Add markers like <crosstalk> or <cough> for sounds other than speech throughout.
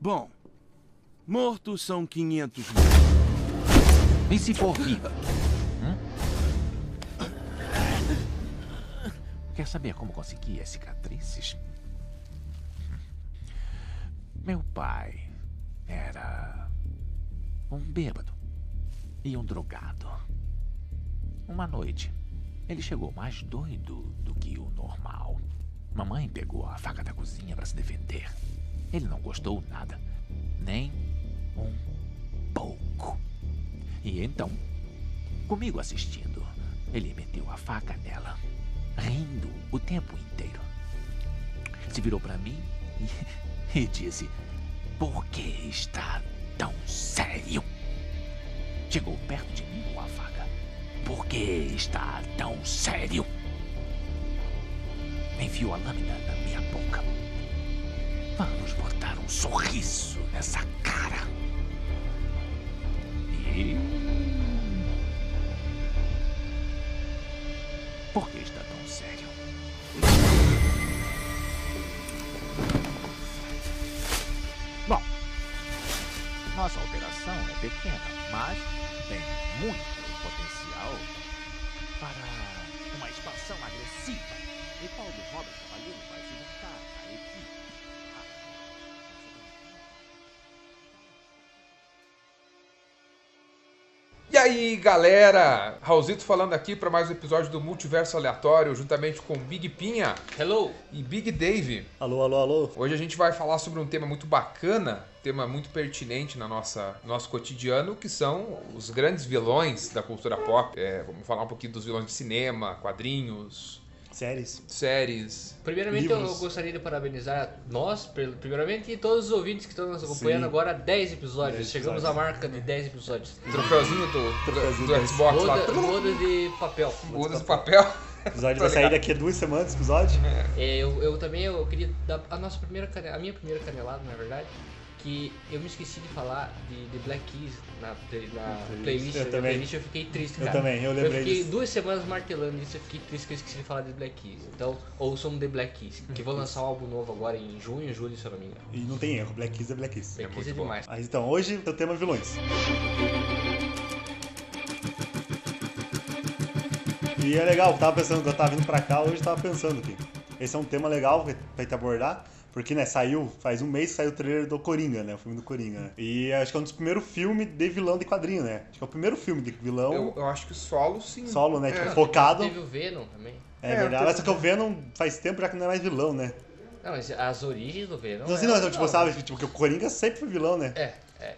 Bom, mortos são 500 mil. E se for viva? Hum? Quer saber como consegui as cicatrizes? Meu pai era um bêbado e um drogado. Uma noite, ele chegou mais doido do que o normal. Mamãe pegou a faca da cozinha para se defender. Ele não gostou nada, nem um pouco. E então, comigo assistindo, ele meteu a faca nela, rindo o tempo inteiro. Se virou para mim e, <laughs> e disse: Por que está tão sério? Chegou perto de mim com a faca. Por que está tão sério? Enfiou a lâmina na minha boca. Vamos botar um sorriso nessa cara. E. Por que está tão sério? Bom, nossa operação é pequena, mas tem muito potencial para uma expansão agressiva. E Paulo Roberto Cavalheiro vai se juntar à equipe. E aí, galera? Raulzito falando aqui para mais um episódio do Multiverso Aleatório, juntamente com Big Pinha Hello! e Big Dave. Alô, alô, alô. Hoje a gente vai falar sobre um tema muito bacana, tema muito pertinente na nossa nosso cotidiano, que são os grandes vilões da cultura pop. É, vamos falar um pouquinho dos vilões de cinema, quadrinhos, Séries. séries. Primeiramente, eu Livros. gostaria de parabenizar nós, pelo- primeiramente, e todos os ouvintes que estão nos acompanhando Sim. agora, 10 episódios. 10 Chegamos à episódios. marca de 10 episódios. Troféuzinho do, Troféuzinho do, do do Xbox lá. Roda, roda de papel. Mudas de papel. O episódio Tá vai sair ligado. daqui a duas semanas, episódio. É, eu, eu também eu queria dar a nossa primeira cane- a minha primeira canelada, na verdade, que eu me esqueci de falar de, de Black Keys na, de- na Playlist. playlist. Eu na também. playlist eu fiquei triste, Eu cara. também, eu lembrei fiquei disso. duas semanas martelando isso, eu fiquei triste que eu esqueci de falar de Black Keys. Então, ouçam The Black Keys, que Uhum. vou lançar um álbum novo agora em junho, julho, se eu não me engano. E não tem erro, Black Kiss é Black Kiss. Black Keys é muito bom. demais. Mas então, hoje o tema é vilões. E é legal, tava pensando, quando eu tava vindo pra cá, hoje eu tava pensando aqui. Esse é um tema legal pra- pra gente abordar, porque, né, saiu, faz um mês que saiu o trailer do Coringa, né, o filme do Coringa, né? E acho que é um dos primeiros filmes de vilão de quadrinho, né? Acho que é o primeiro filme de vilão Eu, eu acho que o solo sim. Então, solo, né, tipo, É. focado. Teve o Venom também. É, É, verdade. eu tô- Mas só que o Venom faz tempo já que não é mais vilão, né? Não, mas as origens do Venom. é Não, assim, é, eram não, tipo, novas. sabe? Tipo, que o Coringa sempre foi vilão, né? É, é,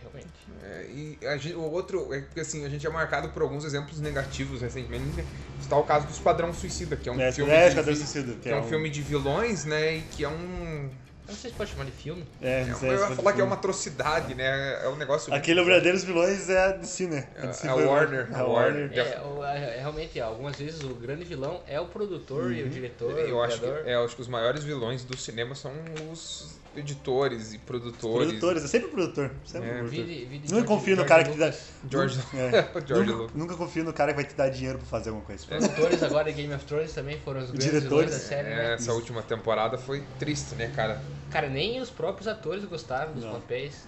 realmente. É, e a gente- o outro, é porque assim, a gente é marcado por alguns exemplos negativos recentemente. né? Está o caso do Esquadrão Suicida, que é um É, filme. é, de- Esquadrão Suicida, que é um filme de vilões, né? E que é um. Eu não sei se pode chamar de filme. É, é não um- sei, eu ia se- falar que é uma atrocidade, né? É um negócio. Aquele Verdadeiros Vilões é a DC, né? É, DC é foi- Warner, É é a Warner. Warner. É, o- é, é, realmente, algumas vezes o grande vilão é o produtor e o diretor, Uhum. Eu o acho, que, criador. é, eu acho que os maiores vilões do cinema são os editores e produtores. Produtores, é sempre produtor. Sempre É. produtor. Vide- vide Nunca George- confio no George cara que te dá. Lucas. George, É. <laughs> George nunca, Lucas. É nunca confio no cara que vai te dar dinheiro pra fazer alguma coisa. tipo, Produtores agora de Game of Thrones também foram os grandes vilões Diretores. da série, É, né? essa última temporada foi triste, né, cara? Cara, nem os próprios atores gostaram dos Não. papéis.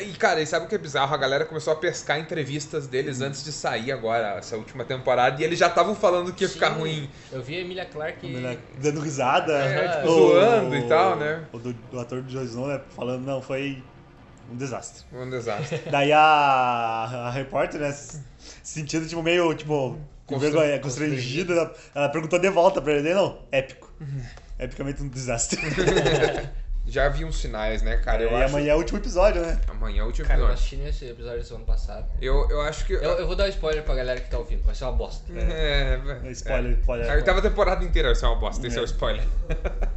E, cara, e sabe o que é bizarro? A galera começou a pescar entrevistas deles antes de sair agora, essa última temporada, e eles já estavam falando que ia ficar Sim, ruim. Eu vi a Emilia Clarke Melhor- Dando risada. É, tipo, O- zoando e tal, né? O do, do ator de Jason né? falando, não, foi um desastre. Um desastre. Daí a, a repórter, né, se sentindo tipo, meio, tipo, com Constran- vergonha, constrangida, ela, ela perguntou de volta pra ele, ele, não, épico. Uhum. Epicamente um desastre. já vi uns sinais, né, <laughs> cara? Eu e acho... amanhã é o último episódio, né? Amanhã é o último Cara, eu episódio. assisti nesse episódio do ano passado. Eu, eu acho que. Eu, eu vou dar um spoiler pra galera que tá ouvindo, vai ser uma bosta. É, É é, Spoiler, spoiler. A oitava temporada inteira vai ser uma bosta, esse é o É. spoiler.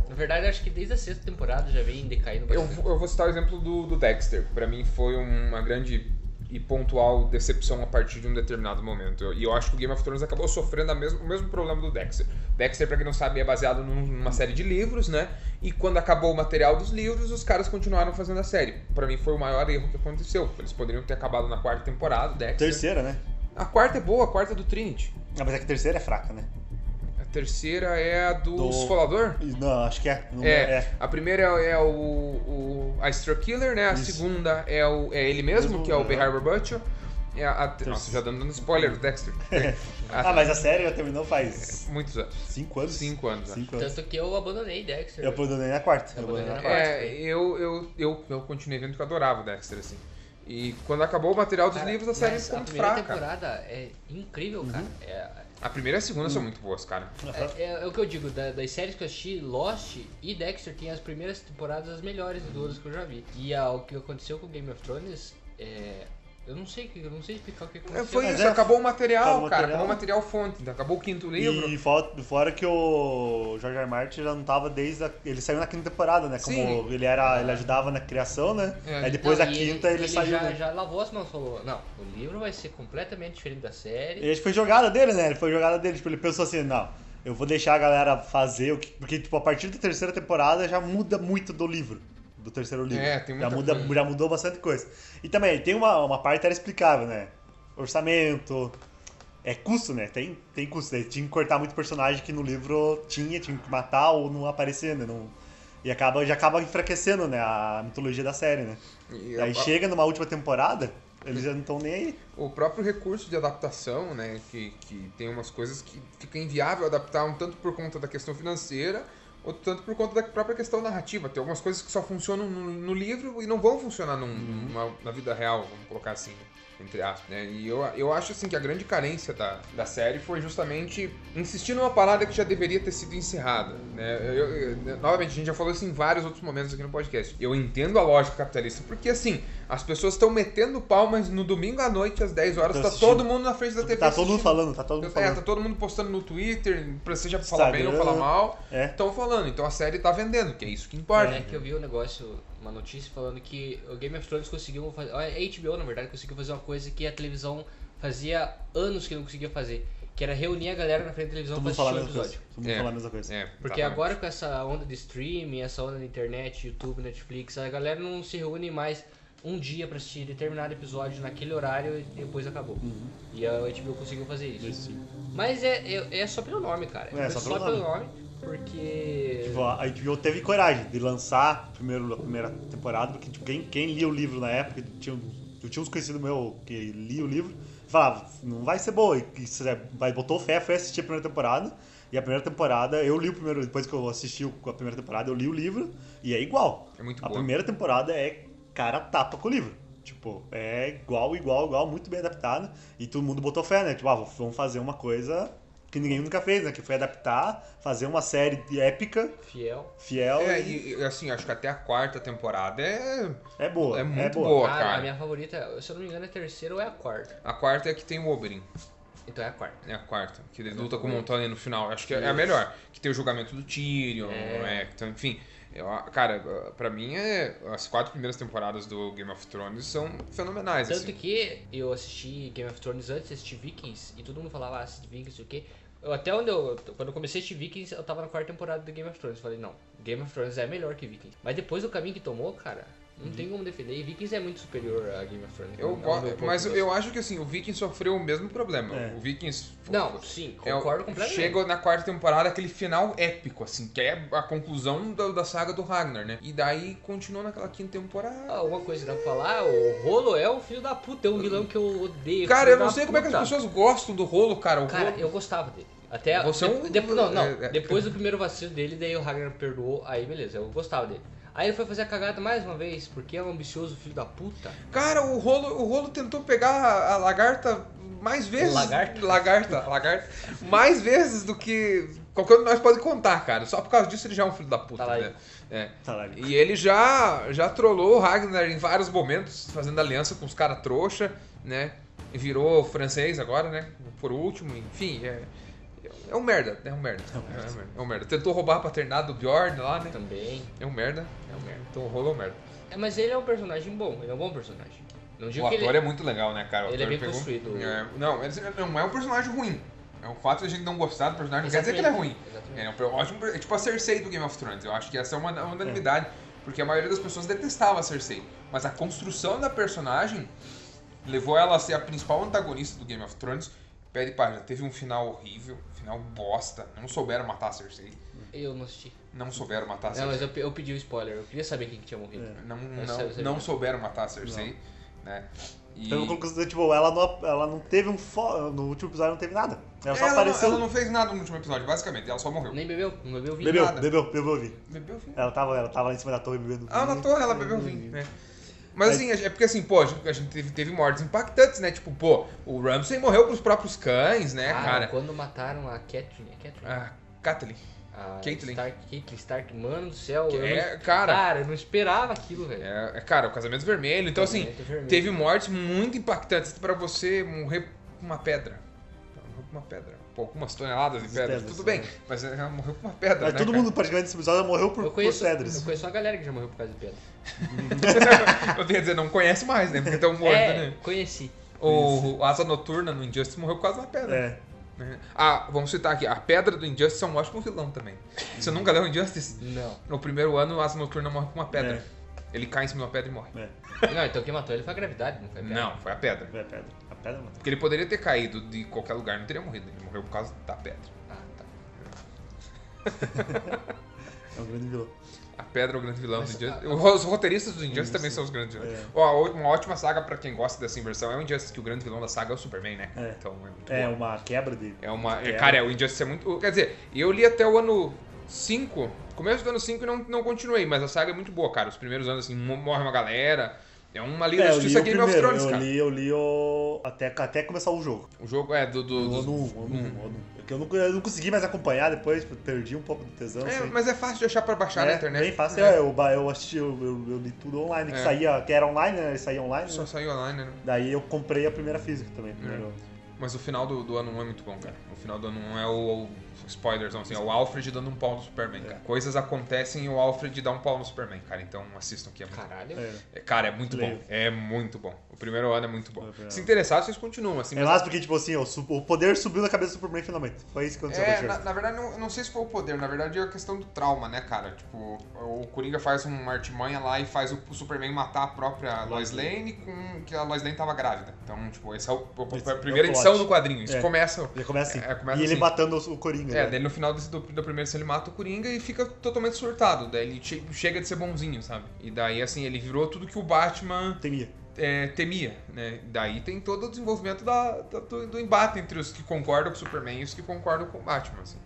Na verdade, acho que desde a sexta temporada já vem decaindo Eu, bastante. vou- eu vou citar o exemplo do, do Dexter. Pra mim foi uma grande e pontual decepção a partir de um determinado momento. Eu- E eu, acho que o Game of Thrones acabou sofrendo a mesmo- o mesmo problema do Dexter. Dexter, pra quem não sabe, é baseado num- numa série de livros, né? E quando acabou o material dos livros, os caras continuaram fazendo a série. Pra mim foi o maior erro que aconteceu. Eles poderiam ter acabado na quarta temporada, o Dexter. Terceira, né? A quarta é boa, a quarta é do Trinity. Ah, mas é que terceira é fraca, né? A terceira é a do, Do- Esfolador? Ih, Não, acho que é. Não, É, A primeira é, é o, o a Stray Killer, né? A Isso. segunda é, o, é ele mesmo, Mesmo, que é o aham. Bay Harbor Butcher. É a, a- nossa, já dando spoiler do Dexter. <laughs> Ah, Há mas a série já terminou faz Muitos anos. 5 anos. tá. Cinco anos, né? Cinco anos. Tanto que eu abandonei Dexter. Eu abandonei na quarta. Eu Então, Eu abandonei na abandonei na quarta. É, né? eu, eu, eu, eu continuei vendo porque eu adorava o Dexter, assim. E quando acabou o material dos Cara, livros, a série mas ficou a muito primeira fraca. temporada é incrível, Uhum. cara. É, A primeira e a segunda Hum. são muito boas, cara. é- é- é o que eu digo, da- das séries que eu assisti, Lost e Dexter tem as primeiras temporadas as melhores e Uhum. duas que eu já vi. E ah, o que aconteceu com Game of Thrones é. Eu não sei, o que- eu não sei explicar o que É, aconteceu. foi Mas isso, é, acabou o material, acabou o cara. material. Acabou o material fonte, então acabou o quinto livro. E fora, fora que o George R. R. Martin já não tava desde a, Ele saiu na quinta temporada, né? Como Sim. ele era. Ele ajudava na criação, né? É. Aí depois Não, da então, e quinta ele, saiu. Já, né? já lavou as mãos, falou: Não, o livro vai ser completamente diferente da série. E acho que foi jogada dele, né? Ele foi jogada dele. Tipo, ele pensou assim, não, eu vou deixar a galera fazer o que. Porque, tipo, a partir da terceira temporada já muda muito do livro. Do terceiro livro. É, tem muita já, muda, coisa. já mudou bastante coisa. E também, tem uma, uma parte que era explicável, né? Orçamento. É custo, né? Tem, tem custo. Daí tinha que cortar muito personagem que no livro tinha, tinha que matar ou não aparecer, né? Não... E acaba, já acaba enfraquecendo, né? A mitologia da série, né? E E aí a- chega numa última temporada, eles já não estão nem aí. o próprio recurso de adaptação, né? Que, que tem umas coisas que fica inviável adaptar, um tanto por conta da questão financeira, outro tanto por conta da própria questão narrativa. Tem algumas coisas que só funcionam no, no livro e não vão funcionar num- Uhum. numa- na vida real, vamos colocar assim, né, entre aspas, né? E eu, eu acho assim que a grande carência da, da série foi justamente insistir numa parada que já deveria ter sido encerrada, né? Eu- eu- novamente, a gente já falou isso em vários outros momentos aqui no podcast. Eu entendo a lógica capitalista, porque assim, as pessoas estão metendo pau, mas no domingo à noite, às 10 horas, Tô tá assistindo. todo mundo na frente da TV Tá todo mundo assistindo. falando, tá todo mundo É, tá falando. todo mundo postando no Twitter, pra seja pra falar bem ou falar Instagram. mal. É. Estão falando, então a série tá vendendo, que é isso que importa. É que eu vi um negócio, uma notícia falando que o Game of Thrones conseguiu é fazer. A HBO, na verdade, conseguiu fazer uma coisa que a televisão fazia anos que não conseguia fazer. Que era reunir a galera na frente da televisão Todo pra mundo assim. falar a assistir mesma um coisa. episódio. Todo mundo É. falar a mesma coisa. É, exatamente. Porque agora com essa onda de streaming, essa onda de internet, YouTube, Netflix, a galera não se reúne mais um dia pra assistir determinado episódio naquele horário e depois acabou. E a HBO conseguiu fazer isso. Uhum. Isso, sim. Mas é, é, é só pelo nome, cara. É, só pelo nome. porque. Tipo, a HBO teve coragem de lançar primeiro, a primeira temporada, porque tipo, quem, quem lia o livro na época, tinha, um- eu tinha uns conhecidos meus que lia o livro, falava, não vai ser boa. E, e se- vai, botou fé, foi assistir a primeira temporada. E a primeira temporada, eu li o primeiro, depois que eu assisti o- a primeira temporada, eu li o livro, e é igual. É muito a boa. primeira temporada é cara a tapa com o livro. Tipo, é igual, igual, igual, muito bem adaptado. E todo mundo botou fé, né? Tipo, ah, vamos fazer uma coisa que ninguém nunca fez, né? Que foi adaptar, fazer uma série de épica Fiel. fiel É, e e, e, assim, acho que até a quarta temporada é. é boa. é muito boa. boa. Pô, Ah, cara. a minha favorita, se eu não me engano, é a terceira ou é a quarta. A quarta é que tem o Oberyn. Então é a quarta. É a quarta. Que ele luta com o Montanha no final. Acho que é a melhor. Que tem o julgamento do Tyrion, é, então, enfim. Eu, cara, pra mim, é, as quatro primeiras temporadas do Game of Thrones são fenomenais. Tanto assim. que eu assisti Game of Thrones antes de assistir Vikings e todo mundo falava, ah, assiste Vikings e o quê? Eu, até onde eu, quando eu comecei a assistir Vikings, eu tava na quarta temporada do Game of Thrones. Falei, não, Game of Thrones é melhor que Vikings. Mas depois do caminho que tomou, cara, não tem como defender. E Vikings é muito superior a Game of Thrones. Uhum. Eu Não, go- não é um mas pouco eu acho que assim, o Vikings sofreu o mesmo problema. É. O Vikings. Não, sim, É, concordo completamente. Chega na quarta temporada aquele final épico, assim, que é a conclusão da, da saga do Ragnar, né? E daí continua naquela quinta temporada. Ah, uma coisa que dá pra falar, o Rolo é um filho da puta, é um vilão que eu odeio. Cara, filho eu não da sei como é que as puta. pessoas gostam do rolo, cara. O Cara, rolo... eu gostava dele. Até Você é um- de- de- não, não. é- é- Depois do primeiro vacilo dele, daí o Ragnar perdoou, aí beleza, eu gostava dele. Aí ele foi fazer a cagada mais uma vez, porque é um ambicioso filho da puta. Cara, o rolo, o rolo tentou pegar a, a lagarta mais vezes. <laughs> Lagarta? Lagarta, lagarta. Mais vezes do que qualquer um de nós pode contar, cara. Só por causa disso ele já é um filho da puta, Tá lá, né? É. Tá lá, ele- E ele já, já trollou o Ragnar em vários momentos, fazendo aliança com os caras trouxa, né? E virou francês agora, né? Por último, enfim, é. É um merda, é um merda. É um merda. É um merda. Tentou roubar a paternidade do Bjorn lá, né? Também. É um merda. É um merda. Então o rolo é um merda. É, mas ele é um personagem bom, ele é um bom personagem. Não digo o que ator ele... é muito legal, né, cara? O ele é ator bem construído. É, não, ele não é um personagem ruim. É o fato de a gente não gostar do personagem, não quer dizer que ele é ruim. Exatamente. Ele é um per- ótimo. per- É tipo a Cersei do Game of Thrones. Eu acho que essa é uma uma unanimidade. Porque a maioria das pessoas detestava a Cersei. Mas a construção da personagem levou ela a ser a principal antagonista do Game of Thrones. Pé de página, teve um final horrível, um final bosta. Não souberam matar a Cersei. Eu não assisti. Não souberam matar a não, Cersei. mas eu, pe- eu pedi o spoiler. Eu queria saber quem que tinha morrido. Não, Mas não, Cersei não não. souberam matar a Cersei, né? E... Pelo conclusão, tipo, ela não, ela não teve um fo... No último episódio não teve nada. Ela só Ela, não, apareceu. ela não fez nada no último episódio, basicamente. Ela só morreu. Nem bebeu? Não bebeu vinho? Ah, Bebeu, nada. bebeu, bebeu vinho. Bebeu vinho. Ela tava, ela tava lá em cima da torre bebendo Ah, na vinho. torre ela bebeu vinho, né? Mas assim, é porque assim, pô, a gente- a gente teve, teve mortes impactantes, né? Tipo, pô, o Ramsay morreu pros próprios cães, né, Ah, cara? quando mataram a Catherine. É Catherine? Ah, Catelyn. A Caitlyn. Stark, Caitlyn Stark, mano do céu. Que eu é, não- cara. eu não esperava aquilo, velho. É, é, cara, o casamento vermelho. Então, assim, Casamento vermelho. teve mortes muito impactantes pra você morrer com uma pedra. Ela Morreu com uma pedra. Pô, algumas toneladas de As pedra. pedras, Tudo né? bem, mas ela morreu com uma pedra. Mas né, todo cara? mundo praticamente nesse episódio morreu por, Eu por conheço, pedras. eu conheço uma galera que já morreu por causa de pedra. <laughs> Eu queria dizer, não conhece mais, né? Porque estão morto, é, né? <laughs> conheci. O, o Asa Noturna no Injustice morreu por causa da pedra. É. né? Ah, vamos citar aqui. A pedra do Injustice é um ótimo vilão também. Você nunca leu Injustice? Não. No primeiro ano, o Asa Noturna morre com uma pedra. É. Ele cai em cima de uma pedra e morre. É, Não, então quem matou ele foi a gravidade, não foi a pedra. Não, foi a pedra. é pedra. A pedra mano. Porque ele poderia ter caído de qualquer lugar, não teria morrido. Ele morreu por causa da pedra. Ah, tá. É um grande vilão. A pedra é o grande vilão Mas, do Injustice. a- Os roteiristas do Injustice Isso. também são os grandes vilões. É. Ó, uma ótima saga pra quem gosta dessa inversão é o Injustice, que o grande vilão da saga é o Superman, né? É. Então é muito É bom. uma quebra de. É uma. é, É. Cara, é, o Injustice é muito. Quer dizer, eu li até o ano 5, começo do ano 5 e não, não continuei, mas a saga é muito boa, cara. Os primeiros anos, assim, mo- morre uma galera. É uma Liga É, da eu li Justiça o Game of primeiro, Thrones, eu cara. li, eu li o. Até, até começar o jogo. um, O jogo é do. do, O dos- ano 1, o ano 1, o ano Uhum. 1. Eu não, eu não consegui mais acompanhar depois, perdi um pouco do tesão. É, sei. mas é fácil de achar pra baixar na É, internet. Bem fácil. É. É, Eu, eu assisti, eu, eu- eu li tudo online, que É. saía, que era online, né? Ele saía online. Só É. né? saiu online, né? Daí eu comprei a primeira física também. primeiro. Mas o final do, do ano 1 é muito bom, cara. O final do ano 1 é o, o spoilers, assim, é o Alfred dando um pau no É. Superman, cara. Coisas acontecem e o Alfred dá um pau no Superman, cara. Então assistam que é muito Caralho. É. é, Cara, é muito Leio. bom. É muito bom. O primeiro ano é muito bom. É verdade. Se interessar, vocês continuam, assim. É mas- mais porque, tipo assim, o, su- o poder subiu na cabeça do Superman finalmente. Foi isso que aconteceu É, com o na, Charles. na verdade, não, não sei se foi o poder, na verdade é a questão do trauma, né, cara? Tipo, o Coringa faz uma artimanha lá e faz o, o Superman matar a própria Lois Lois Lane, com, que a Lois Lane tava grávida. Então, tipo, essa é o- o- Esse é a o primeira plot. edição do quadrinho. Isso É. começa Já começa assim. É, começa e ele assim. matando o, o Coringa. É, né? daí no final desse, do, da primeira ele mata o Coringa e fica totalmente surtado. Daí ele che- chega de ser bonzinho, sabe? E daí, assim, ele virou tudo que o Batman Temia. é, temia, né? Daí tem todo o desenvolvimento da- da- do, do embate entre os que concordam com o Superman e os que concordam com o Batman, assim.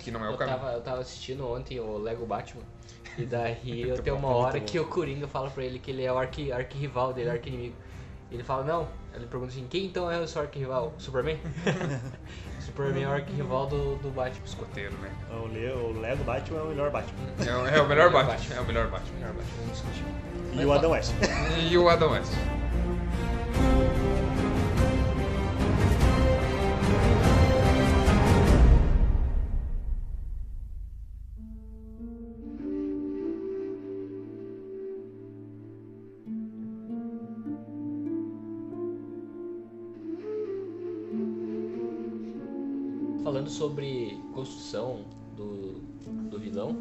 Que não é o Eu caminho. tava, eu tava assistindo ontem o Lego Batman. <laughs> E daí eu Muito tenho bom, uma muito hora bom. que o Coringa fala pra ele que ele é o arqui, arquirrival dele, arquinimigo. E ele fala, não. Ele pergunta assim, quem então é o seu arquirrival? Superman? <laughs> Superman é o arquirrival do, do Batman. Escoteiro, né? O, Le- o Lego Batman é o melhor Batman. É, o- é o <laughs> melhor Batman. É o melhor Batman. melhor E o Adam West. Batman. E o Adam West. Falando sobre construção do, do vilão,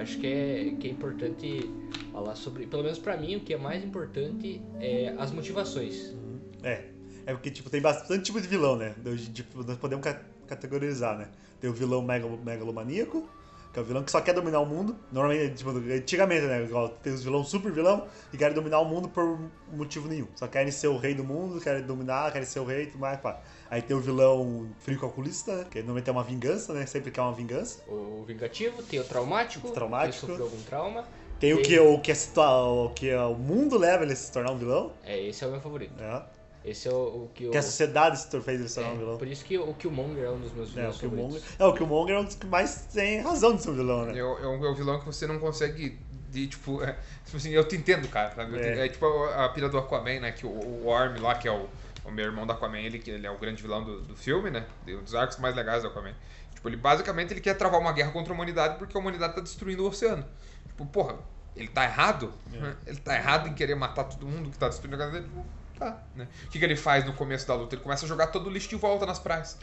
acho que é, que é importante falar sobre, pelo menos pra mim, o que é mais importante é as motivações. É. É porque, tipo, tem bastante tipo de vilão, né? Daí, Tipo, nós podemos ca- categorizar, né? Tem o vilão mega- megalomaníaco, que é o vilão que só quer dominar o mundo. Normalmente, tipo, antigamente, né? igual Tem os vilão super vilão e querem dominar o mundo por motivo nenhum. Só querem ser o rei do mundo, querem dominar, querem ser o rei e tudo mais, pá. Aí tem o vilão frio calculista, né? Que normalmente é uma vingança, né? Sempre quer uma vingança. O vingativo, tem o traumático, O traumático. que sofreu algum trauma. Tem o Tem- que, o, que, a situa- o que é o mundo leva ele a se tornar um vilão, É, esse é o meu favorito. né? Esse é o, o que eu. Que a sociedade se tor- fez ele se tornar um vilão. é, por isso que o Killmonger é um dos meus É, o vilões Killmonger. favoritos. É, o Killmonger é um dos que mais tem razão de ser um vilão, É, né? o- é o, é o vilão que você não consegue. De, tipo, é, tipo assim, eu te entendo, cara. Sabe? Eu te- É. é tipo a, a pira do Aquaman, né? Que o, o Orm lá, que é o, o meu irmão do Aquaman, ele, que ele é o grande vilão do, do filme, né? de- Um dos arcos mais legais do Aquaman. Tipo, ele basicamente ele quer travar uma guerra contra a humanidade porque a humanidade tá destruindo o oceano. Tipo, porra, ele tá errado? É. né? Ele tá errado em querer matar todo mundo que tá destruindo a casa dele? Não Tá, né? O que, que ele faz no começo da luta? Ele começa a jogar todo o lixo de volta nas praias.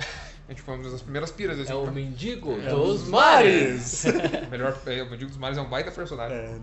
É tipo uma das primeiras piras. assim, É o pra- mendigo É, dos os mares! <laughs> É, Melhor, é, o Mendigo dos Mares é um baita personagem.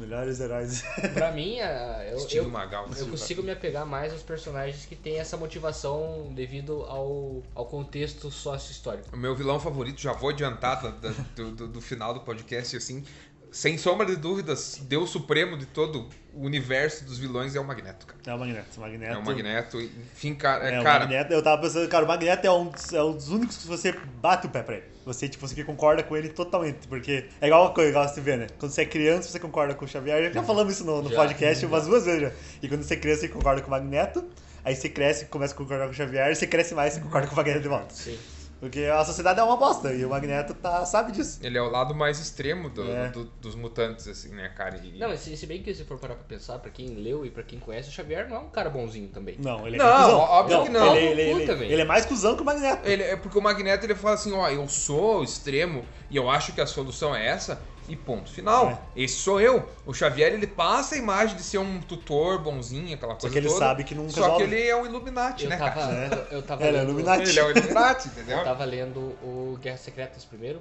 Melhores heróis. Pra mim, a- eu, Estilo eu, Magal. assim, eu consigo me apegar mais aos personagens que têm essa motivação devido ao, ao contexto sócio-histórico. O meu vilão favorito, já vou adiantar da- da- do, do- do final do podcast, assim, sem sombra de dúvidas, Deus Supremo de todo o universo dos vilões é o Magneto, cara. É o Magneto. O Magneto. É o Magneto, enfim, cara. É, É, o cara Magneto, eu tava pensando, cara, o Magneto é um, dos, é um dos únicos que você bate o pé pra ele. Você, tipo, você concorda com ele totalmente, porque é igual uma coisa, igual você vê, né? Quando você é criança, você concorda com o Xavier, já falamos isso no, no Já, podcast umas duas vezes já. E quando você é criança, você concorda com o Magneto, aí você cresce, começa a concordar com o Xavier, e você cresce mais, você concorda com o Magneto de volta. Sim. Porque a sociedade é uma bosta, e o Magneto tá, sabe disso. Ele é o lado mais extremo do- É. do- dos mutantes, assim, né, cara? E- Não, mas se, se bem que se for parar pra pensar, pra quem leu e pra quem conhece, o Xavier não é um cara bonzinho também. Não, ele é Não, mais cuzão. óbvio que não. Ele, ele- Puta, ele- velho. ele é mais cuzão que o Magneto. Ele, é porque o Magneto ele fala assim, ó, eu sou o extremo e eu acho que a solução é essa e ponto final. É. Esse sou eu. O Xavier ele passa a imagem de ser um tutor bonzinho, aquela coisa que ele toda, sabe que nunca Só resolve. que ele é um Illuminati, Eu né, tava, cara? eu, eu tava <laughs> Ele é lendo- Illuminati. Ele é <laughs> um Illuminati, entendeu? Uhum. Eu tava lendo o Guerras Secretas primeiro.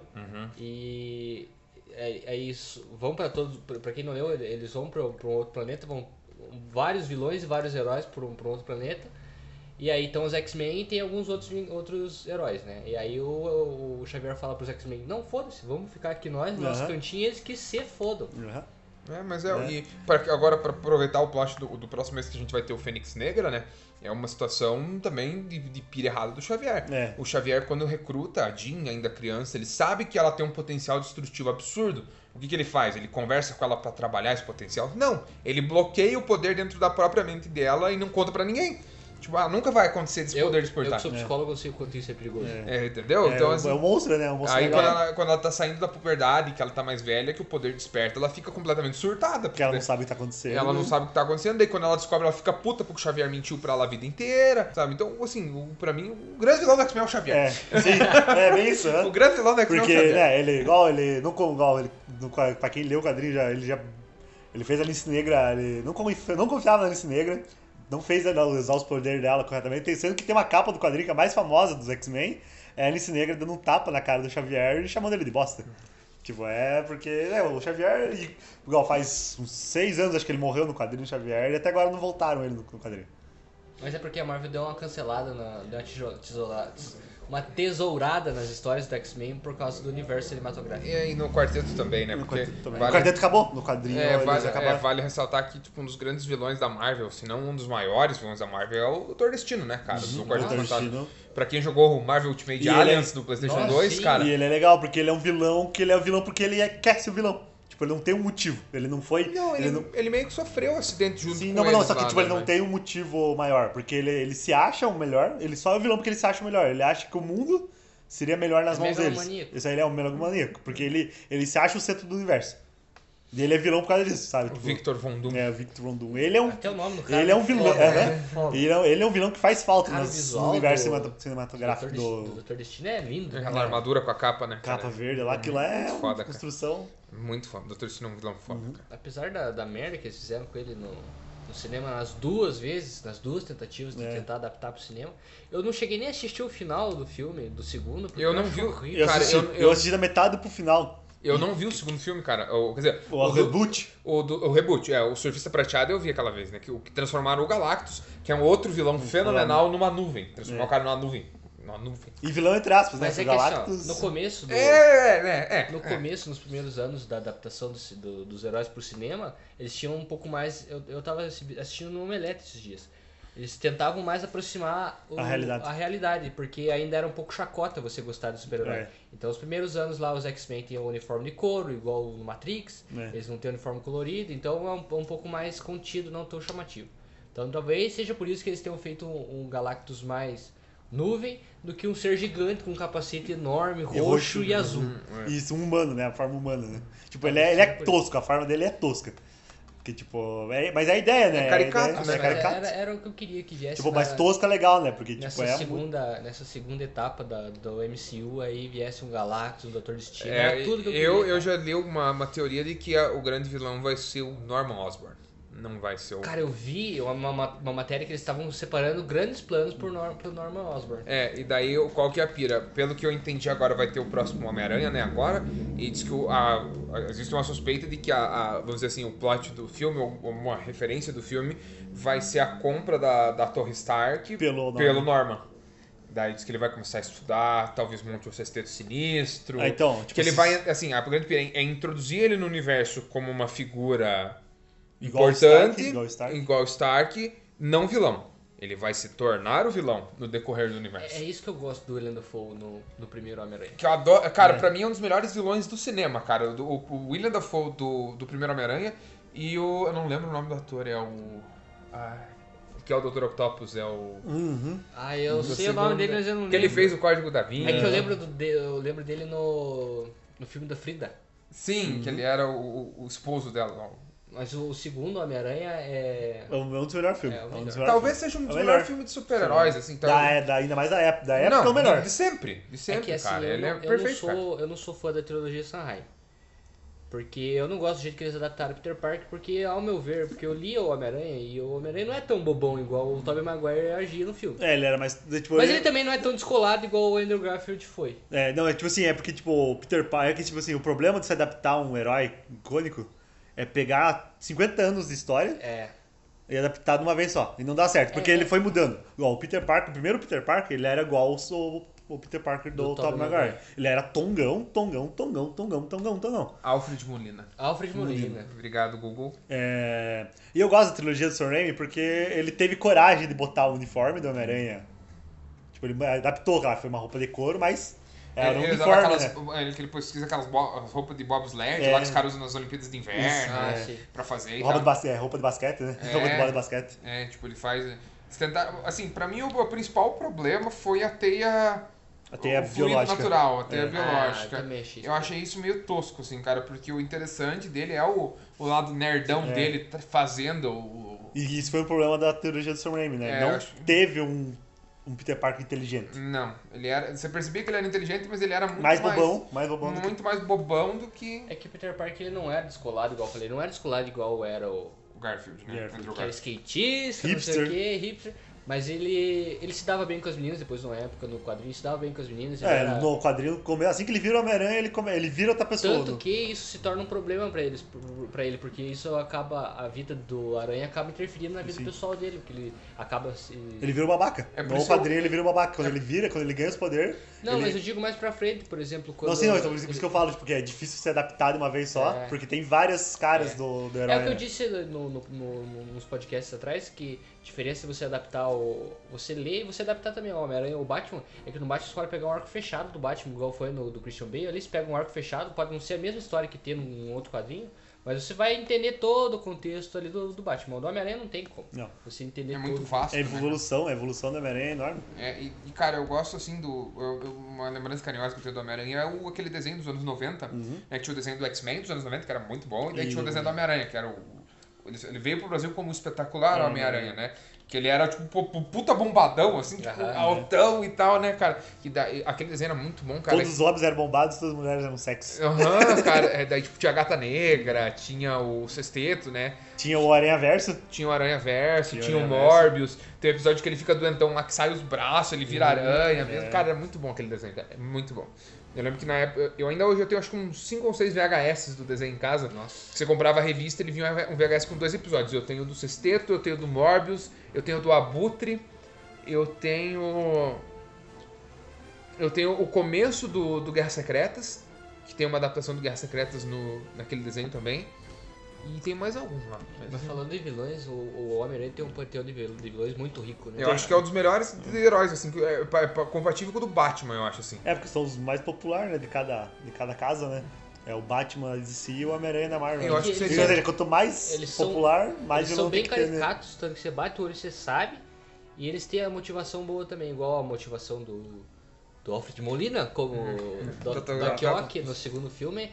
E é, é isso. Vão pra todos. pra- Pra quem não leu, ele- eles vão pra, pra um outro planeta. Vão vários vilões e vários heróis pra um, pra um outro planeta. E aí estão os X-Men e tem alguns outros, vin- outros heróis, né? E aí o, o Xavier fala pros X-Men: Não, foda-se, vamos ficar aqui nós, no nosso Aham. cantinho, e eles que se fodam. Uhum. É, mas é, Né? e pra- agora para aproveitar o plot do, do próximo mês que a gente vai ter o Fênix Negra, né? É uma situação também de, de pira errada do Xavier. É. O Xavier, quando recruta a Jean, ainda criança, ele sabe que ela tem um potencial destrutivo absurdo. O que, que ele faz? Ele conversa com ela pra trabalhar esse potencial? Não. Ele bloqueia o poder dentro da própria mente dela e não conta pra ninguém. Tipo, ah, nunca vai acontecer desse Eu, poder eu despertar. que sou psicólogo, eu sei o quanto isso é perigoso. É, entendeu? É, então, o- assim, é um monstro, né? É um monstro Aí legal. quando ela, quando ela tá saindo da puberdade, que ela tá mais velha, que o poder desperta, ela fica completamente surtada. Porque ela porque- não sabe o que tá acontecendo. ela não sabe o que tá acontecendo, daí quando ela descobre, ela fica puta porque o Xavier mentiu pra ela a vida inteira, sabe? Então, assim, o, pra mim, o grande vilão do X-Men é o Xavier. É, sim, é bem isso, né? O grande vilão do X-Men é o Porque, Xavier. né, ele, igual ele, não como, igual ele, não, pra quem leu o quadrinho, já, ele já, ele fez a Alice Negra, ele não, confi- não confiava na Alice Negra, não fez ela usar os poderes dela corretamente, tem- sendo que tem uma capa do quadrinho que é a mais famosa dos X-Men, é a Alice Negra dando um tapa na cara do Xavier e chamando ele de bosta. Tipo, é porque, né, o Xavier, e- igual faz uns seis anos acho que ele morreu no quadrinho do Xavier e até agora não voltaram ele no, no quadrinho. Mas é porque a Marvel deu uma cancelada, na, deu uma, tijo- tesoura- uma tesourada nas histórias do X-Men por causa do universo cinematográfico. E aí no quarteto também, né? No Porque quadrinho também. vale- O quarteto acabou no quadrinho, É, eles vale, acabaram. é, vale ressaltar que, tipo, um dos grandes vilões da Marvel, se não um dos maiores vilões da Marvel, é o Tordestino, né, cara? do Quarteto Uhum, Doutor Fantástico. Destino. Pra quem jogou o Marvel Ultimate E ele é- Alliance do PlayStation Nossa, 2, sim. cara, E ele é legal porque ele é um vilão, que ele é um vilão porque ele é- quer ser vilão. Tipo, ele não tem um motivo. Ele não foi. Não, ele, ele não... ele meio que sofreu um acidente junto Sim, com não, mas eles não, só que lá, tipo, ele né, não mas- tem um motivo maior, porque ele, ele se acha o melhor, ele só é o vilão porque ele se acha o melhor, ele acha que o mundo seria melhor nas É mãos deles. megalomaníaco. Isso aí ele é um megalomaníaco, porque ele, ele se acha o centro do universo. E ele é vilão por causa disso, sabe? O Tipo, Victor Von Doom. É, o Victor Von Doom. Ele é um, Até o nome do cara. ele é um foda, vilão, é, né? Foda. ele, é, ele é um vilão que faz falta Cara, o nos- visual no universo do- cinemat- cinematográfico O Doutor Destino- do O Doutor Destino é lindo. né, Aquela armadura com a capa, né? cara? Capa Verde lá, aquilo lá é foda, uma cara. construção. Muito foda. Doutor Destino é um vilão Uhum. foda, cara. Apesar da, da merda que eles fizeram com ele no, no cinema nas duas vezes, nas duas tentativas de É. tentar adaptar pro cinema, eu não cheguei nem a assistir o final do filme, do segundo, porque Eu não acho vi o- horrível. Eu Cara, assisti, eu- eu, eu- assisti da metade pro final. Eu não vi o segundo filme, cara. O, quer dizer, O, do- reboot. o, do- o reboot, é, o Surfista Prateado eu vi aquela vez, né? Que, o que transformaram o Galactus, que é um outro vilão fenomenal, numa nuvem. Transformar É. o cara numa nuvem. Numa nuvem. E vilão entre aspas, né? Mas é Porque que assim, ó, Galactus. no começo do, É, é, é. No começo, nos primeiros anos da adaptação do ci- do- dos heróis pro cinema, eles tinham um pouco mais. Eu, eu tava assi- assistindo no Omelete esses dias. Eles tentavam mais aproximar o- A realidade. a realidade, porque ainda era um pouco chacota você gostar do super-herói. É. Então, os primeiros anos lá, os X-Men tinham o uniforme de couro, igual no Matrix. É. Eles não têm uniforme colorido, então é um, um pouco mais contido, não tão chamativo. Então, talvez seja por isso que eles tenham feito um, um Galactus mais nuvem do que um ser gigante com um capacete enorme, roxo e, roxo, né? azul. É. Isso, um humano, né? A forma humana, né? Ah, Tipo, ele é, ele é tosco, a forma dele é tosca. Que tipo. é- mas é a ideia, né? É caricato, a ideia, né? É Mas caricato. Era, era o que eu queria que viesse. Tipo, na- mas tosca é legal, né? Porque, tipo, nessa, é. muito- segunda, nessa segunda etapa da, do MCU aí viesse um Galactus, um Doutor Destino, É, era tudo que eu né? eu, queria. eu já li uma, uma teoria de que a- o grande vilão vai ser o Norman Osborn. não vai ser o. Cara, eu vi uma, uma- uma matéria que eles estavam separando grandes planos por Nor pro Norman Osborn. É, e daí o- qual que é a pira? Pelo que eu entendi agora, vai ter o próximo Homem-Aranha, né? Agora. E diz que o- a- a- existe uma suspeita de que a, a- vamos dizer assim, o plot do filme, ou ou uma referência do filme, vai ser a compra da, da Torre Stark Pelo Norman. Norman. Daí diz que ele vai começar a estudar, talvez monte o sexteto sinistro. Ah, então, tipo, que ele esses- vai, assim, a grande pira é introduzir ele no universo como uma figura Igual o importante, Stark, igual o Stark. igual o Stark, não vilão. Ele vai se tornar o vilão no decorrer do universo. É, é isso que eu gosto do William Dafoe no, no primeiro Homem-Aranha. Que eu adoro. Cara, pra mim é um dos melhores vilões do cinema, cara. Do- O, o William Dafoe do, do primeiro Homem-Aranha e o. Eu não lembro o nome do ator, é o. ai, que é o Dr. Octopus, é o. Uhum. Ah, do eu sei o nome segundo, dele, né? mas eu não lembro. Que ele fez o Código da Vinci. É que eu lembro, do, de- eu lembro dele no, no filme da Frida. Sim, que ele Uhum. era o, o- o esposo dela. não. Mas o, o segundo Homem-Aranha é. É um é um dos melhores filmes. É, é o um melhor. dos melhores Talvez filmes. seja um É o dos melhor. melhores filmes de super-heróis, assim. Então... Da, é, da- ainda mais da época. Da época não, é o melhor. De, de sempre, de sempre, é que assim, cara. eu, ele não, é eu não perfeito, cara. sou, eu não sou fã da trilogia Sanheim. Porque eu não gosto do jeito que eles adaptaram o Peter Parker, porque, ao meu ver, porque eu li o Homem-Aranha e o Homem-Aranha não é tão bobão igual o Tobey Maguire agia no filme. É, ele era mais. Tipo, Mas ele também não é tão descolado igual o Andrew Garfield foi. É, não, é tipo assim, é porque, tipo, o Peter Parker, é que, tipo assim, o problema de se adaptar a um herói icônico é pegar 50 anos de história É. e adaptar de uma vez só. E não dá certo, porque É, ele é. foi mudando. Igual o Peter Parker, o primeiro Peter Parker, ele era igual o, so- o Peter Parker do, Do Tobey Tobey Maguire. Maguire. Ele era tongão, tongão, tongão, tongão, tongão, tongão. Alfred Molina. Alfred Molina. Obrigado, Google. É, E eu gosto da trilogia do Sam Raimi porque ele teve coragem de botar o uniforme do Homem-Aranha. Tipo, ele adaptou, cara, foi uma roupa de couro, mas era um ele, usava uniforme, né? aquelas, ele, que ele pesquisa aquelas bo- as roupas de bobsled É. lá que os caras usam nas Olimpíadas de Inverno Ah, né, sim. pra fazer. e Roupa de, tal. basquete, é, roupa de basquete, né? É. Roupa de bola de basquete. É, tipo, ele faz. eles tentaram- assim, pra mim o, o principal problema foi a teia. A teia o fluido biológica. natural, a teia É. biológica. Ah, eu também achei isso. eu achei isso meio tosco, assim, cara, porque o interessante dele é o, o lado nerdão É. dele tá fazendo o. E isso foi um problema da trilogia do Sam Raimi, né? É, eu Não acho- teve um, um Peter Parker inteligente. Não, ele era. Você percebia que ele era inteligente, mas ele era muito Mais mais. bobão, mais bobão do que... Muito mais bobão do que É que o Peter Parker ele não era descolado igual eu falei, não era descolado igual era o o Garfield, né? Garfield. é Andrew que era Garfield. skatista, não sei Hipster. o que, hipster. Mas ele, ele se dava bem com as meninas depois numa época no quadrinho, se dava bem com as meninas. ele É, era- no quadrinho, como- assim que ele vira o Homem-Aranha, ele, come- ele vira outra pessoa. Tanto no- que isso se torna um problema pra eles, para ele, porque isso acaba a vida do aranha acaba interferindo na vida Sim. pessoal dele, porque ele acaba se Ele vira o babaca. É por no isso que eu- quadrinho ele vira o babaca. Quando ele vira, quando ele ganha os poderes... Não, ele... mas eu digo mais pra frente, por exemplo, quando Não, sim, não, então, por isso por isso que eu falo, tipo, que é difícil se adaptar de uma vez só, É. porque tem várias caras É. do, do herói. É o que eu né? disse no, no- no- no- nos podcasts atrás, que a diferença é você adaptar o. Você ler e você adaptar também o Homem-Aranha ou o Batman, é que no Batman você pode pegar um arco fechado do Batman, igual foi no do Christian Bale, ali você pega um arco fechado, pode não ser a mesma história que tem num outro quadrinho, mas você vai entender todo o contexto ali do, do Batman. O do Homem-Aranha não tem como. Não. Você entender É muito todo. vasto. É a né, cara? evolução, a evolução do Homem-Aranha é enorme. É, e, e, cara, eu gosto assim do. eu- eu- uma lembrança carinhosa que eu tenho do Homem-Aranha é o, aquele desenho dos anos 90, Uhum. né? Que tinha o desenho do X-Men dos anos 90, que era muito bom, e daí E- tinha o desenho do Homem-Aranha, que era o. Ele, ele veio pro Brasil como o espetacular Uhum. Homem-Aranha, né? Que ele era, tipo, pu- pu- puta bombadão, assim, tipo, Aham, né? altão e tal, né, cara? E daí, aquele desenho era muito bom, cara. Todos os homens eram bombados, todas as mulheres eram sexy. Aham, cara. é, daí, tipo, tinha a Gata Negra, tinha o Sexteto, né? Tinha o Aranha Verso, Tinha o Aranha Verso, Tinha o tinha o Aranha Verso. Morbius. Tem o episódio que ele fica doentão lá que sai os braços, ele vira aranha mesmo. Cara, é muito bom aquele desenho, cara. É muito bom. Eu lembro que na época. Eu ainda hoje eu tenho acho que uns 5 ou 6 VHS do desenho em casa. Nossa. Você comprava a revista ele vinha um VHS com dois episódios. Eu tenho o do Sexteto, eu tenho o do Morbius, eu tenho o do Abutre, eu tenho. Eu tenho o começo do, do Guerras Secretas, que tem uma adaptação do Guerras Secretas no, naquele desenho também. E tem mais algum lá. mas- Mas falando em vilões, o, o Homem-Aranha tem um panteão de vil- de vilões muito rico, né? Eu acho que é um dos melhores de heróis, assim, que é pa- pa- compatível com o do Batman, eu acho, assim. É, porque são os mais populares, né, de cada, de cada casa, né? É o Batman da DC e o Homem-Aranha da Marvel. Eu né? acho que Ou seria- seja, quanto mais Eles são- popular, mais Eles vilão são bem tem que ter, né? caricatos, tanto que você bate o olho e você sabe. E eles têm a motivação boa também, igual a motivação do, do Alfred Molina, como Uhum. do, Dr. da Kioki Octopus. no segundo filme.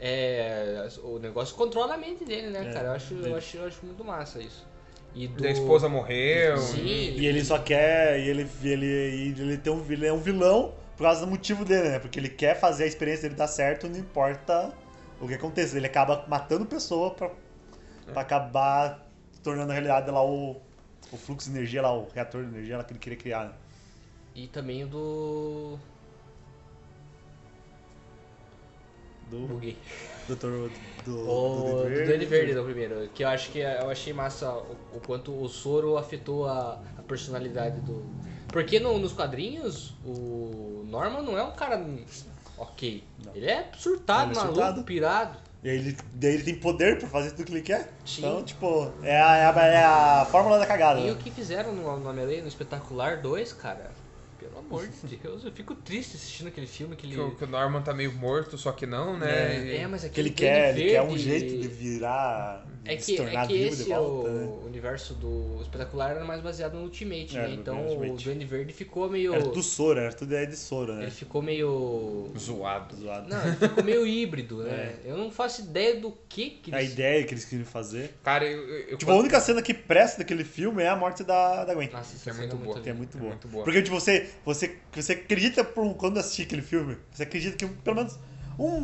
É, o negócio controla a mente dele, né, É, cara? Eu acho, eu, ele- acho, eu acho muito massa isso. E E do... Uhum. a esposa né? morreu. Sim, E ele só quer. E ele, e ele, e ele, tem um, ele é um vilão por causa do motivo dele, né? Porque ele quer fazer a experiência dele dar certo, não importa o que aconteça. Ele acaba matando pessoa pra, pra acabar tornando a realidade lá o, o fluxo de energia, lá, o reator de energia lá que ele queria criar. né? E também o do. Do, Buguei. do, do, do, O Duende Uhum. do né? Duende Verde no primeiro, que eu acho que é, eu achei massa o, o quanto o Soro afetou a, a personalidade do. Porque no- nos quadrinhos, o Norman não é um cara ok. Ele é surtado, Ele é maluco, surtado. pirado. E aí ele, daí ele tem poder pra fazer tudo que ele quer. Sim. Então, tipo, é a, é a, é a fórmula da cagada. E né? o que fizeram no, no Homem-Aranha, no Espetacular 2, cara? Pelo amor <laughs> de Deus, eu fico triste assistindo aquele filme, aquele. Que, o- que o Norman tá meio morto, só que não, né? E- É, mas Que aquele ele quer, Duende ele quer um Verde- jeito de virar, É de que, se tornar é que vivo esse de volta, é o né? universo do espetacular era mais baseado no Ultimate, É, né? no Então o Ultimate. Duende Verde ficou meio. Era do Sora, era tudo ideia de Sora, Ele né? ficou meio. Zoado. Zoado. É. Não, ele ficou meio híbrido, né? Eu não faço ideia do que que É. A eles- ideia que eles queriam fazer. Cara, eu. eu- eu- Tipo, a única cena que presta daquele filme é a morte da, da Gwen. Nossa, Que isso é muito boa. Que é muito É boa. muito boa. Porque, tipo, você, você, você acredita por, quando assistir aquele filme, você acredita que pelo menos um,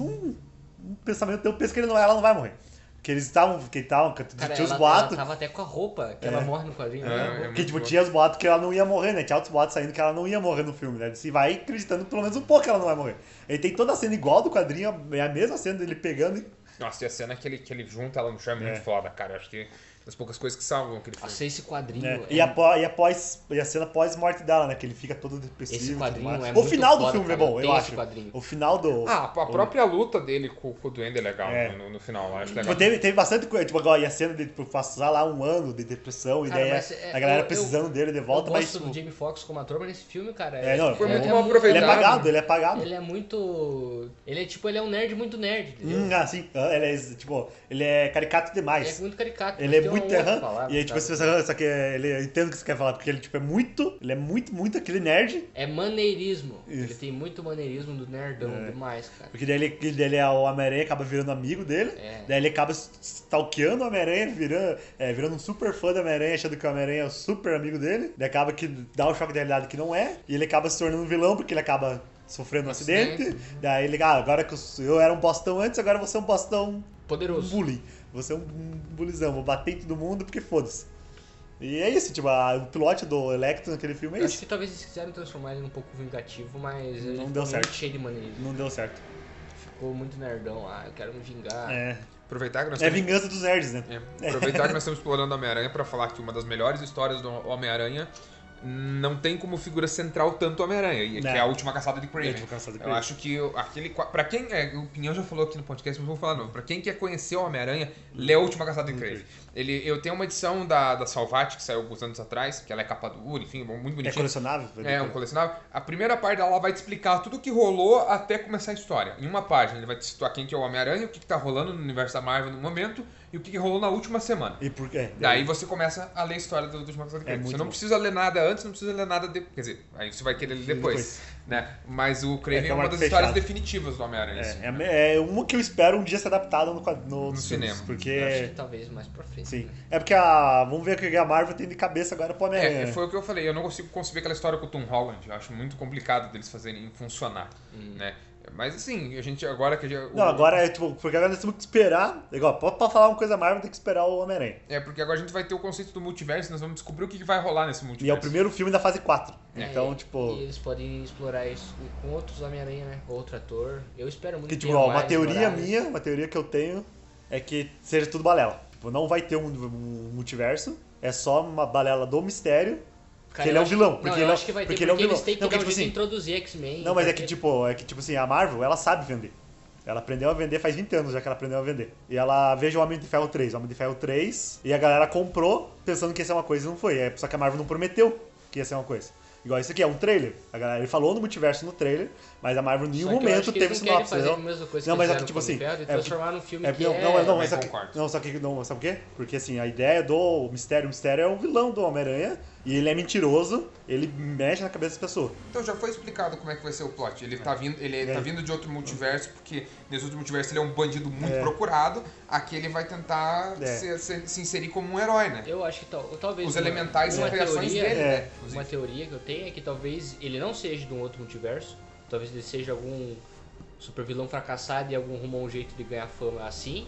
um, um pensamento teu pensa que ele não, ela não vai morrer. Porque eles estavam. Que estavam. que Tinha Cara, ela, tá- os ela boatos. tava até com a roupa que ela morre no quadrinho. É, né? é Porque, muito tipo, boa. tinha os boatos que ela não ia morrer, né? Tinha outros boatos saindo que ela não ia morrer no filme, né? Você vai acreditando pelo menos um pouco que ela não vai morrer. Ele tem toda a cena igual do quadrinho, é a mesma cena dele pegando e Nossa, e a cena que ele, que ele junta ela no chão é muito É. foda, cara. Acho que é das poucas coisas que salvam aquele filme. Nossa, esse quadrinho. É, é- E, após, e, após, e a cena pós-morte dela, né? Que ele fica todo depressivo. Esse e tudo quadrinho mais. é O muito final do foda, filme cara, é bom, eu tem esse acho. quadrinho. O final do. Ah, a própria luta dele com, com o Duende é legal É. né, no, no final, eu acho legal. Tipo, teve, teve bastante coisa. Tipo, agora, e a cena de tipo, passar lá um ano de depressão, e Cara, daí mas a- é- a galera eu- precisando dele de volta, eu mas. gosto tipo, do Jamie Foxx como ator, mas nesse filme, cara. É, não, foi muito é mal ele é aproveitado. pagado, ele é pagado. Ele é muito. Ele é tipo, ele é um nerd muito nerd, entendeu? Hum, ah, sim. Ah, Ele é, tipo, ele é caricato Ele é demais. muito caricato. Ele é tem uma muito outra errado. palavra, E aí, tipo, sabe? as pessoas. Só que ele, eu entendo o que você quer falar, porque ele, tipo, é muito. Ele é muito, muito aquele nerd. É maneirismo. Isso. É. Ele tem muito maneirismo do nerdão demais, cara. Porque daí ele, daí ele é o Homem-Aranha, acaba virando amigo dele. É. Daí ele acaba stalkeando o Homem-Aranha, virando, é, virando um super fã do Homem-Aranha, achando que o Homem-Aranha é o super amigo dele. Daí acaba que dá o choque de realidade que não é. E ele acaba se tornando um vilão, porque ele acaba sofrendo um acidente. Daí ele, ah, agora que eu, sou- eu era um bostão antes, agora você é um bostão um Poderoso. bully. Você é um bullizão, vou bater em todo mundo porque foda-se. E é isso, tipo, a- o pilote do Electro naquele filme é Eu acho isso. que talvez eles quiseram transformar ele um pouco vingativo, mas ele Não ficou deu muito certo. cheio de maneirismo. Não deu certo. Ficou muito nerdão. Ah, eu quero me vingar. É. Aproveitar que nós É a estamos- vingança dos nerds, né? é, aproveitar que nós estamos explorando Homem-Aranha pra falar que uma das melhores histórias do Homem-Aranha não tem como figura central tanto Homem-Aranha, e que Não. é a última caçada de Kraven. É a última caçada de Eu Kraven. acho que eu- aquele qua- pra quem é, o Pinhão já falou aqui no podcast, mas vou falar de novo. Pra quem quer conhecer o Homem-Aranha, lê a última caçada de Kraven. Ele eu tenho uma edição da da Salvati que saiu alguns anos atrás, que ela é capa dura, enfim, muito É bonitinha. colecionável? É, um colecionável. A primeira parte dela vai te explicar tudo o que rolou até começar a história. Em uma página, ele vai te situar quem que é o Homem-Aranha, o que, que tá rolando no universo da Marvel no momento e o que, que rolou na última semana. E por quê? Daí você começa a ler a história do último episódio. É É você muito não bom. precisa ler nada antes, não precisa ler nada depois. Quer dizer, aí você vai querer ler depois. Né? Mas o É Craven que é, é um uma arco das histórias fechado. definitivas do Homem-Aranha. assim. É, é, é uma que eu espero um dia ser adaptada no, quad- no, No nos filmes, cinema. Eu Acho Porque. que talvez mais pra frente. Sim. né? É porque a. Vamos ver o que a Marvel tem de cabeça agora pro Homem-Aranha. É, né? foi o que eu falei. Eu não consigo conceber aquela história com o Tom Holland. Eu acho muito complicado deles fazerem funcionar, né? Mas assim, a gente agora que já, o- Hum. Não, agora é tipo. Porque agora nós temos que esperar. Igual, pra, pra falar uma coisa Marvel, tem que esperar o Homem-Aranha. é porque agora a gente vai ter o conceito do multiverso, nós vamos descobrir o que que vai rolar nesse multiverso. E é o primeiro filme da fase 4. É, Então, e- tipo. E eles podem explorar isso com outros Homem-Aranha, né? Outro ator. Eu espero muito Porque, tipo, tenha ó, uma mais teoria Morales. minha, uma teoria que eu tenho é que seja tudo balela. Tipo, não vai ter um, um multiverso, é só uma balela do mistério. Cara, que ele é eu um acho que- vilão. não, Porque eu ele é um acho que vai vilão. ter, Porque ele é um vilão. eles têm que Não, dar porque, um tipo jeito de assim. introduzir X-Men. né? Não, mas é porque- que tipo, é que tipo assim, a Marvel, ela sabe vender. Ela aprendeu a vender faz 20 anos já que ela aprendeu a vender. E ela veja o Homem de Ferro 3, o Homem de Ferro 3, e a galera comprou pensando que ia ser uma coisa e não foi. É, Só que a Marvel não prometeu que ia ser uma coisa. Igual isso aqui, é um trailer. A galera, ele falou no multiverso no trailer, mas a Marvel em Só nenhum que eu acho momento que eles teve não querem sinopse. fazer entendeu? a mesma coisa que não, mas é fizeram que tipo com o assim. Ferro e é transformar num filme é, que não, é- não, não, mas só também que, concordo. não, só que não, sabe por quê? Porque assim, a ideia do mistério, o mistério é o vilão do Homem-Aranha, e ele é mentiroso, ele mexe na cabeça das pessoas. Então já foi explicado como é que vai ser o plot. Ele tá vindo, ele tá vindo de outro multiverso, porque nesse outro multiverso ele é um bandido muito procurado. Aqui ele vai tentar É. se, se- se inserir como um herói, né? Eu acho que tal, talvez. Os uma- elementais são uma criações teoria- dele, é. né? Inclusive. Uma teoria que eu tenho é que talvez ele não seja de um outro multiverso, talvez ele seja algum supervilão fracassado e algum rumo a um jeito de ganhar fama assim.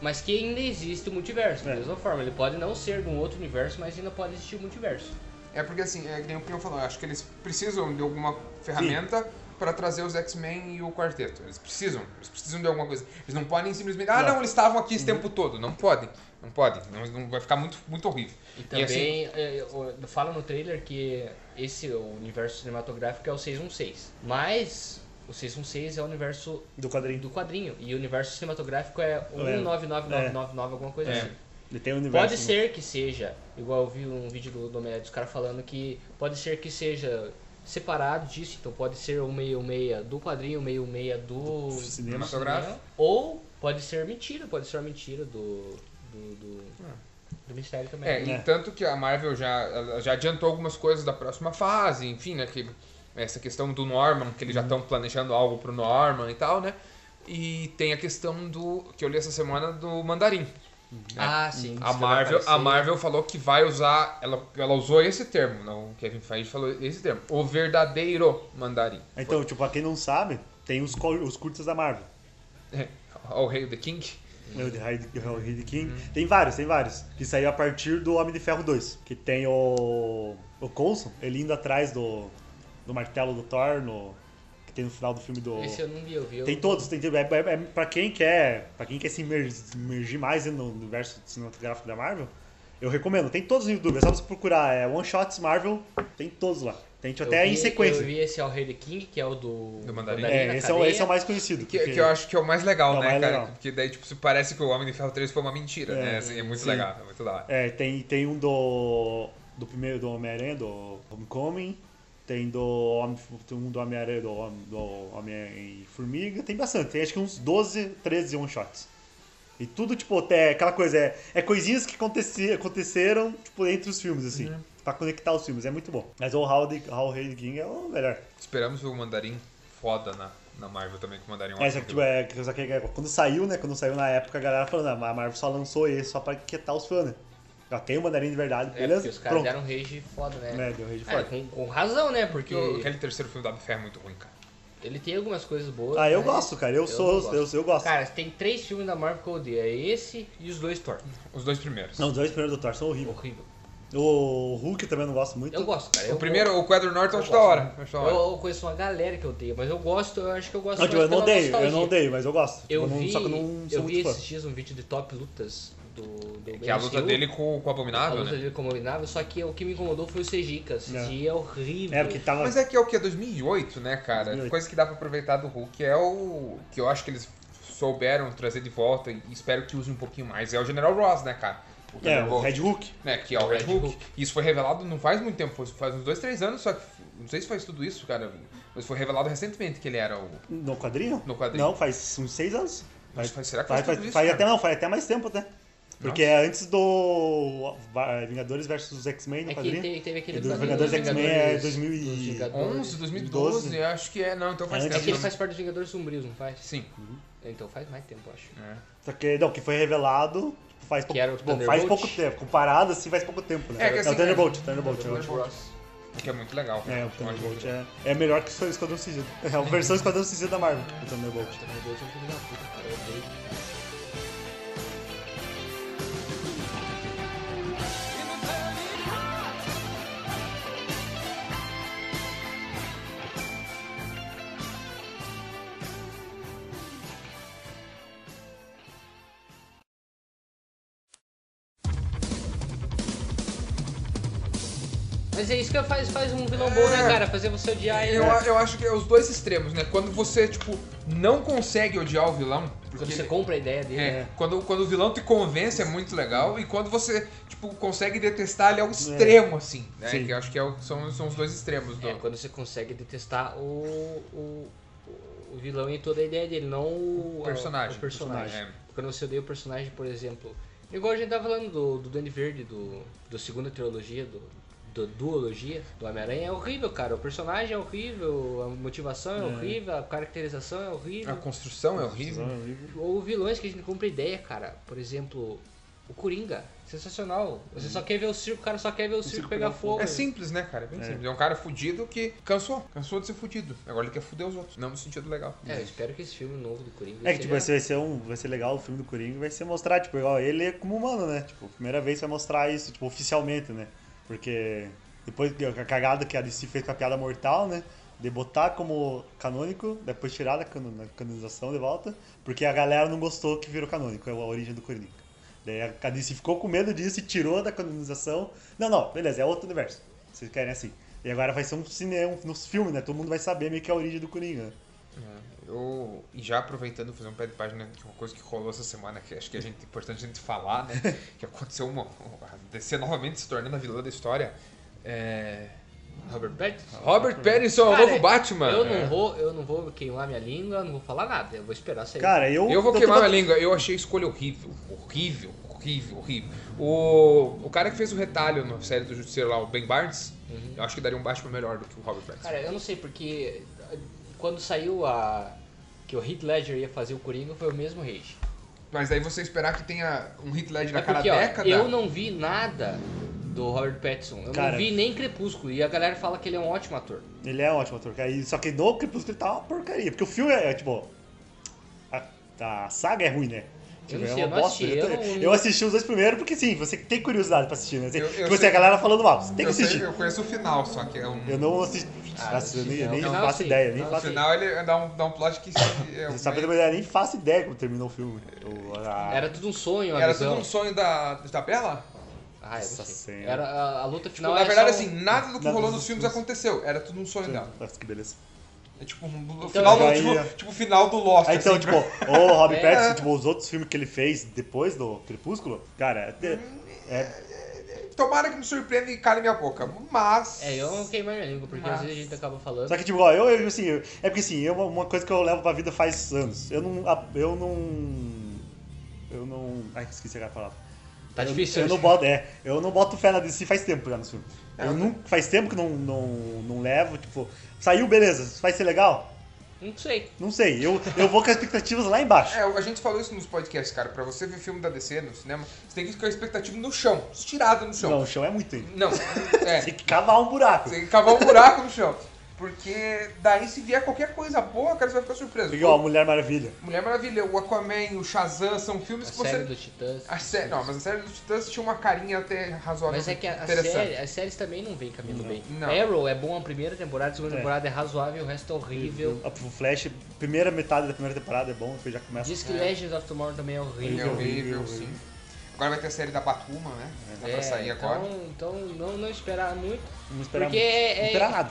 Mas que ainda existe o multiverso, da É. mesma forma. Ele pode não ser de um outro universo, mas ainda pode existir o multiverso. É porque assim, é que nem o Pinho falou, eu acho que eles precisam de alguma ferramenta pra trazer os X-Men e o quarteto. Eles precisam, eles precisam de alguma coisa. Eles não podem simplesmente, ah, não, Não. eles estavam aqui esse tempo todo. Não podem, não podem. Não, não- vai ficar muito, muito horrível. E E, assim, também é, o- fala no trailer que esse o universo cinematográfico é o 616. Mas o 616 é o universo Do quadrinho. do quadrinho. E o universo cinematográfico é É. 199999, alguma coisa É. assim. Ele tem o universo. né? Pode ser que seja, igual eu vi um vídeo do Domédio dos caras falando que pode ser que seja separado disso, então pode ser o meio meia do quadrinho, o meio meia do Do cinema. Cinematográfico. ou pode ser mentira, pode ser uma mentira do do, do, do mistério também. é, e Ah. É. tanto que a Marvel já, ela já adiantou algumas coisas da próxima fase, enfim, né, que essa questão do Norman, que eles já estão planejando algo pro Norman e tal, né? E tem a questão do, que eu li essa semana, do Mandarim. É, Ah, A sim. isso que vai Marvel, a aparecer. Marvel falou que vai usar. Ela, ela usou esse termo, não, o Kevin Feige falou esse termo. O verdadeiro mandarim. Então, tipo, pra quem não sabe, tem os, co- os curtas da Marvel. É, o rei The King. O The Hard- o Hard King. Uhum. Tem vários, tem vários. Que saiu a partir do Homem de Ferro 2. Que tem o. O Coulson, ele indo atrás do. Do martelo do Thor, no- que tem no final do filme do. Esse é eu não vi, eu vi. eu- Tem todos, tem, é, é, é- pra quem quer. para quem quer se imer- imergir mais no universo cinematográfico da Marvel, eu recomendo. Tem todos no YouTube, é só você procurar. É One Shots Marvel, tem todos lá. Tem tipo, eu até vi- em sequência. Eu vi esse Al Rei de King, que é o do Do Mandarim. É, na esse é, o, cadeia. esse é o mais conhecido. Que, porque- que eu acho que é o mais legal, É o né, mais cara? legal. Porque daí, tipo, se parece que o Homem de Ferro 3 foi uma mentira, É, né? Assim, é muito sim. legal, é muito da hora. É, tem, tem um do. Do primeiro do Homem-Aranha, do Homecoming. Tem do Homem, tem um do Homem-Aranha, do, Homem- do Homem-Formiga. Tem bastante. Tem acho que uns 12, 13 one-shots. E tudo, tipo, até aquela coisa. É, é coisinhas que aconteci, aconteceram, tipo, entre os filmes, assim. Uhum. Pra conectar os filmes. É muito bom. Mas o How the How Hate King é o melhor. Esperamos o mandarim foda na, na Marvel também, que o Ah, mandarim É, só que, tipo, é, que- só que, é, quando saiu, né? Quando saiu na época, a galera falou, não, a Marvel só lançou esse só pra quietar os fãs, né? Já tem o Mandarim de verdade, É, porque beleza? os caras deram um rage foda, né? É, deu rei de É, fora. com, com razão, né? Porque Porque o- aquele terceiro filme do Homem de Ferro é muito ruim, cara. ele tem algumas coisas boas. Ah, eu mas- gosto, cara. Eu, sou. não gosto. Eu, eu gosto. Cara, tem três filmes da Marvel que eu odeio. É esse e os dois Thor. Os dois primeiros. Não, os dois primeiros do Thor são horríveis. Horrível. O Hulk eu também não gosto muito. Eu gosto, cara. o Eu primeiro, o Quadro Norte, eu eu acho da gosto. né? hora. Eu acho da hora. Eu, eu conheço uma galera que eu odeio, mas eu gosto, eu acho que eu gosto Não, tipo, mais eu não pela odeio, eu não nostalgia. odeio, mas eu gosto. Eu não- vi, só que eu não sou eu vi muito esses fã. É, dias um vídeo de top lutas do, do Que é a luta MCU, dele com, com o a Abominável, luta né? dele com o Abominável, só que o que me incomodou foi o CGI, cara. O CGI é horrível. É, porque tava. Mas é que é o que? É 2008, né, cara? 2008. Coisa que dá pra aproveitar do Hulk é o. que eu acho que eles souberam trazer de volta e espero que usem um pouquinho mais. É o General Ross, né, cara? O É, General o Ross, Red Hulk. né, que é o Red Red Hulk. Hulk. Isso foi revelado não faz muito tempo, foi- faz uns dois, três anos, só que. Não sei se faz tudo isso, cara. Mas foi revelado recentemente que ele era o. No quadrinho? No quadrinho. Não, faz uns seis anos. Mas faz- será que faz, faz faz, tudo isso, faz cara? até não, faz até mais tempo até. Porque é antes do Va- Vingadores versus X-Men no É que quadrinho. teve, teve aquele E dos quadrinho Vingadores dos X-Men é Vingadores- 2000 e- dos Vingadores. 11, 2012, 12. acho que é. Não, então faz É É tempo. que ele né? faz parte dos Vingadores Sombrios, não faz? Sim. Então faz mais tempo, eu acho. É. Só que, não, que foi revelado tipo, faz, pouco, era o bom, faz Thunderbolt. pouco tempo. Comparado assim, faz pouco tempo, né? É que assim, o Thunderbolt, é- Thunderbolt. eu Então, acho. O que é muito legal. cara. É, Eu o acho muito Thunderbolt legal. é, é melhor que o Esquadrão Suicida. <laughs> É a versão Esquadrão Suicida da Marvel, o Thunderbolt. Thunderbolt é um filho da puta, cara. Eu odeio. Mas é isso que faz, faz um vilão bom, né, É. cara? Fazer você odiar ele. Eu, eu acho que é os dois extremos, né? Quando você, tipo, não consegue odiar o vilão, porque Quando você ele- compra a ideia dele. né? é, quando, quando o vilão te convence é muito legal, e quando você, tipo, consegue detestar ele é o extremo, assim, né? Sim. Que eu acho que é o- são, são os dois extremos do. É, quando você consegue detestar o, o, o vilão e toda a ideia dele, não o, O personagem. o personagem. Personagem, é. Quando você odeia o personagem, por exemplo. Igual a gente tava falando do, do Duende Verde, do, do segunda trilogia, do, do duologia do Homem-Aranha, é horrível, cara. O personagem é horrível, a motivação é, horrível, a caracterização é A horrível. construção é horrível. Ou vilões que a gente compra ideia, cara. Por exemplo, O Coringa, sensacional. Você só quer ver o circo, o cara só quer ver o, circo, pegar fogo. É simples, né, cara? É bem simples. É um cara fudido que cansou. Cansou de ser fudido. Agora ele quer fuder os outros. Não no sentido legal. É, eu espero que esse filme novo do Coringa É que, tipo, vai seja- ser, vai ser um, vai ser legal o filme do Coringa, vai ser mostrar, tipo, igual ele é como humano, né? Tipo, primeira vez vai mostrar isso, tipo, oficialmente, né? Porque depois que a cagada que a DC fez com a piada mortal, né? De botar como canônico, depois tirar da cano- da canonização de volta, porque a galera não gostou que virou canônico, é a origem do Coringa. Daí a DC ficou com medo disso e tirou da canonização. Não, não, beleza, é outro universo. Vocês querem assim. E agora vai ser um cinema, um, nos filmes, né? Todo mundo vai saber meio que a origem do Coringa. né? É, eu, e já aproveitando, fazer um pé de página de uma coisa que rolou essa semana, que acho que é gente- importante a gente falar, <laughs> né? que aconteceu uma. A DC novamente se tornando a vilã da história. É. Robert Pattinson. Robert Pattinson, é o Cara, novo Batman! Eu não É. vou, eu não vou queimar minha língua, não vou falar nada. Eu vou esperar sair. Cara, eu. É. Eu vou tô- queimar tô- minha língua. Eu achei a escolha horrível. Horrível, horrível, horrível. O, o cara que fez o retalho na série do Justiceiro lá, o Ben Barnes, eu acho que daria um Batman melhor do que o Robert Pattinson. Uhum. Cara, eu não sei porque ah, quando saiu a que o Heath Ledger ia fazer o Coringa foi o mesmo rage. Mas daí você esperar que tenha um hit ledger É a cada porque, ó, década. eu não vi nada do Robert Pattinson. Eu Cara. não vi nem Crepúsculo e a galera fala que ele é um ótimo ator. Ele é um ótimo ator. cara. E- Só que no Crepúsculo ele tá uma porcaria. Porque o filme é, é, tipo. A, a saga é ruim, né? Tipo, Eu não é sei, eu uma não bosta. assisti, Eu, eu tô- não- eu assisti os dois primeiros porque sim, você tem curiosidade pra assistir, né? Você, Eu- eu tipo, assim, sei- a galera falando mal, você tem que eu, sei- assistir. eu conheço o final, só que é um. Eu não assisti. Ah, Nossa, eu nem, eu- nem eu não faço sei. ideia, nem Eu No faço. sei. final ele dá um, dá um plot que. é Você sabe uma- da ideia, nem faço ideia como terminou o filme. Eu- a- Era tudo um sonho, uma Era visão. tudo um sonho da, da Bela? Ah, eu não Essa sei. cena. Era a, a luta Tipo, final. na era verdade, só um- assim, nada do que nada rolou dos nos filmes filmes. aconteceu. Era tudo um sonho dela. Nossa, que beleza. É tipo, um- o Então, final, do, aí- tipo, tipo, o final do Lost. Ah, então, assim, tipo, o Rob É. Pattinson, tipo, os outros filmes que ele fez depois do Crepúsculo, cara, até- é, Tomara que me surpreenda e cale minha boca. Mas. É, eu não queimar minha língua, porque Mas- às vezes a gente acaba falando. Só que, tipo, ó, eu, eu, assim, eu- é porque assim, eu, uma coisa que eu levo pra vida faz anos. Eu não. a- Eu não. Eu não. Ai, esqueci a palavra. Tá eu, difícil. Eu hoje. não boto, é, eu não boto fé na DC faz tempo já no filme. É, eu eu- não, faz tempo que não, não, não levo, tipo, saiu, beleza, vai ser legal? Não sei. Não sei. Eu, eu vou com as expectativas lá embaixo. É, a gente falou isso nos podcasts, cara. Pra você ver filme da DC no cinema, você tem que ficar com a expectativa no chão. Estirada no não, chão. o chão é muito ainda. Não. <laughs> é. Tem que cavar um buraco. Você cavar um buraco no chão. Porque daí se vier qualquer coisa boa, cara, você vai ficar surpreso. Igual a Mulher Maravilha. Mulher Maravilha, o Aquaman, o Shazam, são filmes A que série você... do Titãs. A série... Não, mas a série dos Titãs tinha uma carinha até razoável. Mas é que a, a interessante. série, as séries também não vêm caminhando bem. Não. Arrow é bom a primeira temporada, a segunda É. Uhum. temporada é razoável, o resto é horrível. O Flash, primeira metade da primeira temporada é bom, depois já começa. Diz que Legends of Tomorrow também é É horrível. horrível, horrível, sim. Agora vai ter a série da Batuma, né? Dá É, pra sair então, agora. Então não, não esperar muito. Não esperar, Porque muito. é- não é- esperar nada.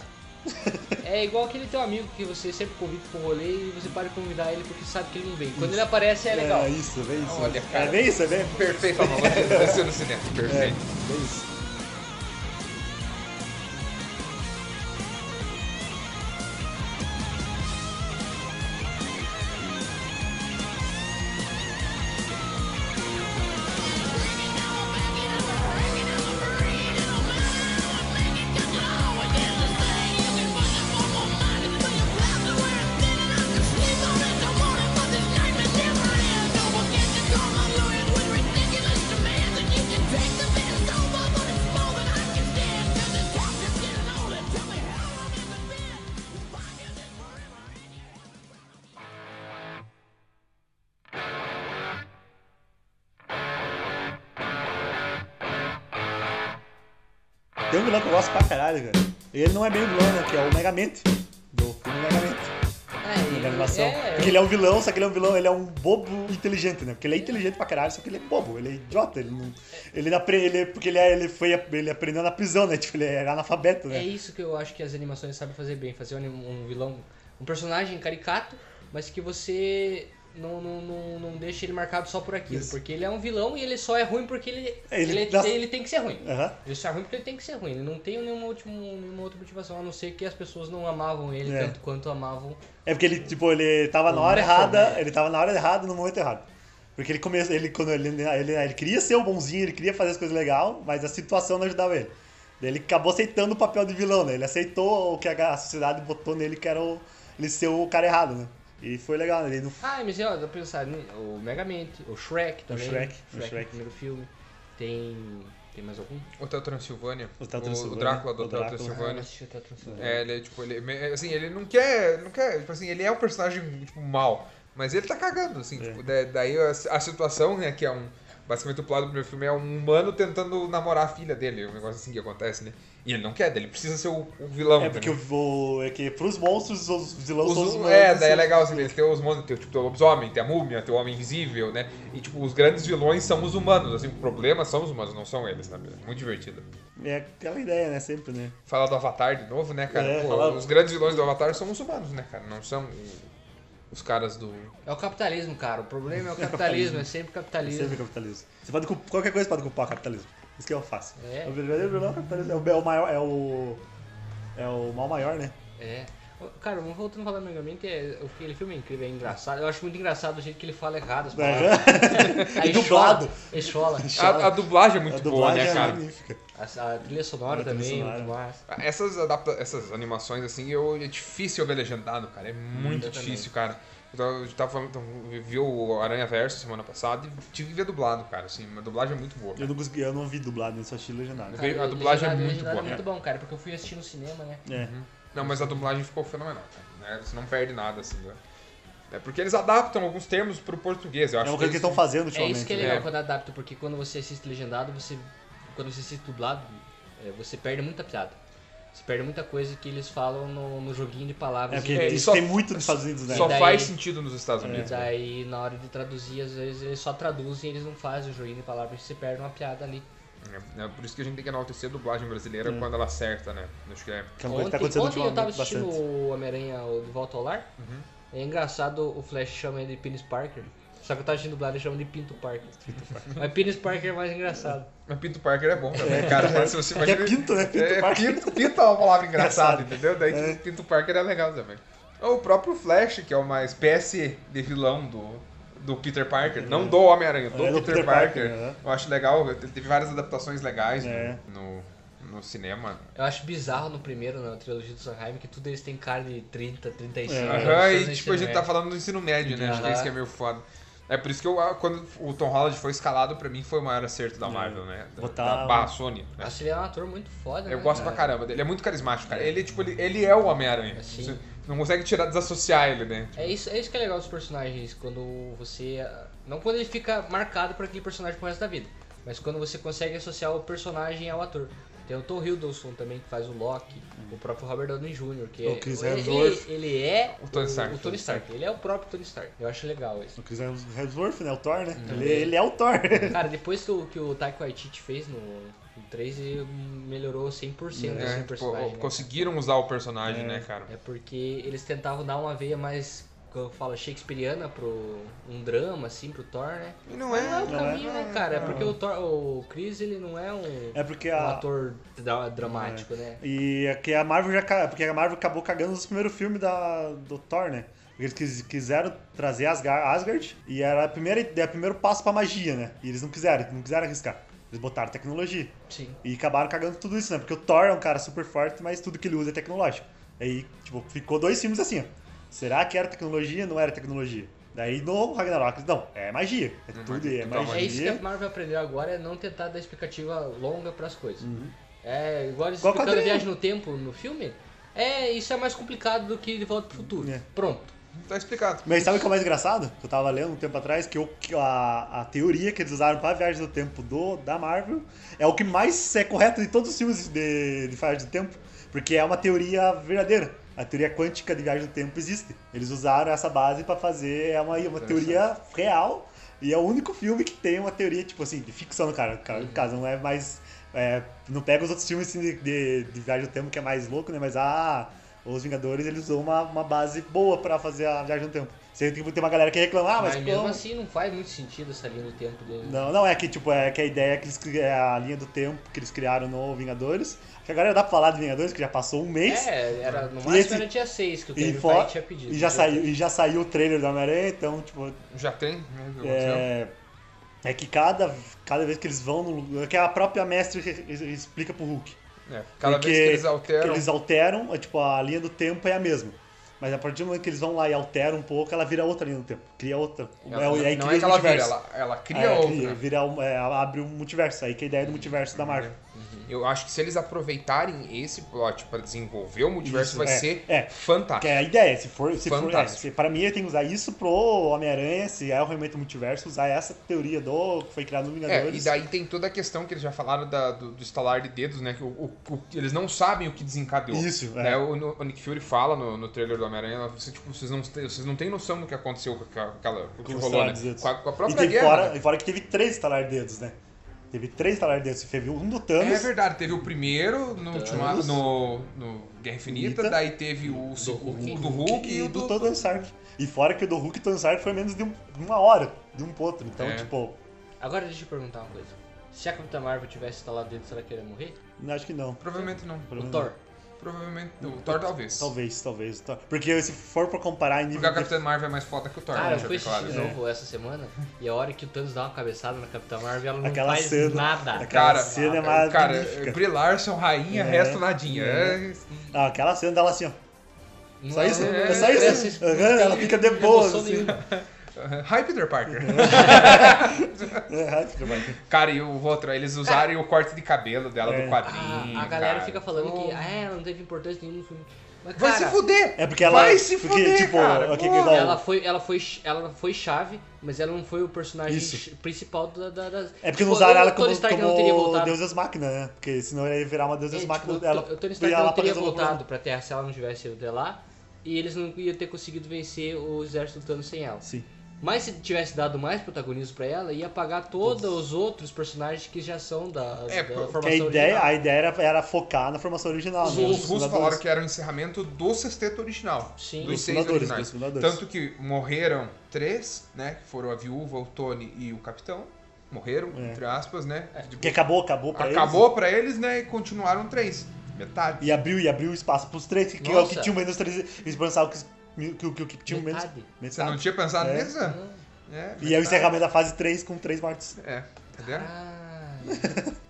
É igual aquele teu amigo que você é sempre convida pro rolê e você para de convidar ele porque sabe que ele não vem. Quando ele aparece é legal. É isso, é isso. Olha, cara. É bem isso, é bem. Perfeito, Amanda. Vai ser no cinema. É, é Perfeito. isso. Tem um vilão que eu gosto pra caralho, cara. E ele não é bem o vilão, né? Que é o Megamente. Do filme Megamente. É, Da animação. é, Porque ele é um vilão, só que ele é um vilão, ele é um bobo inteligente, né? Porque ele é inteligente pra caralho, só que ele é bobo, ele é idiota, ele não. Ele não apre- ele- porque ele, é- ele foi. Ele aprendeu na prisão, né? <laughs> Tipo, ele era analfabeto, É né? isso que eu acho que as animações sabem fazer bem, fazer um, um vilão, um personagem caricato, mas que você não, não, não, não deixa ele marcado só por aquilo, Isso. porque ele é um vilão e ele só é ruim porque ele, É, ele ele, dá- ele tem que ser ruim. Aham. Ele só é ruim porque ele tem que ser ruim, ele não tem nenhuma, última, nenhuma outra motivação, a não ser que as pessoas não amavam ele É. tanto quanto amavam. É porque ele, tipo, ele tava na hora Não é errada, comédia. ele tava na hora errada no momento errado. Porque ele começou, ele, quando ele, né, ele, ele queria ser o bonzinho, ele queria fazer as coisas legal, mas a situação não ajudava ele. Daí Ele acabou aceitando o papel de vilão, né? Ele aceitou o que a, a sociedade botou nele, que era o, ele ser o cara errado, né? E foi legal, né? Ele no Ah, mas ó, dá pra pensar, né? o Megamente, o Shrek também. Shrek, o Shrek, Shrek. primeiro filme. Tem. Tem mais algum? Hotel Transilvânia. Hotel O- O Transilvânia, Drácula do o Hotel Drácula. Ah, eu não Transilvânia. assisti até a Transilvânia. É, ele é tipo, ele, é me- assim, ele não quer, não quer, tipo assim, ele é um personagem, tipo, mal, mas ele tá cagando, É. assim, tipo, da- daí a, a situação, né, que é um, basicamente o plot do primeiro filme é um humano tentando namorar a filha dele, um negócio assim que acontece, né, e ele não quer, daí ele precisa ser o, o vilão, É porque entendeu? o, é que pros monstros os vilões são os Os, humanos. é, daí é assim. legal, assim, eles têm os monstros, tem, tipo, tem o lobisomem, tem a múmia, tem o homem invisível, né, e, tipo, os grandes vilões são os humanos, assim, o problema são os humanos, não são eles, né, muito divertido. É aquela ideia, né? Sempre, né? Falar do Avatar de novo, né, cara? É, Pô, falar- Os grandes vilões do Avatar são os humanos, né, cara? Não são o- os caras do. É o capitalismo, cara. <laughs> O problema é o capitalismo, é sempre capitalismo. Sempre capitalismo. Você pode culpar, qualquer coisa pode culpar o capitalismo. Isso que eu faço. É. O verdadeiro vilão é o capitalismo. É o, é o maior, é o. É o mal maior, né? É. Ô, Cara, mas voltando a falar do Megamente, é, o fi- aquele filme é incrível, é engraçado. Eu acho muito engraçado o jeito que ele fala errado as palavras. Aí <laughs> E É. dublado. chora, Ele chora. <laughs> A, a dublagem é muito A boa, dublagem né, é cara? magnífica. A, a trilha sonora A trilha também, sonora. muito massa. Essas, adapta... Essas animações, assim, eu... é difícil eu ver legendado, Hum, cara. É muito eu também. difícil, cara. Eu tava- eu tava falando, então, eu vi o Aranha Verso semana passada e tive que ver dublado, cara. Assim, a dublagem é muito boa. Eu não, consegui, eu não vi dublado, né? Só assisti legendado. Porque a o dublagem é legendário- o muito legendário boa, é muito bom, cara, porque eu fui assistir no cinema, né? Uhum. É. Não, mas a dublagem ficou fenomenal, cara. né? Você não perde nada, assim, né? É porque eles adaptam alguns termos pro português. Eu É acho uma coisa que eles- estão fazendo É ultimamente. isso que é né? legal É. quando adapta, porque quando você assiste legendado, você. Quando você assiste dublado, é, você perde muita piada. Você perde muita coisa que eles falam no, no joguinho de palavras. É porque e daí- isso só- tem muito nos Estados Unidos, né? É. Só Daí- faz sentido nos Estados Unidos. né? Daí, na hora de traduzir, às vezes eles só traduzem, eles não fazem o joinha de palavras, você perde uma piada ali. É, é por isso que a gente tem que enaltecer a dublagem brasileira quando ela acerta, né? Acho que é. Que é uma coisa que Ontem, tá acontecendo ontem eu tava ultimamente assistindo bastante. Uhum. o Homem-Aranha o De Volta ao Lar. É engraçado, o Flash chama ele de Penis Parker. Só que eu tava assistindo dublado, eles chamam de Pinto Parker. Mas Penis Parker é mais engraçado. Mas Pinto Parker é bom também, cara. Mas se você É que é Pinto, né? Pinto é, Parker. Pinto, Pinto é uma palavra <laughs> engraçada, entendeu? Daí que Pinto Parker é legal também. O próprio Flash, que é uma espécie de vilão do, do Peter Parker, não do Homem-Aranha, do É, Peter, do Peter Parker. Parker, né? Eu acho legal, te- teve várias adaptações legais no- É. no, no cinema. Eu acho bizarro no primeiro, na trilogia do Sanheim, que tudo eles têm cara de 30, 35. É. anos, né? Aham, todos e no tipo, a ensino gente tá médio. falando do ensino médio, né? Acho que é isso que é meio foda. É por isso que eu, ah, quando o Tom Holland foi escalado, pra mim foi o maior acerto da Marvel, né? Da, Botar da um- barra Sony. né? Nossa, ele é um ator muito foda, Eu né, gosto cara? pra caramba dele. Ele é muito carismático, cara. Ele, tipo, ele, ele é o Homem-Aranha. Assim. Você não consegue tirar, desassociar ele, né? É isso, é isso que é legal dos personagens, quando você. ah, Não quando ele fica marcado por aquele personagem pro resto da vida, mas quando você consegue associar o personagem ao ator. Tem o Tom Hiddleston também, que faz o Loki, o próprio Robert Downey Jr., que O é. Chris ele, Hemsworth. ele, ele é O Tony Stark. o Tony Stark, ele é o próprio Tony Stark. Eu acho legal isso. O Chris Hemsworth, né? O Thor, né? Uhum. Ele, ele é o Thor. <laughs> Cara, depois que o, que o Taika Waititi fez no, no 3, ele melhorou 100% É, esse tipo, personagem. né? conseguiram usar o personagem, né, cara? É porque eles tentavam dar uma veia mais, como eu falo, shakespeariana pro um drama, assim, pro Thor, né? E não é. Não é o Não é, caminho, né, cara? É não. porque o, Thor, o Chris, ele não é um, É porque um a. ator dra- dramático, né? E é que a Marvel já ca- porque a Marvel acabou cagando nos primeiros filmes da, do Thor, né? Porque eles quis- quiseram trazer Asgard, Asgard e era a primeira, é o primeiro passo pra magia, né? E eles não quiseram, não quiseram arriscar. Eles botaram tecnologia. Sim. E acabaram cagando tudo isso, né? Porque o Thor é um cara super forte, mas tudo que ele usa é tecnológico. Aí, tipo, ficou dois filmes assim, ó. Será que era tecnologia? Não era tecnologia. Daí no Ragnarok, não, é magia. É tudo, é total magia. É isso que a Marvel aprendeu agora, é não tentar dar explicativa longa pras coisas. É, igual eles Uhum. Igual explicando a quadrinho. viagem no tempo no filme, é, isso é mais complicado do que De Volta pro Futuro. É. Pronto. Tá explicado. Mas sabe o que é mais engraçado? Que eu tava lendo um tempo atrás, que, o- que a, a teoria que eles usaram pra viagem do tempo do, da Marvel é o que mais é correto de todos os filmes de, de viagem do tempo, porque é uma teoria verdadeira. A teoria quântica de viagem do tempo existe. Eles usaram essa base pra fazer é uma, uma teoria real e é o único filme que tem uma teoria, tipo assim, de ficção, cara. cara No caso, não é mais. é, não pega os outros filmes assim, de, de, de viagem do tempo que é mais louco, né? Mas ah, os Vingadores eles usam uma, uma base boa pra fazer a viagem no tempo. Você tem que ter uma galera que reclama, ah, mas, mas mesmo como? assim não faz muito sentido essa linha do tempo dele. né? Não, não é que tipo, é que a ideia que eles cri- é a linha do tempo que eles criaram no Vingadores. Que agora dá pra falar de Vingadores, que já passou um mês. É, era, no máximo esse- era dia 6 que o E, Kevin fora- Feige tinha pedido. e já entendeu? saiu, e já saiu o trailer da Homem-Aranha, então, tipo, Já tem, né? do céu. É, é que cada, cada vez que eles vão no lugar. Que a própria mestre re- re- explica pro Hulk. É, Cada Porque vez que eles alteram. que eles alteram, é, tipo, a linha do tempo é a mesma. Mas a partir do momento que eles vão lá e alteram um pouco, ela vira outra linha do tempo. Cria outra. Ela- é, e aí não é cria os que ela vira, multiversos. ela, ela cria É, outra. vira um- é, abre um multiverso. Aí que é a ideia do multiverso da Marvel. Eu acho que se eles aproveitarem esse plot pra desenvolver o multiverso, Isso, vai é, ser é. fantástico. Que é a ideia, se for. Se for é, Fantástico. se, pra mim, ele tem que usar isso pro Homem-Aranha, se é realmente o multiverso, usar essa teoria do que foi criado no É, e Vingadores. daí tem toda a questão que eles já falaram da- do, do estalar de dedos, né? Que o- o- o- eles não sabem o que desencadeou. Isso, é. né? O, no- o Nick Fury fala no, no trailer do Homem-Aranha, você, tipo, vocês, não, têm- vocês não têm noção do que aconteceu com aquela- aquela. O que Com os rolou, né? estalar de dedos. Com a, com a E própria tem guerra. fora, né? e fora que teve três estalar dedos, né? Teve três estalar dedos. Você teve um do É Thanos. verdade, teve o primeiro no, ultimato, no, no Guerra Infinita, Infinita. daí teve o, do, Hulk. do Hulk e e o do Tony Stark. E fora que o do Hulk e Tony Stark foi menos de, um- de uma hora de um pro outro. Então, É. tipo, Agora deixa eu perguntar uma coisa. Se a Capitã Marvel tivesse instalado dentro, será que ele ia morrer? acho que não. Provavelmente não. O Provavelmente- Thor. Provavelmente o Thor talvez. Talvez, talvez. Thor. Porque se for pra comparar em nível. Porque a de- Capitã Marvel é mais foda que o Thor, Cara, né? eu fui Já assistir declarado. de claro. novo essa semana e a hora que o Thanos dá uma cabeçada na Capitã Marvel, ela não Aquela faz cena. nada. Aquela Cara, cena é cara, magnífica. Brie Larson, rainha, É, resto nadinha. é. É. Não, aquela cena dela assim, ó. <laughs> Não Só isso? não É só isso? não Aham, ela tem fica de boa, emoção assim. nenhuma. Hi, Peter Parker. É, rápido, vai. cara, e o outro, eles usaram o corte de cabelo dela É. do Ah, quadrinho. a galera cara. fica falando que Pô, ah, ela não teve importância nenhuma no filme. Mas, Vai cara, se fuder! É porque ela. Vai se porque, fuder, tipo, cara. aqui que Porra. igual- ela foi, ela, foi, ch- ela foi chave, mas ela não foi o personagem Isso. ch- principal da, da, das- É porque não Tipo, usaram eu- ela o como, Tony Stark não teria como voltado. Deusas Máquina, né? Porque senão ela ia virar uma É, Deusas tipo, Máquina. o- ela o Tony ia Stark lá não pra teria resolver o problema. voltado pra Terra se ela não tivesse ido até lá. E eles não iam ter conseguido vencer o exército do Thanos sem ela. Sim. Mas se tivesse dado mais protagonismo pra ela, ia apagar todos os outros personagens que já são da, É, da porque a Que a formação ideia, original. a ideia era, era focar na formação original. Os, né? os russos falaram fundadores. que era o encerramento do sexteto original. Sim. Dos Dos seis fundadores, originais. dos fundadores. Tanto que morreram três, né? Que foram a viúva, o Tony e o capitão. Morreram, É. entre aspas, né? Tipo, Porque acabou, acabou pra eles. acabou pra eles, né? E continuaram três. Metade. E abriu, e abriu espaço pros três, que, que é o que Nossa. tinha menos três. Eles pensavam que, que, o- que o que tinha menos. Metade. Você não metade. tinha pensado É. nisso? Não. É, E é o metade. encerramento da fase 3 com três mortes. É, entendeu? Ah,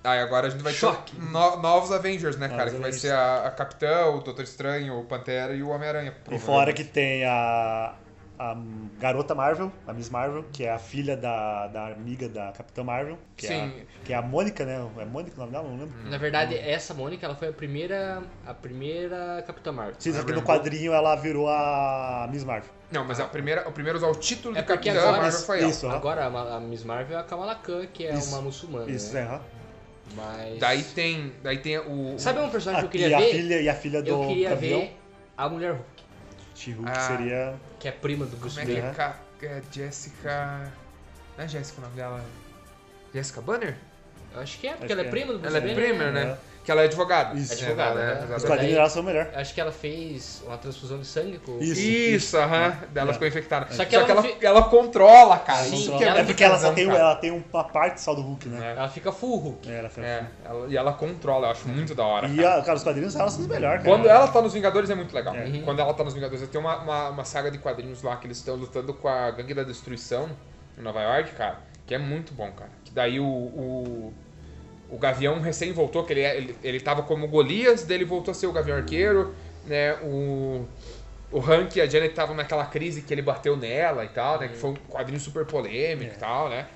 Aí agora a gente vai Choque. ter no- novos Avengers, né, Novos cara? Que vai Avengers. ser a, a Capitã, o Doutor Estranho, o Pantera e o Homem-Aranha. E fora provavelmente. que tem a, a garota Marvel, a Miss Marvel, que é a filha da, da amiga da Capitã Marvel, que, É, Sim. a, que é a Mônica, né? É Mônica o nome dela? Não lembro. Na verdade, essa Mônica, ela foi a primeira, a primeira Capitã Marvel. Sim, só que é no Rainbow. quadrinho ela virou a Miss Marvel. Não, mas a primeira, o primeiro a usar o título É de porque Capitã agora- Marvel foi ela. Isso, aham. Agora, a, a Miss Marvel é a Kamala Khan, que é Isso. uma muçulmana, Isso, né? é. aham. Mas... Daí tem, daí tem o... Sabe um personagem A, que eu Ah, e, queria a ver? filha, e a filha do eu queria avião, ver a Mulher Hulk, She-Hulk, Ah. seria. que é prima do Bruce Como é que Banner. é? Ca- é Jessica... Não é Jessica o nome dela? Jessica Banner? Eu acho que é, porque Acho ela é que é. prima do Bruce Ela é Banner. Premier, né? né? Que ela é advogada. Isso. É, Advogada, ela é né? Os Mas daí- quadrinhos dela são melhor. Eu acho que ela fez uma transfusão de sangue com... Isso. Isso, aham. Ela É. ficou infectada. Só Só que que, ela ela, não fi- ela controla, cara. Sim, Isso Só- que é porque ela só bizarro, tem, cara. ela tem uma parte só do Hulk, né? Ela fica full Hulk. É, ela fica- É, ela- e ela controla, eu acho muito da hora. E, cara. a- cara, os quadrinhos dela são os melhores, cara. Quando ela tá nos Vingadores é muito legal. É. Uhum. Quando ela tá nos Vingadores, tem uma, uma, uma saga de quadrinhos lá que eles estão lutando com a Gangue da Destruição em Nova York, cara, que é muito bom, cara. Que daí o. o o Gavião recém voltou, que ele, é- ele, ele tava como Golias, daí ele voltou a ser o Gavião Arqueiro, né? O, o Hank e a Janet estavam naquela crise que ele bateu nela e tal, né? Que foi um quadrinho super polêmico e tal, né?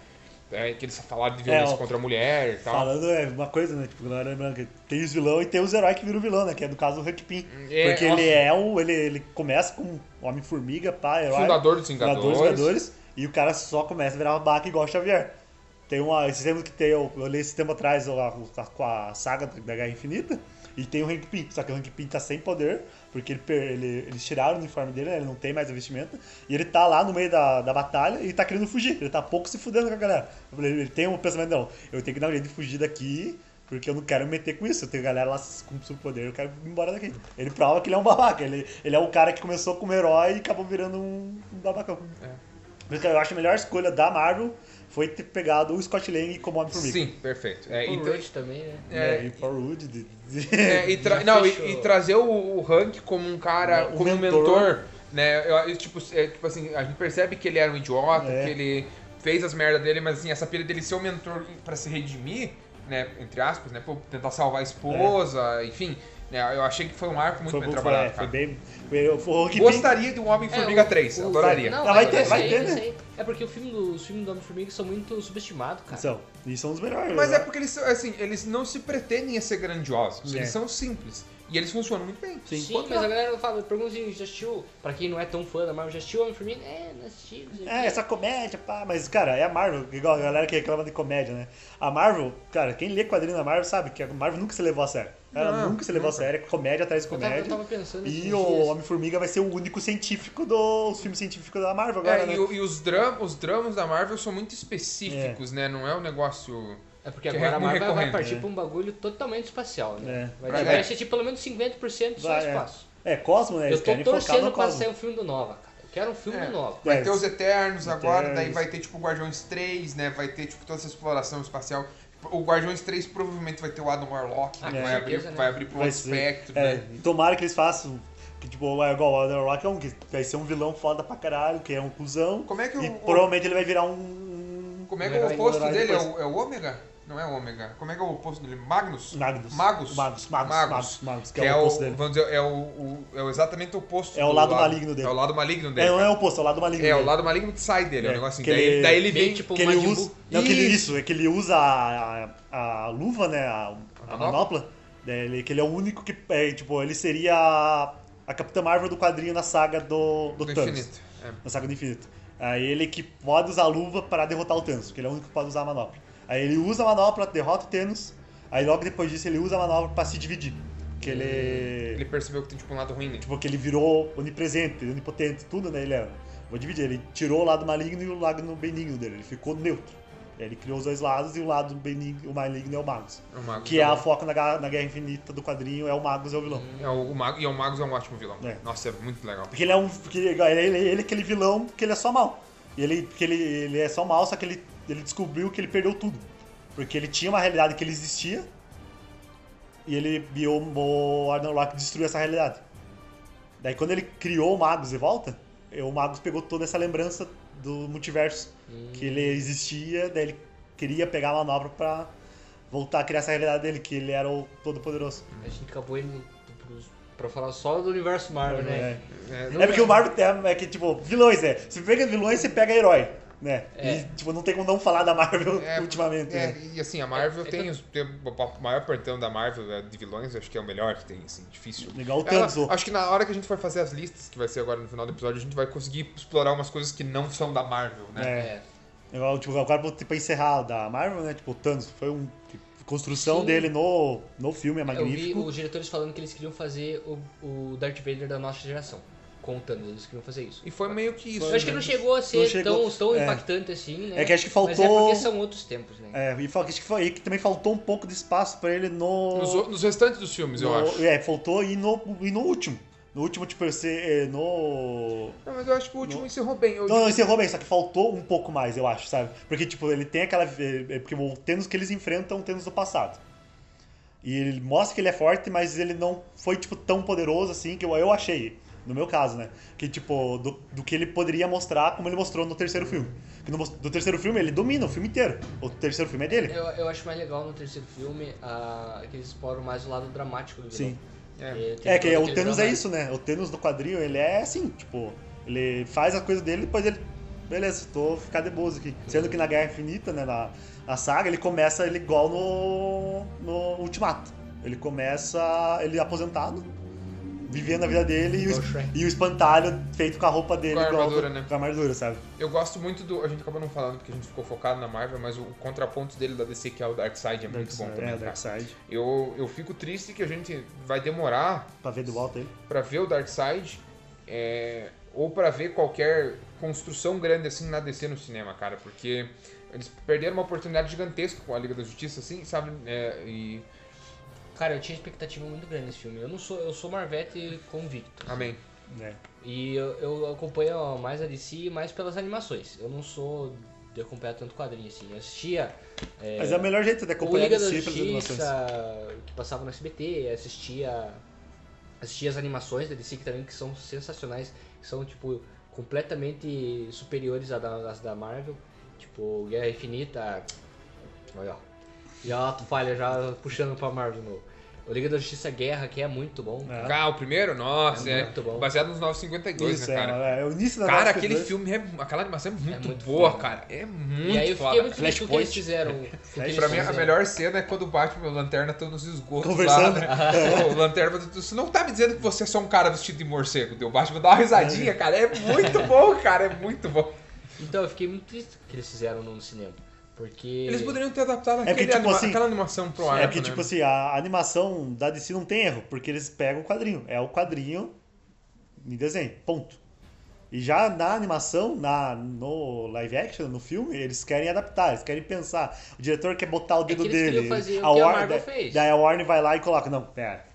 É, que eles falaram de violência ó, contra a mulher e tal. Falando é uma coisa, né? Tipo, galera lembrando que tem os vilão e tem os heróis que viram vilão, né? Que é do caso do Huck Pin. É, porque nossa. ele é um. Ele, ele começa com Homem-Formiga, pá, herói. Fundador dos fundador Vingadores. dos Vingadores, E o cara só começa a virar uma baca igual o Xavier. Tem uma. Esse tempo que tem. Eu, eu li esse tempo atrás eu- a- com a saga da Guerra Infinita. E tem o Hank Pym, só que o Hank Pym tá sem poder, porque ele, per- ele- eles tiraram o uniforme dele, né? ele não tem mais a vestimenta, e ele tá lá no meio da, da batalha e tá querendo fugir, ele tá pouco se fudendo com a galera. Ele, ele tem um pensamento, não, eu tenho que dar um jeito de fugir daqui, porque eu não quero me meter com isso. Eu tenho galera lá com superpoder, eu quero ir embora daqui. Ele prova que ele é um babaca. Ele, ele é um cara que começou como herói e acabou virando um, um babacão. Por isso que eu acho a melhor escolha da Marvel foi ter pegado o Scott Lang como Homem-Formiga. Sim, perfeito. É, O então- Roach também, né? É, É, e Paul Rudd. de- de- É, e tra- E não, e, fechou. e trazer o, o Hank como um cara, Um como um mentor. mentor, né? Eu- eu, tipo, é, tipo assim, a gente percebe que ele era um idiota, É. que ele fez as merdas dele, mas assim, essa pira dele ser o mentor pra se redimir, né? Entre aspas, né? Pô, tentar salvar a esposa, enfim. É, eu achei que foi um arco muito <laughs> Foi, bem foi, trabalhado, é, foi cara. bem. foi- o Hulk Pym- Gostaria de um Homem-Formiga É, o- 3, o- adoraria. Não, Mas vai ter- vai ter, eu né? sei. É porque o filme do, os filmes do Homem-Formiga são muito subestimados, cara. São, e são os melhores. Mas né? é porque eles, são- assim, eles não se pretendem a ser grandiosos, É. eles são simples. E eles funcionam muito bem. Sim, mas a galera fala, pergunta assim, já assistiu, pra quem não é tão fã da Marvel, já assistiu Homem-Formiga? É, não assisti, não sei o É, quê. essa comédia, pá, mas, cara, é a Marvel, igual a galera que reclama de comédia, né? A Marvel, cara, quem lê quadrinho da Marvel sabe que a Marvel nunca se levou a sério. Ela Não, nunca se levou a sério, é comédia atrás de Eu tava, comédia. eu tava pensando esses E dias. o Homem-Formiga vai ser o único científico dos filmes científicos da Marvel agora, É, né? e, o- e os, dram- os dramas da Marvel são muito específicos, né? Não é um negócio. É porque que é agora a muito Marvel vai recorrente, partir né? pra um bagulho totalmente espacial, né? É. Vai, Vai, vai vai. ser tipo pelo menos 50% só Vai, é. espaço. É, Cosmo, né? Eles eu tô querem focar no torcendo pra sair Cosmo. um filme do Nova, cara. Eu quero um filme É. do Nova. Vai É, ter os Eternos agora, Eternos. daí vai ter tipo o Guardiões 3, né? Vai ter tipo toda essa exploração espacial. O Guardiões 3 provavelmente vai ter o Adam Warlock, Ah, né? com vai, abrir, certeza, né? vai abrir pro Vai outro ser- espectro, é, né? tomara que eles façam. Que, tipo, é igual o Adam Rock é um que vai ser um vilão foda pra caralho, que é um cuzão. Como é que e o- o- provavelmente ele vai virar um. Como é que um é o herói- um oposto herói dele? É depois. o, é o Ômega? Não é o Ômega. Como é que é o oposto dele? Magnus? Magnus. Magus. Magus, Magus, Magus, Magus, que, é, o, oposto dele. vamos dizer, é o, o- é o exatamente o oposto. É o do lado maligno dele. É o lado maligno É, dele. não é o oposto, é o lado maligno. É, o dele. lado maligno que sai dele, é, um É, negócio assim. que Daí, ele- daí ele Bem, vem, tipo, que ele Majin Buu. usa. Não, que ele, Isso. isso, é que ele usa a, a, a luva, né? A, a A manopla. né, Ele, que ele é o único que. É, tipo, ele seria a, a Capitã Marvel do quadrinho na saga do, do, do Thanos. infinito. É. Na saga do infinito. Aí ele que pode usar a luva para derrotar o Thanos, porque ele é o único que pode usar a manopla. Aí ele usa a manopla, derrota o Thanos. Aí logo depois disso ele usa a manopla para se dividir. Porque ele. Ele percebeu que tem tipo um lado ruim, né? Tipo, que ele virou onipresente, onipotente, tudo, né? Ele é. Vou dividir. Ele tirou o lado maligno e o lado benigno dele. Ele ficou neutro. Ele criou os dois lados e o lado benigno, o maligno é o Magus. É o Magus. Que é a foca na, ga- na Guerra Infinita do quadrinho, é o Magus, é o vilão. É o, o Mago, e o Magus é um ótimo vilão. É. Nossa, é muito legal. Porque ele é um. Porque ele, ele, ele é aquele vilão que ele é só mal. E ele, porque ele, ele é só mal, só que ele, ele descobriu que ele perdeu tudo. Porque ele tinha uma realidade que ele existia. E ele e o, o Arnold Rock destruiu essa realidade. Daí quando ele criou o Magus de volta, eh, o Magus pegou toda essa lembrança do multiverso. Que ele existia, daí ele queria pegar a manobra pra voltar a criar essa realidade dele, que ele era o Todo-Poderoso. A gente acabou indo pros- pra falar só do universo Marvel, né? É. É, É porque o Marvel tem- é que, tipo, vilões, né? Você pega vilões, você pega herói, né? É. E, tipo, não tem como não falar da Marvel É, <laughs> ultimamente, é, né? e assim, a Marvel É, é tem, que- os, tem o maior portão da Marvel é, de vilões, acho que é o melhor que tem, assim, difícil. Legal o Ela- Thanos, o- acho que na hora que a gente for fazer as listas, que vai ser agora no final do episódio, a gente vai conseguir explorar umas coisas que não são da Marvel, né? É. É. Legal, tipo, agora tipo, pra encerrar da Marvel, né? Tipo, o Thanos foi um... tipo, a construção Sim. dele no, no filme é Eu vi magnífico. os diretores falando que eles queriam fazer o, o Darth Vader da nossa geração. Contando, eles queriam fazer isso. E foi meio que isso. Eu acho que né? não chegou a ser Não chegou- tão, tão é. impactante assim, né? É que acho que Mas é faltou- porque são outros tempos, né? É, e fal- acho que foi aí que também faltou um pouco de espaço pra ele no... Nos, o- nos restantes dos filmes, eu no- acho. É, faltou e no, e no último. No último, tipo, você... é, No... Não, mas eu acho que o último encerrou bem. Eu Não, não, encerrou bem, só que faltou um pouco mais, eu acho, sabe? Porque, tipo, ele tem aquela. é, é Porque o Thanos que eles enfrentam é um Thanos do passado. E ele mostra que ele é forte, mas ele não foi, tipo, tão poderoso assim que eu, eu achei. No meu caso, né? Que, tipo, do, do que ele poderia mostrar, como ele mostrou no terceiro filme. Que no, mos- do terceiro filme, ele domina o filme inteiro. O terceiro filme é dele. Eu, eu acho mais legal no terceiro filme ah, que eles exploram mais o lado dramático do vilão. Sim. É. Ele tem É, que todo o aquele Thanos drama- é isso, né? O Thanos do quadrinho, ele é assim, tipo, ele faz a coisa dele e depois ele. Beleza, tô ficar de boas aqui. Sendo que na Guerra Infinita, né? Na, na saga, ele começa ele igual no. no Ultimato. Ele começa. ele é aposentado, vivendo a vida dele e o, Igual o Shrek. e o espantalho feito com a roupa dele, Com a igual armadura, do- né? com a armadura, sabe? Eu gosto muito do. A gente acabou não falando porque a gente ficou focado na Marvel, mas o contraponto dele da DC, que é o Darkseid, é muito Darkseid, bom também. é, cara. Darkseid. Eu, eu fico triste que a gente vai demorar Pra ver de volta ele. pra ver o Darkseid é, ou pra ver qualquer construção grande assim na DC no cinema, cara, porque eles perderam uma oportunidade gigantesca com a Liga da Justiça, assim, sabe? É, e. Cara, eu tinha expectativa muito grande nesse filme. Eu não sou, eu sou Marvete convicto. Amém. né? E eu, eu acompanho mais a DC mais pelas animações. Eu não sou de acompanhar tanto quadrinho assim. Eu assistia é, Mas é o melhor jeito de o acompanhar Liga da DC pelas animações. Justiça que passava no SBT, assistia assistia as animações da DC que também que são sensacionais, que são tipo completamente superiores à da- às da Marvel, tipo Guerra Infinita. Olha, ó. Já tu falha já puxando pra Marvel de novo. O Liga da Justiça Guerra, que é muito bom. É. Ah, o primeiro? Nossa, É é. muito bom. Baseado nos 952, Isso, né, é, cara? é, o início da Cara, Jessica aquele dois. filme, é, aquela animação é muito, muito boa, foda. cara. É muito E aí eu fiquei foda. muito feliz com o que eles fizeram. com o que eles Pra mim, a fizeram. melhor cena é quando o Batman e o Lanterna estão nos esgotos Conversando. lá. né? o Lanterna, você não tá me dizendo que você é só um cara vestido de morcego, deu? O Batman dá uma risadinha, cara. É <laughs> muito bom, cara. É muito bom. Então eu fiquei muito triste que eles fizeram no cinema. Porque. Eles poderiam ter adaptado porque, aquele tipo anima- assim, aquela animação pro É arco, porque, né? tipo assim, a animação da DC não tem erro, porque eles pegam o quadrinho. É o quadrinho em desenho, ponto. E já na animação, na, no live action, no filme, eles querem adaptar, eles querem pensar. O diretor quer botar o É que dedo eles queriam dele. fazer o que a Marvel da- fez. Daí a Warner vai lá e coloca, não, pera.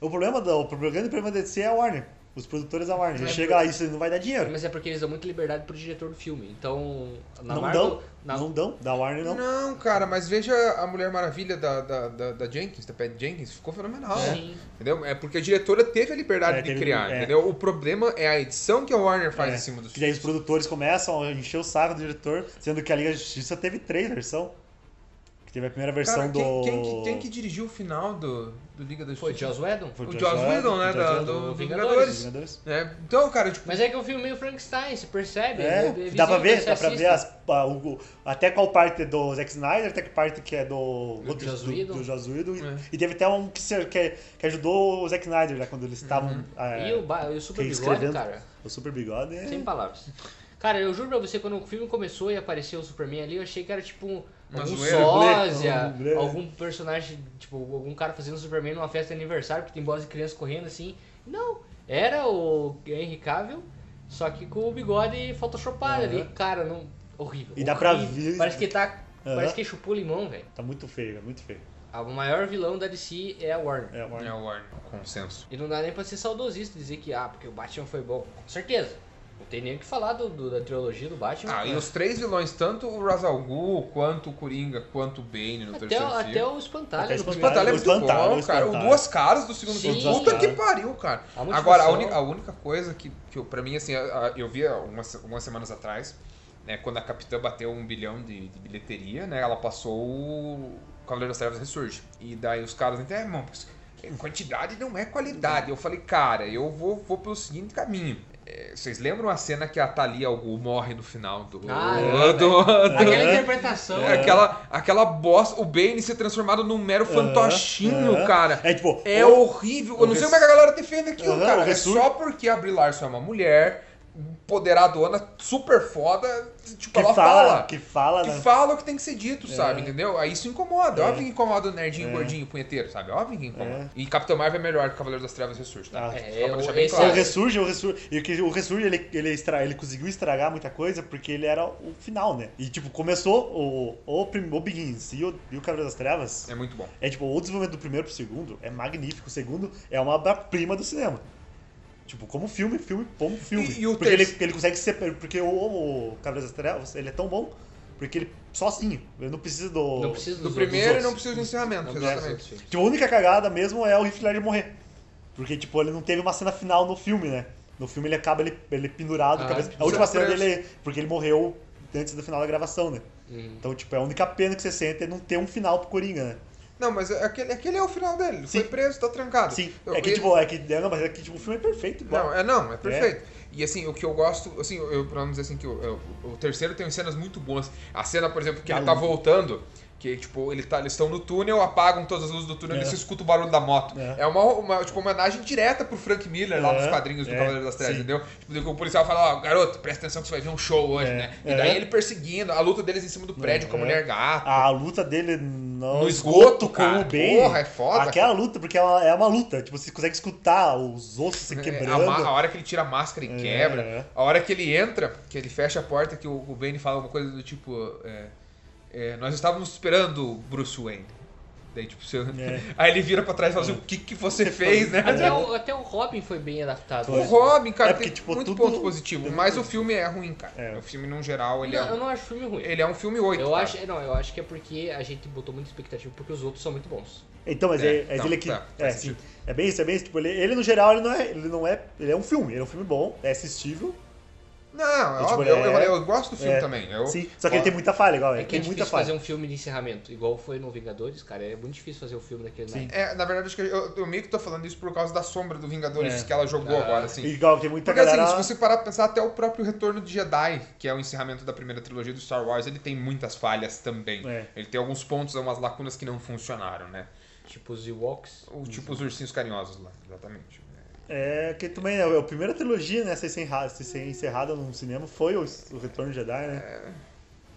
O problema do, o grande problema da DC é a Warner. Os produtores da Warner. Ele Mas é chega lá, isso não vai dar dinheiro. Mas é porque eles dão muita liberdade pro diretor do filme. Então. Na Não Marvel. dão, na- não dão, da Warner não. Não, cara, mas veja a Mulher Maravilha da, da, da, da Jenkins, da Pat Jenkins, ficou fenomenal. Sim. Entendeu? É porque a diretora teve a liberdade É, de teve- criar, é. entendeu? O problema é a edição que a Warner faz É, em cima dos Que daí os filmes. produtores começam a encher o saco do diretor, sendo que a Liga da Justiça teve três versões. Que teve a primeira versão Cara, quem, do. quem, que- quem que dirigiu o final do, do Liga da Foi Justiça? Joss Whedon? Foi o Joss Joss Whedon, né? Joss da- Whedon, do, do Vingadores. Vingadores. Vingadores. né? Então, cara, tipo, Mas é que é um filme meio Frankenstein, você percebe? É, visível, dá pra ver, você dá pra ver assiste. as- a- o- até qual parte é do Zack Snyder, até que parte que é do Do Joss Whedon. do Joss Whedon. E- É. E teve até um que, se- que, que ajudou o Zack Snyder lá quando eles Uhum. estavam. é, E o, ba... e o Super que Bigode, cara. O Super Bigode é. Sem palavras. Cara, eu juro pra você, quando o filme começou e apareceu o Superman ali, eu achei que era tipo um, Uma algum zoeira. sósia, Algum blé. algum personagem, tipo, algum cara fazendo Superman numa festa de aniversário, que tem bolas de criança correndo assim. Não, era o Henry Cavill, só que com o bigode photoshopado Aham. ali. Cara, não... Horrível. E dá horrível. pra ver- Parece que tá... Aham. Parece que chupou limão, velho. Tá muito feio, é muito feio. A- O maior vilão da DC é a Warner. É, uma... é o Warner, consenso. E não dá nem pra ser saudosista e dizer que, ah, porque o Batman foi bom. Com certeza. Não tem nem o que falar do, do- da trilogia do Batman. Ah, e os três vilões, tanto o Razal Ghul, quanto o Coringa, quanto o Bane no até, terceiro o- filme. até o Espantalho. Até no o O primeiro. Espantalho é O muito Espantalho, bom, o cara. O Espantalho. Duas Caras do segundo Sim. filme. Puta que pariu, cara. A motivação- Agora, a, uni- a única coisa que, que eu- pra mim, assim, a- a- eu vi algumas, se- algumas semanas atrás, né, quando a Capitã bateu um bilhão de, de bilheteria, né, ela passou o Cavaleiro das Trevas Ressurge. E daí os caras, né, irmão, mas quantidade não é qualidade. Eu falei, cara, eu vou, vou pelo seguinte caminho. É, Vocês lembram a cena que a Thalia Algu morre no final do... Ah, do- é, do- do- né? Aquela interpretação. é, <laughs> Aquela, aquela bosta, o Bane ser transformado num mero fantochinho, aham. cara. É tipo, É o- horrível. Eu não o sei res- como é que a galera defende aquilo, Aham, cara. o É ressurge- só porque a Brie Larson é uma mulher, empoderadona, super foda, tipo, que ela fala, fala. que fala, que né? fala o que tem que ser dito, sabe? Entendeu? Aí isso incomoda. É. Óbvio que incomoda o nerdinho, É. gordinho, punheteiro, sabe? Óbvio que incomoda. É. E Capitão Marvel é melhor que Cavaleiro das Trevas Ressurge, tá? Ah, Só é, pra deixar o- bem esse O claro. é Ressurge, o Ressurge, e que o Ressurge ele, ele, estra- ele conseguiu estragar muita coisa porque ele era o final, né? E tipo, começou o, o, prim- o Begins e o, e o Cavaleiro das Trevas. É muito bom. É tipo, o desenvolvimento do primeiro pro segundo é magnífico. O segundo é uma obra-prima do cinema. Tipo, como filme, filme, como filme. E- e o porque ele, terce- ele consegue ser. Porque o, o Cavaleiro das Trevas ele é tão bom porque ele sozinho. Ele não precisa do. Não precisa Do dos primeiro outros. não precisa de encerramento, outros. Não precisa exatamente. dos outros. Tipo, a única cagada mesmo é o Heath Ledger morrer. Porque, tipo, ele não teve uma cena final no filme, né? No filme ele acaba, ele, ele é pendurado. Ah, cabeça- tipo, a última já cena preso. dele é... Porque ele morreu antes do final da gravação, né? Uhum. Hum. Então, tipo, é a única pena que você sente é não ter um final pro Coringa, né? Não, mas aquele, aquele é o final dele. Ele Sim. Foi preso, tá trancado. Sim, Eu- é que, ele- tipo, é que... Não, mas é que, tipo, o filme é perfeito igual. Não, é não, né? é perfeito. E assim, o que eu gosto, assim, eu, pra não dizer assim, que o- eu- o terceiro tem cenas muito boas. A cena, por exemplo, que ele Da tá luz. voltando, que tipo, ele tá, eles estão no túnel, apagam todas as luzes do túnel É. e você escuta o barulho da moto. É. É, uma, uma, tipo, homenagem direta pro Frank Miller lá É. nos quadrinhos do É. Cavaleiro das Trevas, Sim. entendeu? Tipo, o policial fala, ó, garoto, presta atenção que você vai ver um show hoje, É. né? E É. daí ele perseguindo, a luta deles em cima do prédio com a É. mulher gata. A luta dele no, No esgoto, cara. o Bane. Porra, é foda, Aquela luta, porque é uma, é uma luta. Tipo, você consegue escutar os ossos se É, quebrando. A, ma- a hora que ele tira a máscara e É, quebra, é. a hora que ele entra, que ele fecha a porta, que o, o Bane fala alguma coisa do tipo: é, é, Nós estávamos esperando o Bruce Wayne. Daí, tipo, você- É. <laughs> Aí ele vira pra trás e fala assim: O que, que <laughs> você fez, né? Até, o, até o Robin foi bem adaptado. Foi. O Robin, cara, É porque, tem tipo, muito tudo- ponto positivo, tudo mas o filme é ruim, cara. É. O filme, no geral, ele, Não, é, eu um, não acho filme ruim. ele é um filme 8. Eu cara. acho, não, eu acho que é porque a gente botou muita expectativa, porque os outros são muito bons. Então, mas É, é, é, não, ele que. tá, é, faz sim. sentido. É bem isso, é bem isso. Tipo, ele, ele, no geral, ele não é. Ele não é. Ele é um filme. Ele é um filme bom, é assistível. Não, é tipo, óbvio, eu, é- eu- eu gosto do filme é, também. Eu, Sim, só que ele tem muita falha, igual. É Ele que é tem muita difícil falha. fazer um filme de encerramento, igual foi no Vingadores, cara. É muito difícil fazer um filme daquele na Sim. época. É, na verdade, acho que eu, eu meio que tô falando isso por causa da sombra do Vingadores É. que ela jogou Ah. agora, assim. Igual, tem muita Porque assim, galera. se você parar pra pensar, até o próprio Retorno de Jedi, que é o encerramento da primeira trilogia do Star Wars, ele tem muitas falhas também. É. Ele tem alguns pontos, algumas lacunas que não funcionaram, né? Tipo os Ewoks. O, tipo os ursinhos carinhosos lá, exatamente. É, que também né, a primeira trilogia, né, a ser encerrada, ser encerrada num cinema foi o, o Retorno de Jedi, É, né?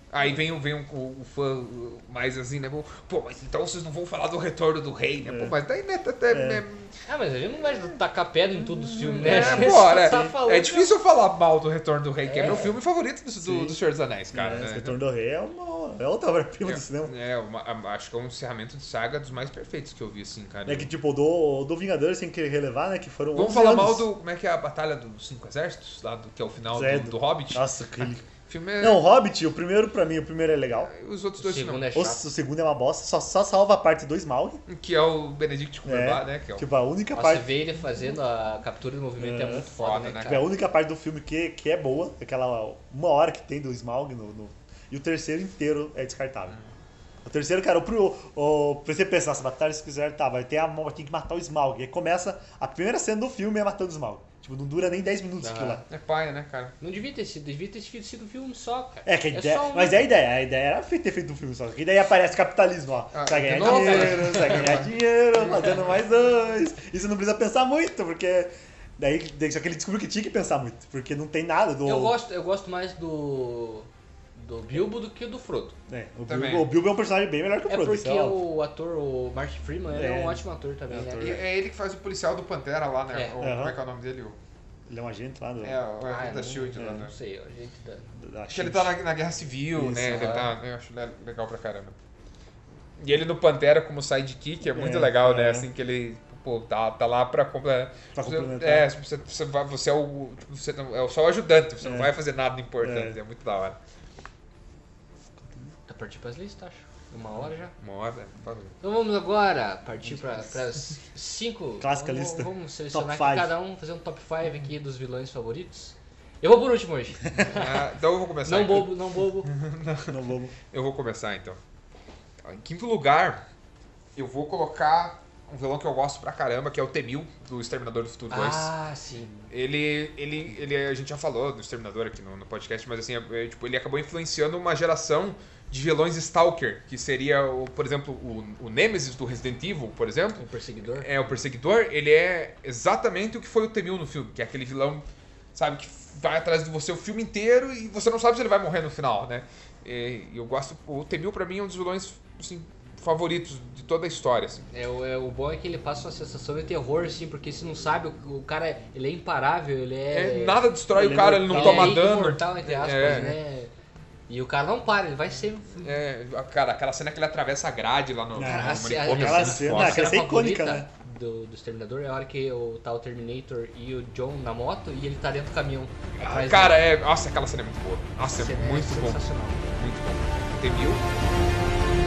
Aí vem, o- vem o, o fã mais assim, né? Pô, mas então vocês não vão falar do retorno do rei, né? Pô, mas daí, né? Até, É. né, Ah, mas a gente não vai tacar pedra em todos os filmes, <laughs> né? É, Você bora. tá falando- é difícil eu falar mal do Retorno do Rei, que é, É. meu filme favorito do, Sim. do, do Senhor dos Anéis, cara. É, né? esse Retorno do Rei é, uma, é outra obra-prima do cinema. É, é uma- a- acho que é um encerramento de saga dos mais perfeitos que eu vi, assim, cara. É que tipo, o do, o do Vingadores tem que relevar, né? Que foram Vamos 11 falar anos. mal do. Como é que é a Batalha dos Cinco Exércitos? Lá do, que é o final Zé, do, do Hobbit? Nossa, aquele. O filme é. Não, o Hobbit, o primeiro pra mim, o primeiro é legal. Os outros O dois segundo não. é O, chato. o segundo é uma bosta, só, só salva a parte do Smaug. Que é o Benedict Cumberbatch, né? Que é o. Tipo, a única Nossa, parte. Você vê ele fazendo a captura do movimento é, É. muito foda, Foda, né, né, É a cara? única parte do filme que, que é boa, aquela uma hora que tem do Smaug no, no- E o terceiro inteiro é descartável. O terceiro, cara, o, pro, o, pra você pensar, se batalha se quiser, tá, vai ter a mo- tem que matar o Smaug. E aí começa, a primeira cena do filme é matando o Smaug. Tipo, não dura nem 10 minutos Aham. aquilo lá. É paia, né, cara? Não devia ter sido, devia ter sido um filme só, cara. É, que a ideia, só um- mas é a ideia, a ideia era fe- ter feito um filme só, que daí aparece capitalismo, ó, Ah, sai ganhar de novo, dinheiro, sai ganhar dinheiro, fazendo mais dois, e você não precisa pensar muito, porque daí, daí- só que ele descobriu que tinha que pensar muito, porque não tem nada do... Eu gosto, eu gosto mais do do Bilbo do que do Frodo. né, o, Também. Bilbo, o Bilbo é um personagem bem melhor que o É Frodo, porque isso é óbvio. o ator, o Martin Freeman, ele é É. um ótimo ator também, É né? ator. E é ele que faz o policial do Pantera lá, né? É. O- Aham. Como é que é o nome dele? O- Ele é um agente lá do... É, o Ah, agente da não- Shield lá, é. né? Não sei, a gente tá... da Acho que ele Shield. tá na, na guerra civil, Isso, né? Ele aham. tá, eu acho le- legal pra caramba. E ele no Pantera como sidekick é muito É, legal, né? é. Assim que ele, pô, tá, tá lá pra completar. Pra complementar. É, você, você, vai- você é o. tipo, Você não- é só o ajudante, você não É. vai fazer nada importante, É. é, muito da hora. Tá partindo pras listas, acho. Uma hora já. Uma hora, por favor. Então vamos agora partir para as cinco. Clássica vamos, lista. Vamos selecionar Top aqui five. cada um, fazer um top 5 aqui dos vilões favoritos. Eu vou por <laughs> último hoje. Ah, então eu vou começar. não então. bobo, não bobo. No Lobo. Eu vou começar então. Em quinto lugar, eu vou colocar um vilão que eu gosto pra caramba, que é o Temil, do Exterminador do Futuro 2. Ah, sim. Ele, ele, ele, a gente já falou do Exterminador aqui no, no podcast, mas assim, é- é, tipo, ele acabou influenciando uma geração de vilões Stalker, que seria, o, por exemplo, o, o Nemesis do Resident Evil, por exemplo. O Um perseguidor. É, o Perseguidor, ele é exatamente o que foi o Temil no filme, que é aquele vilão, sabe, que vai atrás de você o filme inteiro e você não sabe se ele vai morrer no final, né? E, e eu gosto, o Temil pra mim é um dos vilões, assim, favoritos de toda a história, assim. É, o, é, o bom é que ele passa uma sensação de terror, assim, porque se não sabe, o, o cara ele é imparável, ele é. É, nada destrói ele o cara, não- ele não ele toma é dano. imortal, entre aspas, É. né? E o cara não para, ele vai ser. um É, cara, aquela cena que ele atravessa a grade lá no, Cara, no Cara, Não, a- a- manicômio, aquela assim, cena- foda. Ah, aquela cena é favorita icônica, né? do, do Exterminador é a hora que o, tá o Terminator e o John na moto e ele tá dentro do caminhão. atrás Cara, dele. é. Nossa, aquela cena é muito boa. Nossa, é Essa cena muito bom. sensacional. Muito bom. Tem mil?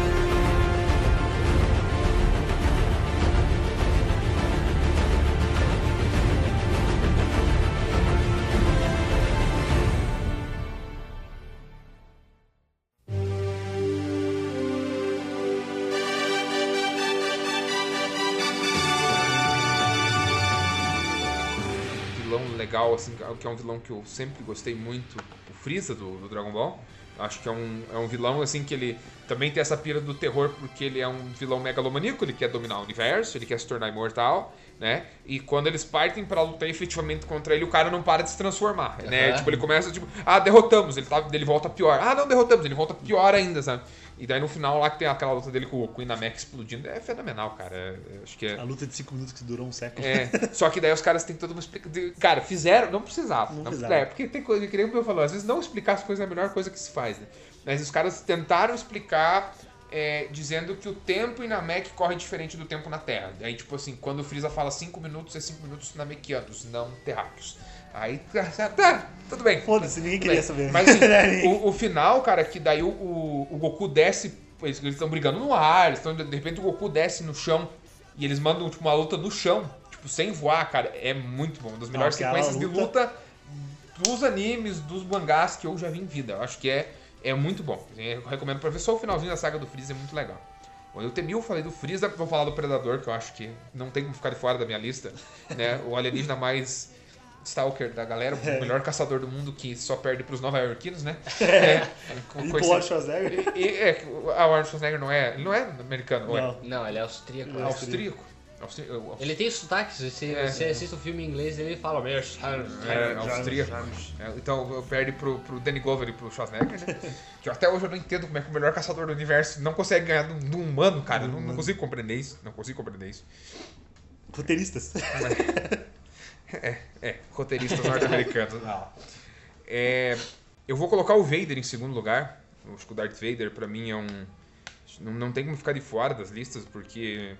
vilão legal, assim, que é um vilão que eu sempre gostei muito, o Freeza do, do Dragon Ball. Acho que é um, é um vilão, assim, que ele também tem essa pira do terror, porque ele é um vilão megalomaníaco, ele quer dominar o universo, ele quer se tornar imortal, né? E quando eles partem pra lutar efetivamente contra ele, o cara não para de se transformar, né? Aham. Tipo, ele começa, tipo, ah, derrotamos, ele, tá, ele volta pior. Ah, não, derrotamos, ele volta pior ainda, sabe? E daí no final lá que tem aquela luta dele com o Goku e Namek explodindo, é fenomenal, cara. É- é- acho que é... A luta de 5 minutos que durou um século. É, só que daí os caras têm toda uma explicação. Cara, fizeram, não precisava. Não Não precisava. É, porque tem coisa, que nem o meu falou, às vezes não explicar as coisas é a melhor coisa que se faz, né? Mas os caras tentaram explicar é, dizendo que o tempo em Namek corre diferente do tempo na Terra. Aí, tipo assim, quando o Freeza fala 5 minutos, é 5 minutos namekianos, não terráqueos. Aí, tá, tudo bem. Foda-se, ninguém queria saber. Mas <laughs> assim, Ninguém- o, o final, cara, que daí o, o- o Goku desce, eles estão brigando no ar, eles tão- de repente o Goku desce no chão e eles mandam tipo, uma luta no chão, tipo, sem voar, cara, é muito bom. Uma das melhores aquela sequências de luta- luta dos animes, dos mangás que eu já vi em vida. Eu acho que é, é muito bom. Assim, Eu recomendo pra ver só o finalzinho da saga do Freeza, é muito legal. Quando eu temi, eu falei do Freeza, vou falar do Predador, que eu acho que não tem como ficar de fora da minha lista. Né? O alienígena mais stalker da galera, o melhor caçador do mundo que só perde pros nova-iorquinos, né? É, co- <laughs> E coisa- pro Lord Schwarzenegger. e- e- é, o Arnold Schwarzenegger não é, ele não é americano, ou é Não. Não, ele é austríaco. Não. austríaco? Austríaco. austríaco. Ele tem sotaque, se você, É. você assiste um filme em inglês, ele fala meio... É, austríaco. É, então eu perde pro, pro Danny Glover e pro Schwarzenegger, né? que eu até hoje eu não entendo como é que o melhor caçador do universo não consegue ganhar de um, de um humano, cara. Eu não, não consigo compreender isso. Não consigo compreender isso. Roteiristas. É, roteirista norte-americano. É, eu vou colocar o Vader em segundo lugar. Eu Acho que o Darth Vader, pra mim, é um. Não, não tem como ficar de fora das listas, porque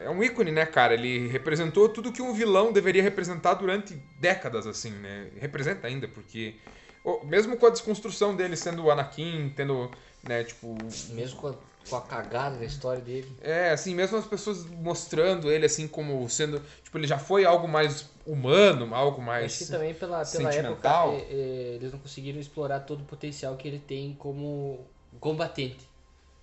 é um ícone, né, cara? Ele representou tudo que um vilão deveria representar durante décadas, assim, né? Representa ainda, porque. o- Mesmo com a desconstrução dele sendo o Anakin, tendo, né, tipo, Mesmo com a, com a cagada da história dele. é, assim, mesmo as pessoas mostrando ele assim como sendo. Tipo, ele já foi algo mais humano, algo mais. Acho que também pela, pela época sentimental. eh, eh, eles não conseguiram explorar todo o potencial que ele tem como combatente.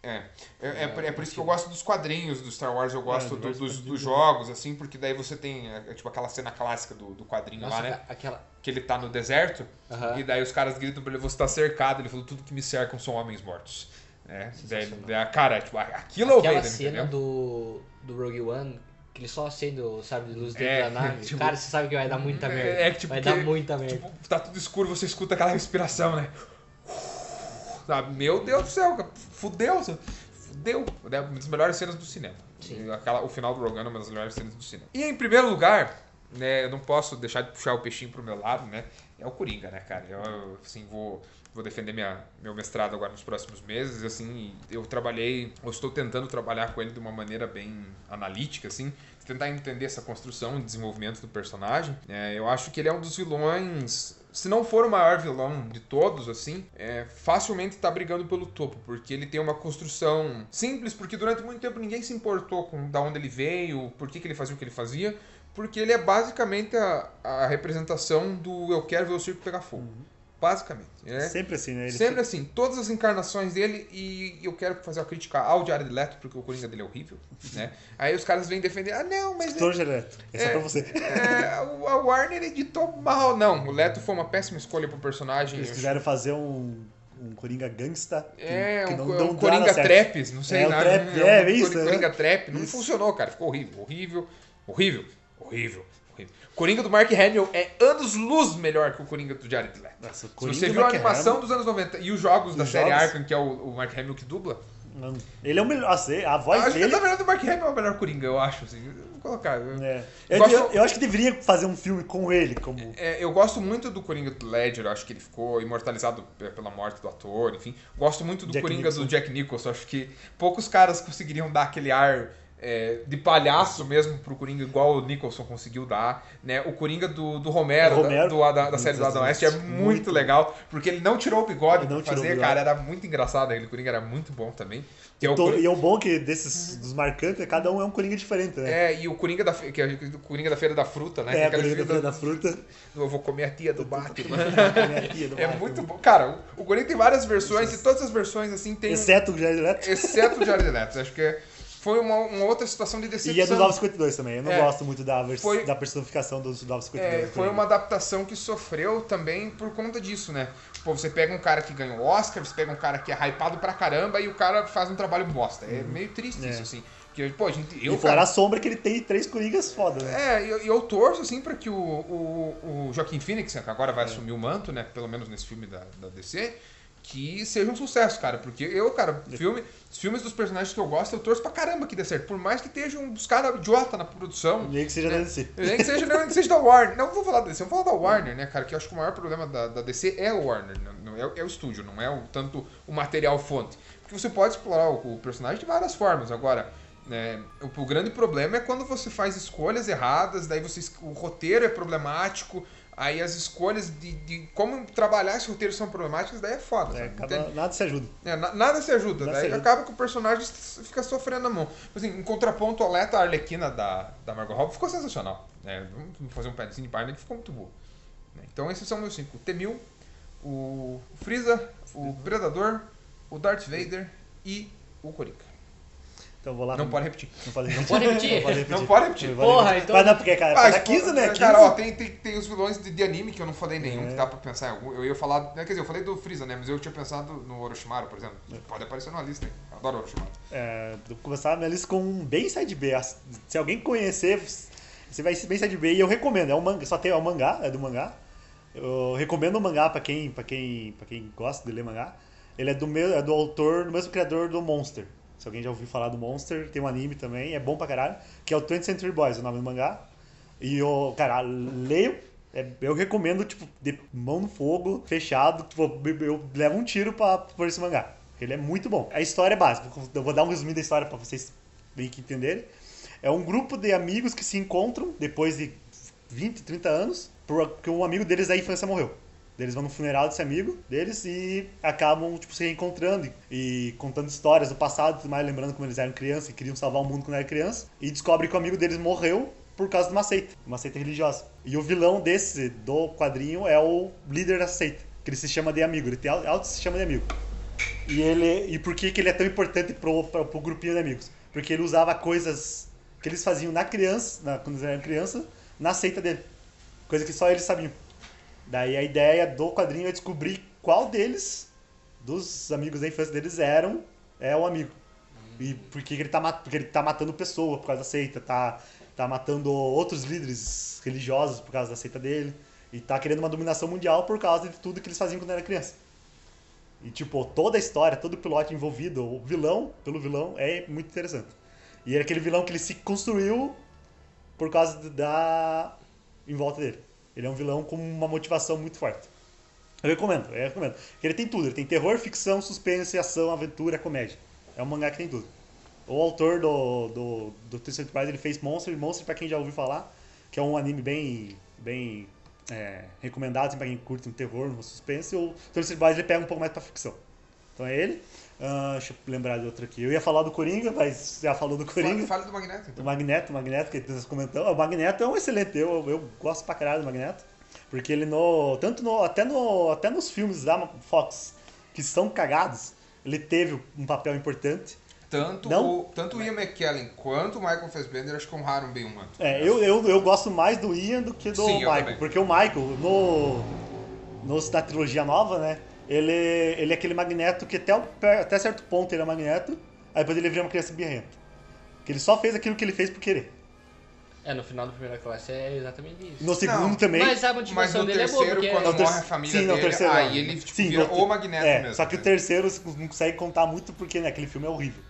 É. É, é, por- é por isso que eu gosto dos quadrinhos do Star É, Wars, eu gosto eu do- gosto dos, de- dos jogos, assim, porque daí você tem é, tipo aquela cena clássica do, do quadrinho Nossa, lá, né? a- aquela... Que ele tá no deserto, Aham. e daí os caras gritam pra ele, você tá cercado, ele falou, tudo que me cercam são homens mortos. É, daí, Sensacional. daí, cara, tipo, aquilo é o Aquela Vader, cena entendeu? do, do Rogue One, que ele só acende o sabre de luz dentro É, <laughs> da nave. tipo- Cara, você sabe que vai dar muita merda. É, é que, tipo, vai que- dar muita merda. Tipo, tá tudo escuro, você escuta aquela respiração, né? Sabe? Meu Deus do céu, cara. fudeu, sabe? fudeu. É uma das melhores cenas do cinema. Sim. Aquela, o final do Rogan é uma das melhores cenas do cinema. E em primeiro lugar, né, eu não posso deixar de puxar o peixinho pro meu lado, né? É o Coringa, né, cara? Eu, Eu, assim, vou, vou defender minha, meu mestrado agora nos próximos meses, assim, eu trabalhei, eu estou tentando trabalhar com ele de uma maneira bem analítica, assim, tentar entender essa construção e desenvolvimento do personagem. É, eu acho que ele é um dos vilões, se não for o maior vilão de todos, assim, é, facilmente tá brigando pelo topo, porque ele tem uma construção simples, porque durante muito tempo ninguém se importou com da onde ele veio, por que, que ele fazia o que ele fazia, porque ele é basicamente a, a representação do eu quero ver o circo pegar fogo. Basicamente. É. Uhum. <laughs> Sempre assim, né? Ele Sempre assim, todas as encarnações dele, e eu quero fazer uma crítica ao Jared Leto, porque o Coringa dele é <laughs> horrível, né? Aí os caras vêm defender, ah não, mas Doutor Geleto. É só É. pra você. é, o- a Warner editou mal. Não, o Leto foi uma péssima escolha pro personagem. Eles quiseram fazer um, um Coringa gangsta. que- É, que um, não- co- não um dá Coringa certo. Traps, não sei É, o nada. trap, né? é, um isso, Coringa, né? Coringa Trap, não Isso. funcionou, cara. Ficou horrível, horrível, horrível, horrível, horrível. Coringa do Mark Hamill é anos luz melhor que o Coringa do Jared Leto. Nossa, o Se você Coringa é do viu a Mark animação Hamill- dos anos 90 e os jogos da Os série jogos? Arkham, que é o, o Mark Hamill que dubla, Não. Ele é o melhor. Assim, a voz acho que dele. na verdade o Mark Hamill é o melhor Coringa, eu acho. Assim. Eu Vou colocar. eu- É. Eu, Gosto- eu- eu acho que deveria fazer um filme com ele, como. É, eu gosto muito do Coringa do Ledger, acho que ele ficou imortalizado pe- pela morte do ator, enfim. Gosto muito do Jack Coringa Nicholson. do Jack Nicholson, acho que poucos caras conseguiriam dar aquele ar é, de palhaço mesmo pro Coringa, igual o Nicholson conseguiu dar, né? O Coringa do, do Romero, Do Romero. da, do- da- da série do Adam West, é muito, Muito. legal, porque ele não tirou o bigode Ele não pra tirou o fazer, bigode. cara, era muito engraçado, aquele Coringa era muito bom também. Que é o Tô- Coringa- e é o bom que desses dos marcantes, é cada um é um Coringa diferente, né? é, e o Coringa da, fe- que é o Coringa da Feira da Fruta, né? Que É, a aquela Coringa da filha Feira da Fruta. do- Eu vou comer a tia do Batman. Minha tia do <laughs> É Batman. muito bom. Cara, o, o Coringa tem várias versões e todas as versões, assim, tem. <laughs> Exceto o Jared É Leto. Exceto o Jared Leto. Acho que é- foi uma, uma outra situação de decepção. E é do 952 também. Eu não É. gosto muito da, vers- Foi- da personificação do 952. É, foi uma adaptação que sofreu também por conta disso, né? Pô, você pega um cara que ganhou Oscar, você pega um cara que é hypado pra caramba e o cara faz um trabalho bosta. É meio triste É. isso, assim. Porque, pô, a gente. E Eu, fora cara, a sombra que ele tem três Coringas foda, né? É, e eu, e eu torço, assim, pra que o, o, o Joaquim Phoenix, que agora vai assumir o manto, né? Pelo menos nesse filme da, da DC, que seja um sucesso, cara. Porque eu, cara, filme, os filmes dos personagens que eu gosto, eu torço pra caramba que dê certo. Por mais que esteja um dos caras idiota na produção. Meio que É. seja né? da DC. Nem que seja, nem que seja da Warner. Não vou falar da DC, eu vou falar da Warner, né, cara? Que eu acho que o maior problema da, da DC é o Warner, né? não é, o- é o estúdio, não é o, tanto o material fonte. Porque você pode explorar o, o personagem de várias formas. Agora, né, o, o grande problema é quando você faz escolhas erradas, daí você, es- o roteiro é problemático, aí as escolhas de, de como trabalhar esse roteiro são problemáticas, daí é foda. É, sabe? acaba- Entende? nada se ajuda. É, na- nada se ajuda, Nada daí se ajuda. acaba que o personagem s- fica sofrendo a mão. Assim, em contraponto, a Leta É, Arlequina da, da Margot Robbie ficou sensacional. né? vamos fazer um pedacinho de página que ficou muito boa. né? Então esses são meus cinco. O T-1000, o Freeza, o Predador, o Darth Vader e o Coringa. Então eu vou lá. Não pode repetir. Não pode, pode repetir. Não pode repetir. Não pode Porra, repetir. então- Mas não, porque, cara, Ah, cada tipo, 15, né? 15. Cara, ó, tem, tem, tem os vilões de, de anime que eu não falei nenhum, É. que dá pra pensar em algum. Eu ia falar. Quer dizer, eu falei do Freeza, né? Mas eu tinha pensado no Orochimaru, por exemplo. Pode aparecer numa lista, hein? Eu adoro Orochimaru. É, vou começar a minha lista com um bem side B. As- Se alguém conhecer, você vai ser bem side B e eu recomendo. É um manga, só tem é um mangá, é do mangá. Eu recomendo o mangá pra quem, para quem, para quem gosta de ler mangá. Ele é do meu, é do autor, do mesmo criador do Monster. Se alguém já ouviu falar do Monster, tem um anime também, é bom pra caralho, que é o 20th Century Boys, o nome do mangá. E eu, cara, leio. é, eu recomendo, tipo, de mão no fogo, fechado. Tipo, eu, eu levo um tiro pra, por esse mangá. Ele é muito bom. A história é básica. Eu vou dar um resumo da história pra vocês meio que entenderem. É um grupo de amigos que se encontram depois de 20, 30 anos, porque um amigo deles da infância morreu. Eles vão no funeral desse amigo deles e acabam tipo, se reencontrando e e contando histórias do passado e tudo mais, lembrando como eles eram criança e queriam salvar o mundo quando era criança. E descobre que o amigo deles morreu por causa de uma seita, uma seita religiosa. E o vilão desse, do quadrinho, é o líder da seita, que ele se chama de amigo, ele tem au- auto se chama de amigo. E ele e por que, que ele é tão importante pro, pro, pro grupinho de amigos? Porque ele usava coisas que eles faziam na criança, na- quando eles eram criança, na seita dele. Coisa que só eles sabiam. Daí a ideia do quadrinho é descobrir qual deles, dos amigos da infância deles, eram é o amigo. E por que que ele tá, ma- porque ele tá matando pessoa por causa da seita, tá, tá matando outros líderes religiosos por causa da seita dele, e tá querendo uma dominação mundial por causa de tudo que eles faziam quando era criança. E, tipo, toda a história, todo o pilote envolvido, o vilão, pelo vilão, é muito interessante. E era aquele vilão que ele se construiu por causa de- da. em volta dele. Ele é um vilão com uma motivação muito forte. Eu recomendo, eu recomendo. Porque Ele tem tudo: ele tem terror, ficção, suspense, ação, aventura, comédia. É um mangá que tem tudo. O autor do, do, do Twisted Prize, ele fez Monster. Monster, pra quem já ouviu falar, que é um anime bem, bem é, recomendado assim, pra quem curte um terror, um suspense. O Twisted Prize, ele pega um pouco mais pra ficção. Então é ele. Ah, deixa eu lembrar de outro aqui. Eu ia falar do Coringa, mas já falou do Fala, Coringa. fala do Magneto, O então. Magneto. Magneto, o Magneto, que nós comentamos. O Magneto é um excelente, eu, eu gosto pra caralho do Magneto. Porque ele no. Tanto no. Até, no, até nos filmes da Fox, que são cagados, ele teve um papel importante. Tanto, Não. o, tanto o Ian McKellen quanto o Michael Fassbender acho que honraram bem uma. É, eu, eu, eu gosto mais do Ian do que do Sim, eu Michael. também. Porque o Michael, no, no, na trilogia nova, né? Ele, ele é aquele magneto que até, o per- até certo ponto ele é magneto, aí depois ele vira uma criança birrenta. Que ele só fez aquilo que ele fez por querer. É, no final da primeira classe é exatamente isso. No segundo Não, também. Mas a Mas motivação no dele é boa, terceiro, porque quando Não, morre ter- a família sim, não, dele, terceiro, não. aí ele tipo, Sim, vira não, o Magneto É, mesmo. só que o né? terceiro você não consegue contar muito porque né, aquele filme é horrível.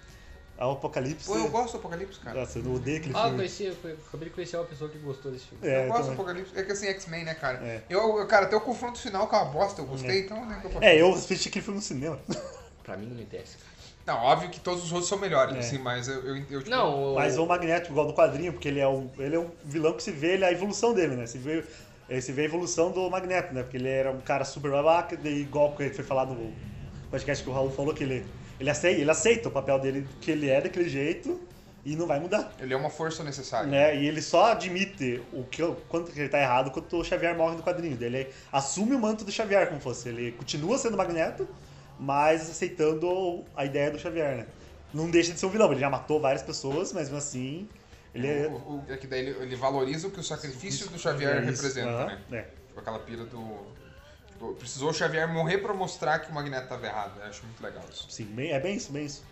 É o Apocalipse. Pô, eu gosto do Apocalipse, cara. Nossa, eu não odeio aquele Ah, eu filme. conheci, eu acabei de conhecer uma pessoa que gostou desse filme. É, eu eu gosto do também. Apocalipse. É que assim, X-Men, né, cara? É. Eu, eu- cara, até o confronto final com a bosta eu gostei, então... Né, que eu posso- É, eu assisti aquele filme no cinema. Pra mim não me interessa, cara. Não, óbvio que todos os outros são melhores, É. assim, mas eu... eu, eu, tipo, Não, o... Mas o Magneto, igual do quadrinho, porque ele é um, ele é um vilão que se vê ele, a evolução dele, né? Se vê, eh, se vê a evolução do Magneto, né? Porque ele era um cara super babaca, daí igual que foi falado no podcast que o Raul falou, que ele, ele, aceita, ele aceita o papel dele, que ele é daquele jeito e não vai mudar. Ele é uma força necessária. né? E ele só admite o que o quanto que ele tá errado quando o Xavier morre no quadrinho. Daí Ele assume o manto do Xavier como fosse. Ele continua sendo Magneto, mas aceitando a ideia do Xavier, né? Não deixa de ser um vilão. Ele já matou várias pessoas, mas mesmo assim. Ele é. O- o- é que daí ele, ele valoriza o que o sacrifício do Xavier é isso, representa, aham, né? é. Tipo, aquela pira do... tipo, precisou o Xavier morrer pra mostrar que o Magneto tava errado. Eu acho muito legal isso. Sim, bem- é bem isso, bem isso.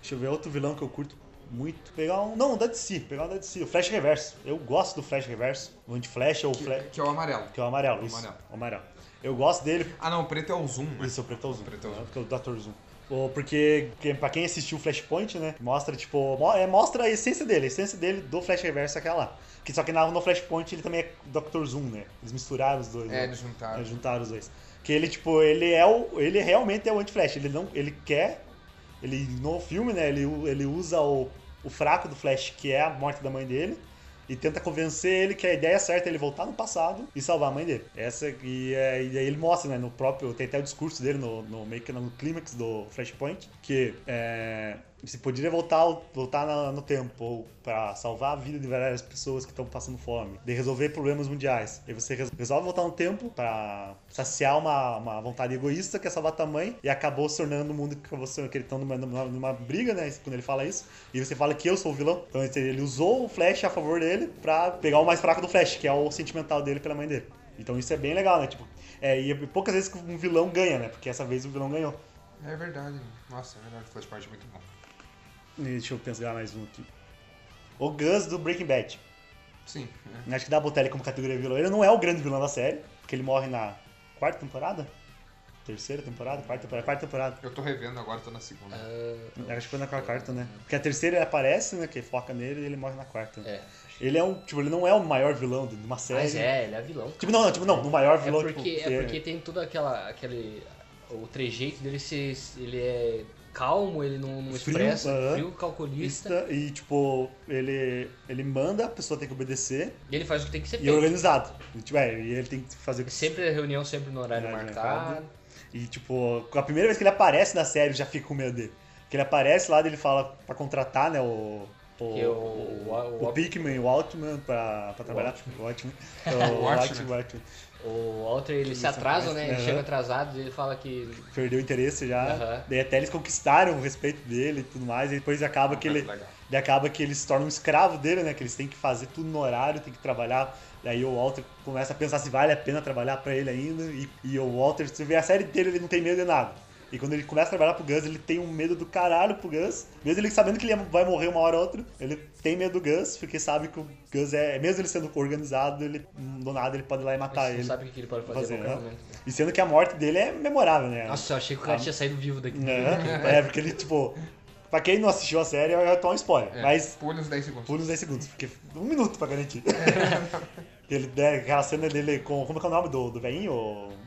Deixa eu ver outro vilão que eu curto muito. Pegar um. Não, um da DC. Pegar um da DC. O Flash Reverso. Eu gosto do Flash Reverso. O Anti-Flash ou o Que, Flash. que é o amarelo. Que é o amarelo, O isso. amarelo. O amarelo. Eu gosto dele Ah, não, o preto é o Zoom, né? Isso, o Pretão Zoom. Pretão Zoom. Porque é o Dr. Zoom. Ou Porque, que- pra quem assistiu o Flashpoint, né? Mostra, tipo, mo- é, mostra a essência dele. A essência dele do Flash Reverso é aquela lá. Que, só que na- no Flashpoint ele também é Dr. Zoom, né? Eles misturaram os dois. É, né? eles juntaram. É, juntaram os dois. Que ele, tipo, ele é o. Ele realmente é o anti-flash. Ele não. Ele quer. Ele, no filme, né? Ele, u- ele usa o, o fraco do Flash, que é a morte da mãe dele. E tenta convencer ele que a ideia certa é ele voltar no passado e salvar a mãe dele. Essa e, é, e aí ele mostra, né, no próprio. Tem até o discurso dele no, no meio que no clímax do Flashpoint, que é, se poderia voltar, voltar na- no tempo ou pra salvar a vida de várias pessoas que estão passando fome, de resolver problemas mundiais. E você res- resolve voltar no tempo pra saciar uma, uma vontade egoísta que é salvar tua mãe e acabou se tornando o mundo que acabou se tornando, que eles estão numa, numa, numa briga, né? Quando ele fala isso. E você fala que eu sou o vilão. Então ele- ele usou o Flash a favor dele pra pegar o mais fraco do Flash, que é o sentimental dele pela mãe dele. Então isso é bem legal, né? Tipo, é, e é poucas vezes que um vilão ganha, né? Porque essa vez o vilão ganhou. É verdade. Nossa, é verdade. Flashpoint é muito bom. E Deixa eu pensar mais um aqui. O Gus do Breaking Bad. Sim. é. Acho que dá a botar ele como categoria vilão. Ele não é o grande vilão da série, porque ele morre na quarta temporada? Terceira temporada? Quarta temporada? Quarta temporada. Eu tô revendo agora, tô na segunda. É, Acho que foi na quarta, né? Porque a terceira ele aparece, né? Que foca nele e ele morre na quarta. né? É. Ele é um. Tipo, ele não é o maior vilão de uma série. Mas é, ele é vilão. Tipo, não, não, tipo, não, o maior É vilão porque, tipo, é porque tem toda aquela. aquele. O trejeito dele ser. Ele é calmo, ele não, Frio, não expressa, aham. frio, calculista. pista, e tipo, ele, ele manda, a pessoa tem que obedecer E ele faz o que tem que ser e é feito. organizado. E, tipo, é, e ele tem que fazer o que Sempre a reunião, sempre no horário Horário marcado. marcado. E, tipo, a primeira vez que ele aparece na série, eu já fico com medo dele. Que ele aparece lá, daí ele fala pra contratar, né, o... O, Que o- o, o- o, Pickman, o Altman, pra, pra trabalhar. tipo, O Altman. Então, <laughs> O Altman. o Altman. O Walter, ele se Isso, atrasa, mas- né? Ele aham. chega atrasado e ele fala que. Perdeu o interesse já. Aham. Daí até eles conquistaram o respeito dele e tudo mais. E depois acaba que ele... Muito Tá legal. Daí acaba que ele se torna um escravo dele, né? Que eles têm que fazer tudo no horário, tem que trabalhar. Daí o Walter começa a pensar se vale a pena trabalhar pra ele ainda. E, e o Walter, você vê a série dele, ele não tem medo de nada. E quando ele começa a trabalhar pro Gus, ele tem um medo do caralho pro Gus. Mesmo ele sabendo que ele vai morrer uma hora ou outra, ele tem medo do Gus, porque sabe que o Gus é. Mesmo ele sendo organizado, ele do nada ele pode ir lá e matar você Tá, ele. sabe o que ele pode fazer, fazer, a qualquer né? momento. E sendo que a morte dele é memorável, né? Nossa, eu achei que o cara Ah. tinha saído vivo daqui. Aham. É, porque ele, tipo. Pra quem não assistiu a série, vai tomar um spoiler. É, Mas Pule uns 10 segundos. Pula uns 10 segundos, porque um minuto pra garantir. É. <laughs> ele, né, aquela cena dele com. Como é que é o nome do, do velhinho? O-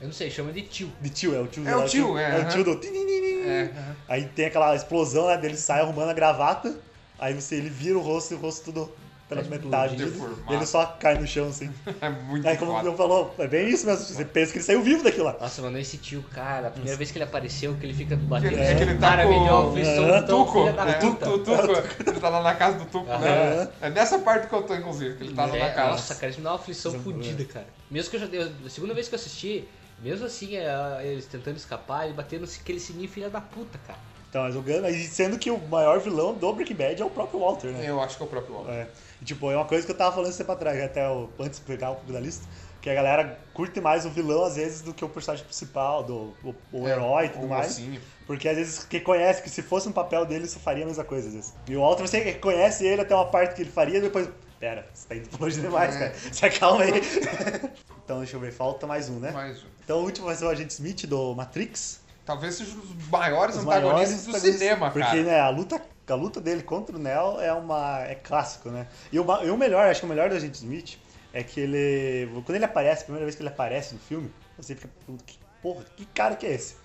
Eu não sei, chama de tio. De tio, é o tio É o lá, tio, é, É o aham. tio do. tininininin. É, <laughs> aham. Aí tem aquela explosão né, dele sai arrumando a gravata, aí você, ele vira o rosto e o rosto tudo pela É metade. tudo E tipo deformado. ele só cai no chão assim. É muito Aí, como o foda. Leon falou, é bem isso mesmo. Você pensa que ele saiu vivo daquilo lá. Nossa, mano, esse tio, cara, a primeira vez que ele apareceu, que ele fica batendo. assim, Aquele, é. aquele tá cara, com me deu uma aflição Aham. tão Tuco, então, filha da é, puta. o Tuco, ele tá lá na casa do Tuco, né? Aham. É nessa parte que eu tô, inclusive, que ele tá lá na É, casa. nossa, cara, isso me dá uma aflição fodida, cara. Mesmo que eu já dei. A segunda vez que eu assisti, mesmo assim, é, eles tentando escapar, ele batendo aquele sininho filha da puta, cara. Então, mas o Gun, mas sendo que o maior vilão do Breaking Bad é o próprio Walter, né? Eu acho que é o próprio Walter. É. E, tipo, é uma coisa que eu tava falando isso pra trás, até o- antes de pegar um pouco da lista, que a galera curte mais o vilão, às vezes, do que o personagem principal, do, o, o É, herói e tudo o mais. mocinho. Porque às vezes quem conhece que se fosse um papel dele, isso faria a mesma coisa, às vezes. E o Walter, você conhece ele até uma parte que ele faria, depois. Pera, você tá indo longe demais, cara. Se acalma aí. <laughs> então, deixa eu ver, falta mais um, né? Mais um. Então, o último vai ser o Agente Smith do Matrix. Talvez seja um dos maiores antagonistas Os maiores do antagonistas. cinema, porque, cara. né, a luta, a luta dele contra o Neo é uma é clássico, né? E o, ma- e o melhor, acho que o melhor do Agente Smith é que ele quando ele aparece, a primeira vez que ele aparece no filme, você fica, que porra, que cara que é esse?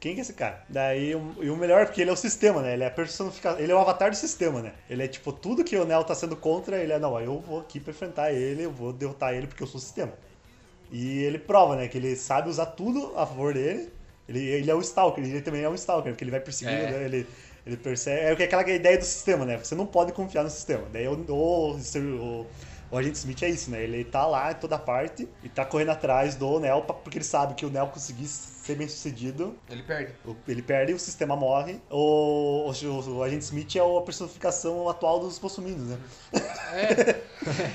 Quem que é esse cara? Daí, o- e o melhor é porque ele é o sistema, né? Ele é a personificação, ele é o avatar do sistema, né? Ele é tipo tudo que o Neo tá sendo contra, ele é, não, eu vou aqui pra enfrentar ele, eu vou derrotar ele porque eu sou o sistema. E ele prova, né? Que ele sabe usar tudo a favor dele. Ele, ele é o Stalker, ele também é um Stalker, porque ele vai perseguindo, É. né? Ele, ele persegue. É o que- aquela ideia do sistema, né? Você não pode confiar no sistema. Daí o, o, o, o Agente Smith é isso, né? Ele tá lá em toda parte e tá correndo atrás do Neo, pra- porque ele sabe que o Neo conseguir ser bem sucedido Ele perde. o- Ele perde, o sistema morre. O, o, o agente Smith é a personificação atual dos consumidos, né?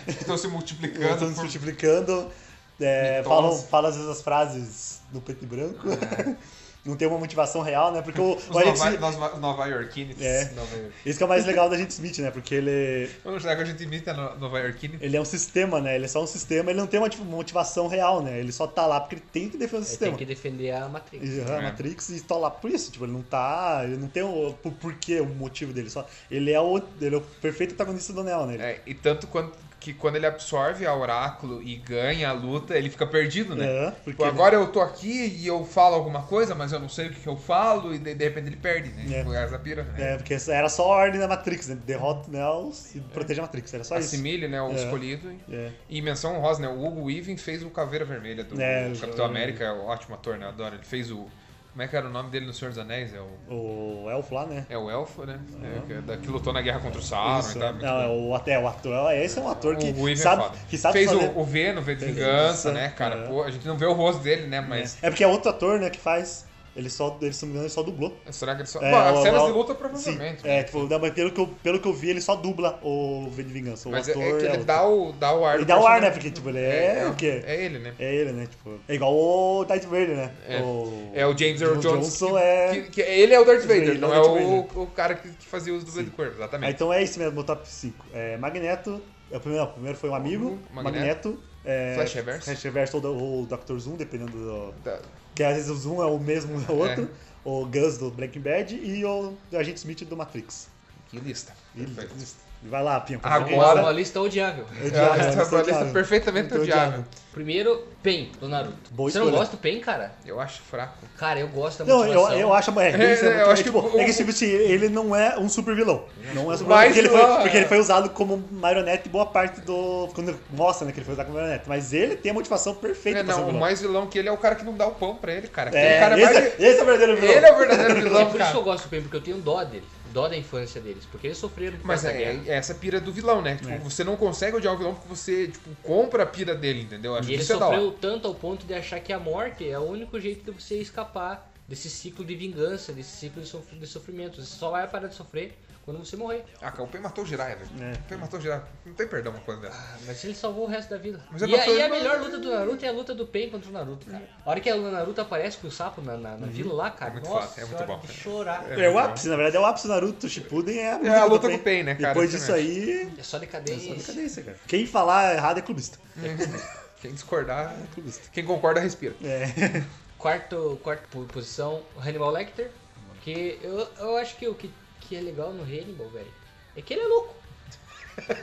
Estão se multiplicando. Estão se por- multiplicando, é, Mitose. falam, falam às vezes as frases no preto e branco. <laughs> Não tem uma motivação real, né? Porque o, Os o agente nova, Smith. nova, nova Yorkines. É. Nova York. Isso que é o mais legal do agente Smith, né? Porque ele, Vamos jogar que a gente imita no- Nova Yorkine. ele é um sistema, né? Ele é só um sistema, ele não tem uma tipo, motivação real, né? Ele só tá lá porque ele tem que defender o Ele sistema. tem que defender a Matrix. E, ah, É. Matrix e tá lá por isso, tipo, ele não tá. Ele não tem o, o porquê, o motivo dele. Só, ele, é o, ele é o perfeito antagonista do Neo, né? Ele- É, e tanto quanto que quando ele absorve a oráculo e ganha a luta, ele fica perdido, né? É, porque Tipo, agora eu tô aqui e eu falo alguma coisa, mas eu não sei o que, que eu falo, e de, de repente ele perde, né? É. Tipo, essa pira, né? É, porque era só a ordem da Matrix, né? Derrota o Neo e protege a Matrix, era só isso. Assimile, né? O É. escolhido. É. E menção honrosa, né? O Hugo Weaving fez o Caveira Vermelha do É, Capitão eu- América, ótimo ator, né? Adoro. Ele fez o Como é que era o nome dele no Senhor dos Anéis? É o, O elfo lá, né? é o elfo, né? É, que, é da, que lutou na guerra contra o Sauron Isso, e tal. né? Não, é o, até o ator, esse é um ator que o Weaver é sabe, foda. que sabe Fez fazer... o, o V no V de Fez Vingança, isso, né, cara? é. Pô, a gente não vê o rosto dele, né? Mas. É porque é outro ator, né, que faz. Ele só, ele, se não me engano, ele só dublou. Será que ele só. É, Bom, as o- cenas o- de luta, Sim, provavelmente. né? é, tipo, não, mas pelo que, eu, pelo que eu vi, ele só dubla o V de Vingança. O Mas é, é ator que ele outro. dá o, dá o ar. Ele do dá o ar, né? personagem. Porque, tipo, ele é, o quê? É... É ele, né? ele, né? Tipo, é igual o Darth Vader, né? É. O... É o James Earl Johnson Jones. que, é- que- que ele é o Darth Vader, Ele é o não é Darth o, Vader. o cara que, que fazia os dublês de corpo, Ah, exatamente. então é isso mesmo, o top 5. É, Magneto, é o primeiro, não, o primeiro foi um amigo, Uhum. Magneto. Magneto, é, Flash Reverso. Flash Reverso ou o Dr. Zoom, dependendo do... Tá. Que às vezes o Zoom é o mesmo do outro, o Gus do Breaking Bad e o Agente Smith do Matrix. Que lista. E- Perfeito. Vai lá, Pinha. Agora- Então, Uma lista odiável. É uma É odiável, lista- é uma lista odiável. perfeitamente Eu odiava. odiável. Primeiro, Pen, do Naruto. Boa Você não escolha. gosta do Pen, cara? Eu acho fraco. Cara, eu gosto da Não, eu, motivação. eu acho. É, É, isso é, eu muito- acho é, tipo, que o- é que tipo, assim, ele não é um super vilão. Não é um super vilão. Mas Porque ele, lá- foi, porque ele foi usado como marionete boa parte do. Quando mostra, né, que ele foi usado como marionete. Mas ele tem a motivação perfeita É, pra ser um não, o vilão. mais vilão que ele é o cara que não dá o pão pra ele, cara. Aquele É, cara esse, mais... <laughs> esse é o verdadeiro vilão. Ele é o verdadeiro É vilão, por isso que eu cara. gosto do Pen, porque eu tenho dó dele. Dó da infância deles. Porque eles sofreram por Mas causa da é, guerra. é essa pira do vilão, né? Tipo, É. você não consegue odiar o vilão porque você, tipo, compra a pira dele, entendeu? Acho E que ele isso é da hora. sofreu tanto ao ponto de achar que a morte é o único jeito de você escapar desse ciclo de vingança, desse ciclo de, sof- de sofrimento. Você só vai parar de sofrer quando você morrer. Ah, cara, o Pen matou o Jiraiya, velho. É. O Pen matou o Jiraiya. Não tem perdão uma coisa dessa. Mas ele salvou o resto da vida. Ah, Mas é E, a- bastante- e a melhor luta do Naruto é a luta do Pain contra o Naruto, cara. A hora que o Naruto aparece com o sapo na, na, na vila lá, cara, É muito nossa, fácil, é muito senhora, bom. de chorar. É o ápice, na verdade, é o ápice do Naruto Shippuden. É a, É a do luta do Pain, né, cara? Depois disso aí. É só É só decadência. decadência, cara. Quem falar errado é clubista. Hum. Quem discordar, É clubista. quem concorda, respira. É. Quarto, quarta po- posição, o Hannibal Lecter. Que eu, eu acho que o que, que é legal no Hannibal, velho, é que ele é louco.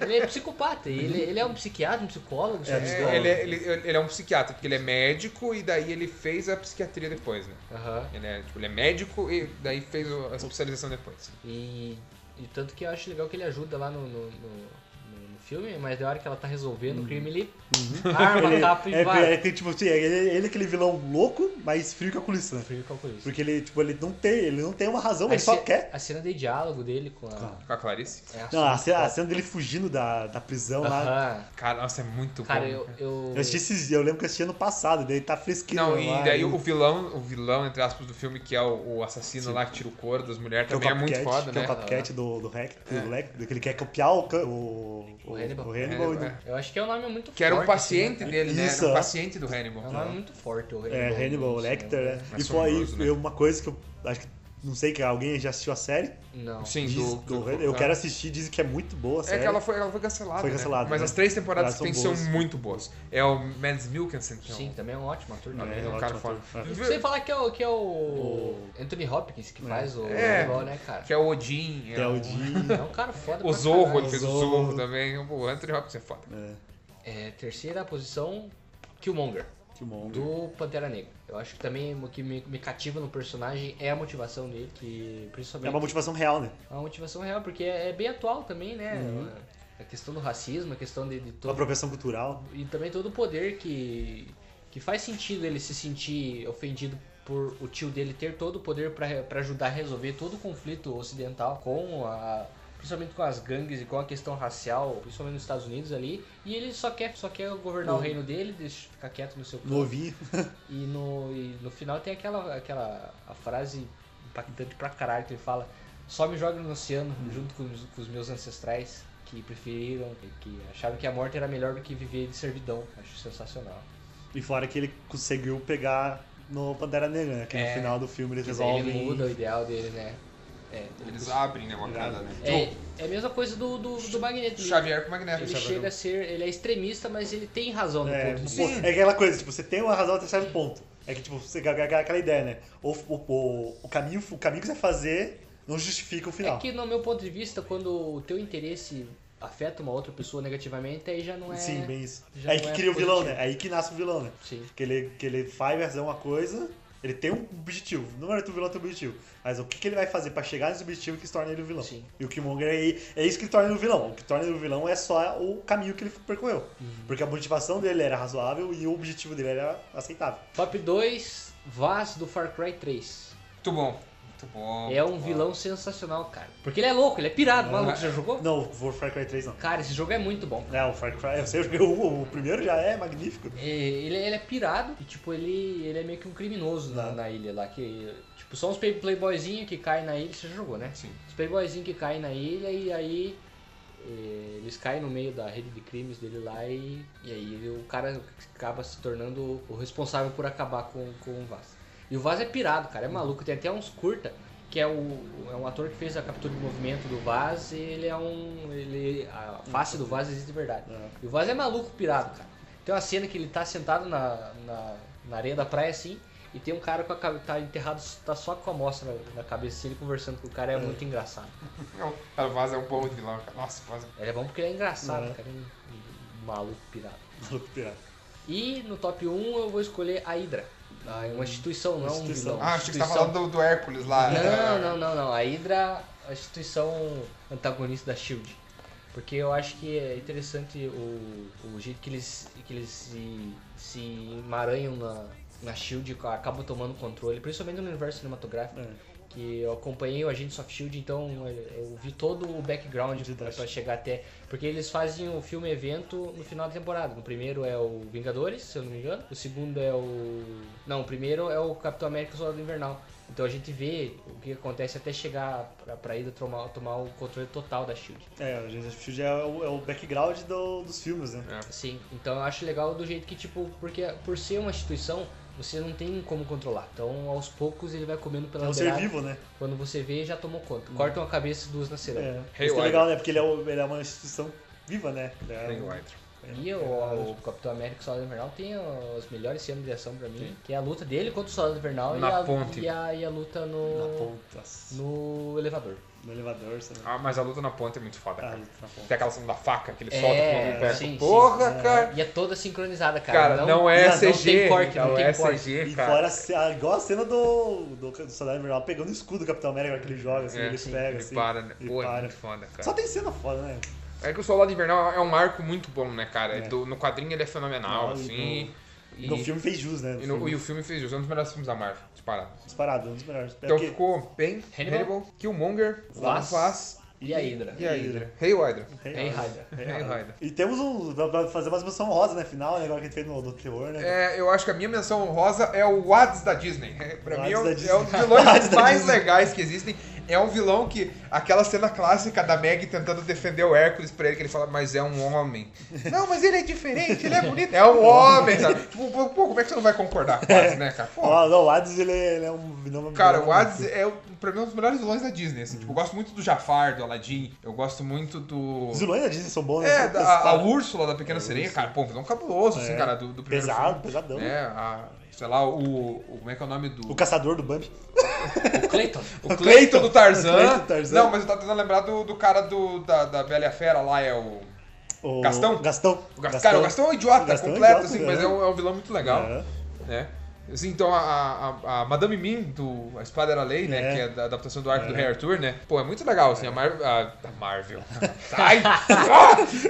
Ele é psicopata, ele, ele é um psiquiatra, um psicólogo, sabe? É, É, ele, é, ele, ele é um psiquiatra, porque ele é médico e daí ele fez a psiquiatria depois, né? Aham. Ele é, tipo, ele é médico e daí fez o- a especialização depois. E, e tanto que eu acho legal que ele ajuda lá no, no, no- no- no filme, mas na hora que ela tá resolvendo o crime, ele arma, capa e É, vai. é, que, tipo assim, é ele, ele é aquele vilão louco, mas frio calculista, né? Frio calculista. Porque ele, tipo, ele não tem, ele não tem uma razão, A ele só ce- quer. A cena de diálogo dele com a. Com a Clarice. é Não, a ce- a cena, cena- dele fugindo da, da prisão lá. Aham. Cara, nossa, é muito Cara, bom. eu. eu... Eu assisti esses dias, eu lembro que eu assisti ano passado, daí tá fresquinho. Não, lá, e daí o vilão, o vilão, entre aspas, do filme, que é o, o assassino lá que tira o couro das mulheres, que é o também é, muito Copycat, foda, que é né? o Copycat do, do Hack, do Lec- do que ele quer copiar o, ca- o, o, É. O Hannibal. o Hannibal. É, e- é. Eu acho que é um nome muito Que era um forte, assim, né, paciente cara? dele, né? Isso, Era um ó. paciente do Hannibal. É um nome muito forte, o Hannibal. né, assim, É, Hannibal no cinema. Lecter, né? É E foi aí assombroso, né? eu- uma coisa que eu acho que, não sei, que alguém já assistiu a série. Não. é Sim, diz- do, do do- Hannibal. eu quero assistir, dizem que é muito boa a É série. que ela foi, ela foi cancelada. Foi né? cancelada, Mas né? as três temporadas Elas que tem são são boas. muito boas. É o Mads Mikkelsen, então. que é um- Sim, também é um ótimo ator. Não, também. ele é um ótimo cara ator. foda. E Sem falar que é o, que é o Anthony Hopkins que faz o É. Hannibal, né, cara? Que é o Odin. Até o Dean. <laughs> É um cara foda O pra Zorro, caralho. ele fez o Zorro. Zorro também. O Anthony Hopkins é foda. É, É, terceira posição, Killmonger, Killmonger. do Pantera Negra. Eu acho que também o que me, me cativa no personagem é a motivação dele, que principalmente... É uma motivação real, né? é uma motivação real, porque é, é bem atual também, né? Uhum. A questão do racismo, a questão de, de Uma todo... apropriação cultural. E também todo o poder que... Que faz sentido ele se sentir ofendido por o tio dele ter todo o poder pra pra ajudar a resolver todo o conflito ocidental com a... Principalmente com as gangues e com a questão racial, principalmente nos Estados Unidos ali. E ele só quer, só quer governar o reino dele, deixa ficar quieto no seu canto. No ovinho. E no, e no final tem aquela, aquela a frase impactante pra caralho que ele fala: Só me joga no oceano junto com, os- com os meus ancestrais que preferiram, que- que acharam que a morte era melhor do que viver de servidão. Acho sensacional. E fora que ele conseguiu pegar no Pantera Negra, né? Que É. no final do filme eles Quer dizer, resolvem. Ele muda o ideal dele, né? É. Eles abrem, né, Wakanda, né? Tipo, É, é a mesma coisa do, do, do Magneto. O Ele- Xavier com o Magneto. Ele Xavier chega a do- ser. Ele é extremista, mas ele tem razão no É, ponto de pô, Sim. é aquela coisa, tipo, você tem uma razão até certo ponto. É que, tipo, você aquela aquela ideia, né? O, o, o, o caminho, o caminho que você vai fazer não justifica o final. É que no meu ponto de vista, quando o teu interesse afeta uma outra pessoa negativamente, aí já não é. Sim, bem isso. já Aí não que é cria o vilão, positivo. né? Aí que nasce o vilão, né? Sim. Que ele, que ele faz fazer uma coisa Ele tem um objetivo. Não era tu vilão, tem um objetivo. Mas o que, que ele vai fazer pra chegar nesse objetivo que se torna ele o vilão? Sim. E o Killmonger é, é isso que torna ele o vilão. O que torna ele o vilão é só o caminho que ele percorreu. Uhum. Porque a motivação dele era razoável e o objetivo dele era aceitável. Top 2, Vaz do Far Cry 3. Muito bom. Muito bom. um É um muito bom. vilão sensacional, cara. Porque ele é louco, ele é pirado, maluco. Já jogou? Não, o Far Cry 3 não. Cara, esse jogo é muito bom. É, o Far Cry, eu sei, <laughs> eu joguei o, o primeiro já é magnífico. <laughs> É, Ele, ele é pirado e, tipo, ele, ele é meio que um criminoso na, Tá. na ilha lá. Que, tipo, são os play- playboyzinhos que caem na ilha. Você já jogou, né? Sim. Os playboyzinhos que caem na ilha e aí eh, eles caem no meio da rede de crimes dele lá e, e aí ele- o cara acaba se tornando o responsável por acabar com, com o Vaz. E o Vaz é pirado, cara, é maluco. Tem até uns curta, que é, o, é um ator que fez a captura de movimento do Vaz e ele é um... Ele, a face do Vaz existe de verdade. É. E o Vaz é maluco pirado, cara. Tem uma cena que ele tá sentado na, na, na areia da praia assim, e tem um cara com a cabe- tá enterrado, tá só com a amostra na, na cabeça, assim, ele conversando com o cara é, muito engraçado. Não, cara, o Vaz é um bom vilão. cara. Nossa, o Vaz é Ele é bom porque ele é engraçado, Uhum. cara. é um- um maluco pirado. Maluco pirata. E no top 1 eu vou escolher a Hydra. Ah, é uma instituição, não um Instituição. vilão. Ah, achei que você tá Instituição. falando do, do Hércules lá. É. Não, não, não, não. A Hydra, a instituição antagonista da Shield. Porque eu acho que é interessante o, o jeito que eles, que eles se, se emaranham na, na Shield, acabam tomando controle, principalmente no universo cinematográfico. É. Que eu acompanhei o Agente Soft Shield, então eh, eu vi todo o background De pra Dust. pra chegar até. Porque eles fazem o filme evento no final da temporada. No primeiro é o Vingadores, se eu não me engano. O segundo é o. Não, o primeiro é o Capitão América e o Soldado Invernal. Então a gente vê o que acontece até chegar pra, pra Ida tomar, tomar o controle total da Shield. É, o Agents of Shield é o, é o background do- dos filmes, né? Sim, então eu acho legal do jeito que, tipo, porque por ser uma instituição, você não tem como controlar. Então aos poucos ele vai comendo É pela um ser vivo, né? Quando você vê, já tomou conta. Cortam a cabeça e duas na cerâmica. É. Hey, Isso que Wilder. é legal, né? Porque ele é, o- ele é uma instituição viva, né? Ele é Tem um- o Hydra. E o, o Capitão América e o Soldado Invernal tem as melhores cenas de ação pra mim, que é a luta dele contra o Soldado Invernal e Na a, ponte. E, a, e a luta Na no, ponta. nossa. no elevador. No elevador, sabe? Ah, mas a luta na ponta é muito foda, Ah, cara. na ponta. Tem aquela cena da faca que ele É, solta com o pé. sim, sim. Porra, cara. E é toda sincronizada, cara. Cara, não, é não tem CG. corte, não não tem é corte. E CG, cara. fora a ce- a- igual a cena do, do, do Soldado Invernal pegando o escudo do Capitão América que ele joga, assim, É, ele sim, pega, ele assim. para, né? ele Pô, é para. muito foda, cara. Só tem cena foda, né? É que o Soldado Invernal é um arco muito bom, né, cara? É. Do- no quadrinho ele é fenomenal, Ah, e assim. E no filme fez jus, né? e no- filme. e o filme fez isso. É um dos melhores filmes da Marvel, disparado. Disparado, um dos melhores. Então porque- ficou bem Hannibal, Hannibal, Killmonger, Vaz, Vaz, E a Hydra. e a Hydra. Hey, Hydra. É Hydra. Hey, Hydra. E temos um. Pra pra fazer umas menção rosa, né? Final, né? Agora que a gente fez no, no terror, né? É, eu acho que a minha menção honrosa é o Wads da Disney. É, pra Wads mim é um, da é um dos Disney. vilões Wads <laughs> da mais Disney. legais que existem. É um vilão que. Aquela cena clássica da Meg tentando defender o Hércules pra ele, que ele fala, mas é um <laughs> homem. Não, mas ele é diferente, ele é bonito. É um homem, sabe? Tipo, pô, pô, como é que você não vai concordar com o Wads, né, cara? Pô, Ó, não, o Hades, ele, é- ele é um vilão. Cara, vilão o Hades é, o- pra mim, um dos melhores vilões da Disney. assim. Tipo, eu gosto muito do Jafar, do Aladdin. Eu gosto muito do. Uhum. Os vilões da Disney são bons, né? É, São da, a, a pesados. Úrsula da Pequena Sereia, cara. Pô, um vilão cabuloso, assim, É. cara, do, do primeiro Pesado, filme. pesadão. É, a, sei lá, o, o- Como é que é o nome do. Então, O caçador do Bambi. O Clayton. O Clayton. Cleiton do Tarzan. <laughs> O Clayton do Tarzan. Não, mas eu tava tentando lembrar do, do cara do, da, da Bela e a Fera lá, é o. O Gastão? Gastão. o Gast- Cara, o Gastão é um idiota O Gastão é completo, idiota, assim, né? mas é um, é um vilão muito legal, É. né? Assim, então a, a, a Madame Mim, do A Espada Era Lei, né? É. Que é da adaptação do arco do Rei Arthur, né? Pô, é muito legal, assim, a, Mar a, a <laughs> Marvel. <laughs> Ai!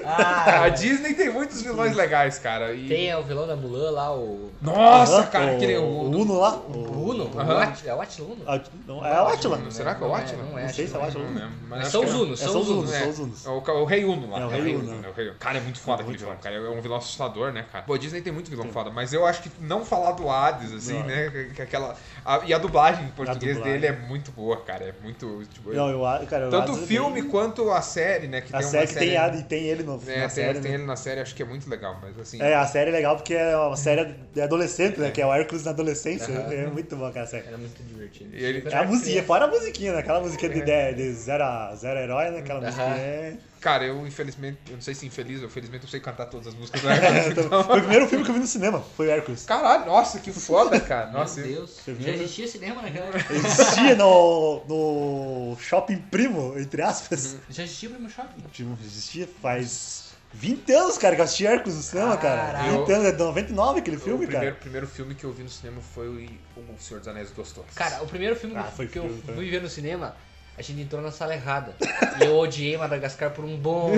a Disney tem muitos vilões legais, cara. E... Ah, é. Tem é, o vilão da Mulan lá, o. Nossa, Aham, cara, o- aquele. o Uno lá? O- Bruno? Aham. O At- é o Atila Uno? Ah, não, É o Atila. Não, será que é o Não é, Atila? não é. Não sei se é o Atila. Não lembro, mas acho São que os é. Unos, É, são os Unos. São É. os Unos. É o, ca- o Rei Uno lá. É, o Rei Uno. É o Rei Uno. Cara, é muito foda É aquele muito vilão, cara. É um vilão assustador, né, cara? Pô, a Disney tem muito vilão foda, mas eu acho que não falar do Hades, assim, Não. né? que- que aquela... a- e a dublagem em português dublagem. dele é muito boa, cara. É muito... tipo, Não, eu, a- cara, tanto o Hades é filme bem- quanto a série, né? Que A tem série uma que série... tem, a- e tem ele no, É, na tem, série. tem né? ele na série, acho que é muito legal, mas assim... É, a série é legal porque é uma série de adolescente, né? Que é o Hércules na adolescência. É muito bom aquela série. Era muito divertido. E ele- É a musiquinha, fora a musiquinha, né? Aquela musiquinha É. de, de, de zero, a- zero herói, né? Aquela Aham. musiquinha <laughs> é... Cara, eu infelizmente... Eu não sei se infeliz ou felizmente eu sei cantar todas as <laughs> músicas. né, é, tô- Foi o primeiro filme que eu vi no cinema, foi o <laughs> Hércules. Caralho, nossa, que foda, cara. Meu Nossa, Deus. Você viu? Já existia cinema né, naquela. Existia no, no shopping primo, entre aspas. Hum. Já existia o Primo Shopping? Tipo, Existia faz 20 anos, cara, que eu assisti Hércules no cinema, cara. Caralho. 20 anos, é de 99 aquele filme, o primeiro, cara. primeiro filme que eu vi no cinema foi o, o Senhor dos Anéis dos Tons. Cara, o primeiro filme Ah, foi que eu filme, foi. fui ver no cinema, a gente entrou na sala errada. e eu odiei Madagascar por um <laughs> bom.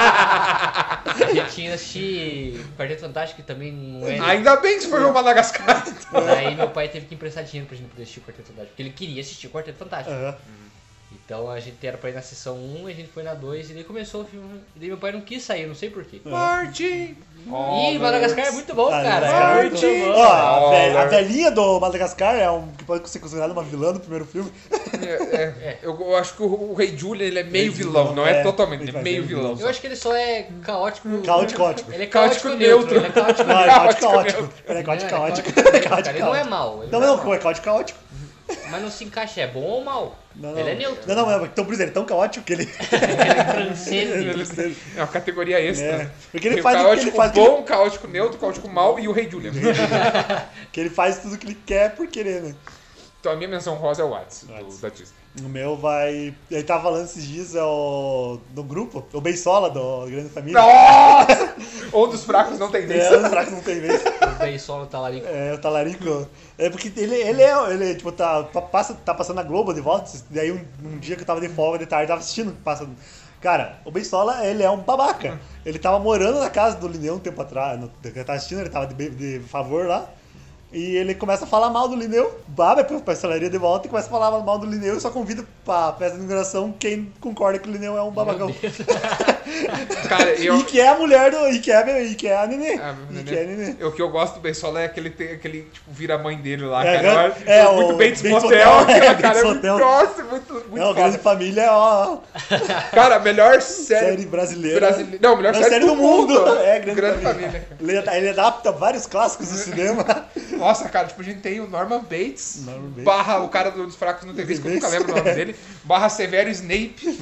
a gente tinha assistido Quarteto Fantástico, que também não é. Ainda bem que você foi ver o Madagascar. <laughs> Daí meu pai teve que emprestar dinheiro pra gente poder assistir o Quarteto Fantástico, porque ele queria assistir o Quarteto Fantástico. Aham. Então a gente era pra ir na sessão 1, a gente foi na 2, e daí começou o filme. E daí meu pai não quis sair, não sei porquê. Martin! Ih, Madagascar é muito bom, Tá Ah, cara. Madagascar. É muito bom. Ó, a, Ó, velha, a velho. velhinha do Madagascar é um que pode ser considerada uma vilã do primeiro filme. É, é. Eu, eu acho que o, o Rei Julian ele é meio Rei vilão, vilão, não é, é. totalmente, Ele ele vai é ser meio vilão. Eu acho que ele só é caótico. Caótico ótimo. Ele é Caótico caótico, neutro. neutro. Ele é caótico Não, é Caótico caótico ótimo. Ele é Não, caótico ele ótimo. caótico, <laughs> É cara, Ele não é caótico mal. Não, não, é caótico caótico. Mas não se encaixa, é bom ou mal? Não, não. Ele é neutro. Não, não, mas então por isso ele é tão caótico que ele. Ele é <laughs> francês. É uma categoria extra. É, né? porque ele Tem o faz o que caótico ele faz, que bom, caótico neutro, caótico mau e o Rei <laughs> Julian. que ele faz tudo que ele quer por querer, né? então a minha menção rosa é o Watts, do- Watts. da Disney. O meu vai. Ele tava falando esses dias é o. do grupo, o Beisola do Grande Família. Nossa! Ou dos fracos não tem É, vez. o fraco não tem vez. O Beisola tá lá ali. É, o talarico. É porque ele, ele é, ele, tipo, tá, pa- passa, tá passando a Globo de volta, daí um, um dia que eu tava de folga de tarde, tava assistindo, passa... Cara, o Beisola, ele é um babaca. Ele tava morando na casa do Lineu um tempo atrás, no, eu tava assistindo, ele tava de, be- de favor lá, e ele começa a falar mal do Lineu, baba é pra parcelaria de volta e começa a falar mal do Lineu e só convida pra festa de inauguração quem concorda que o Lineu é um babacão. Cara, eu, E que é a mulher do... e que é, a- e que é a Nenê. <laughs> Ah, e meu que é a Deus. Nenê. O que eu gosto do Beisola é aquele, aquele tipo, vira mãe dele lá, É, cara. é, é, muito o bem de Bates motel, Motel, é, aquela Bates cara. é muito, Motel. nossa, muito, muito Não, foda. um Grande Família é ó, Cara, a melhor série, série, brasileira. brasileira. Não, a melhor série, do, mundo. É, Grande, Família. família. cara. Ele, ad- ele adapta vários clássicos do <laughs> cinema. Nossa, cara, tipo, a gente tem o Norman Bates, Norman Bates. barra o cara dos fracos no TV, que eu nunca Bates. lembro o nome dele, barra Severo Snape,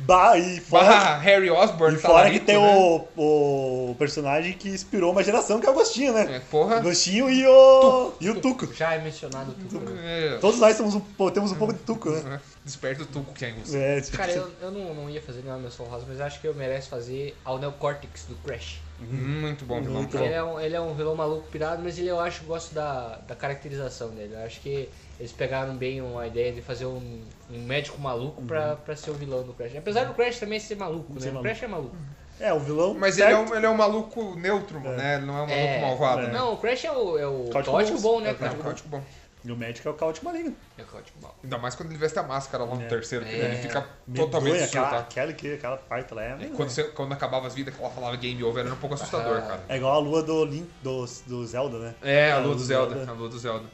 bah, e fora, barra Harry Osborn. e fora que talarico, tem né? o, o personagem que inspirou uma geração, que é o Agostinho, né? É, porra. Agostinho e o, e o Tuco. Já é mencionado tudo. né? É, Todos nós temos um, po- temos um pouco de Tuco, Uhum. né? Desperta o Tuco, que é inglês. É, Cara, eu, eu não, não ia fazer nenhuma menção rosa, mas acho que eu mereço fazer ao Neocortex do Crash. Muito bom, vilão. É. Muito cara. Ele é, um, ele é um vilão maluco pirado, mas ele eu acho gosto da, da caracterização dele. Eu acho que eles pegaram bem uma ideia de fazer um, um médico maluco pra, pra ser o vilão do Crash. Apesar do Crash também ser maluco, né? Uhum. Ser O Crash é maluco. é, o vilão. Mas ele é, um, ele é um maluco neutro, né? Ele não é um maluco É. malvado, né? Não, o Crash é o, é o Caótico caótico bom. bom, né, É o cara? É um caótico bom. E o médico é o caute maligno. É o caótico bom. Ainda mais quando ele veste a máscara lá no É. terceiro, que É. ele fica Medonha, totalmente aquela, surtado. aquela, que- aquela parte lá é. medonha. Quando, você- quando acabava as vidas, que ela falava game over, era um pouco assustador, Ah. cara. É igual a lua do, Lin- do, do Zelda, né? É, a lua do Zelda. A lua do Zelda.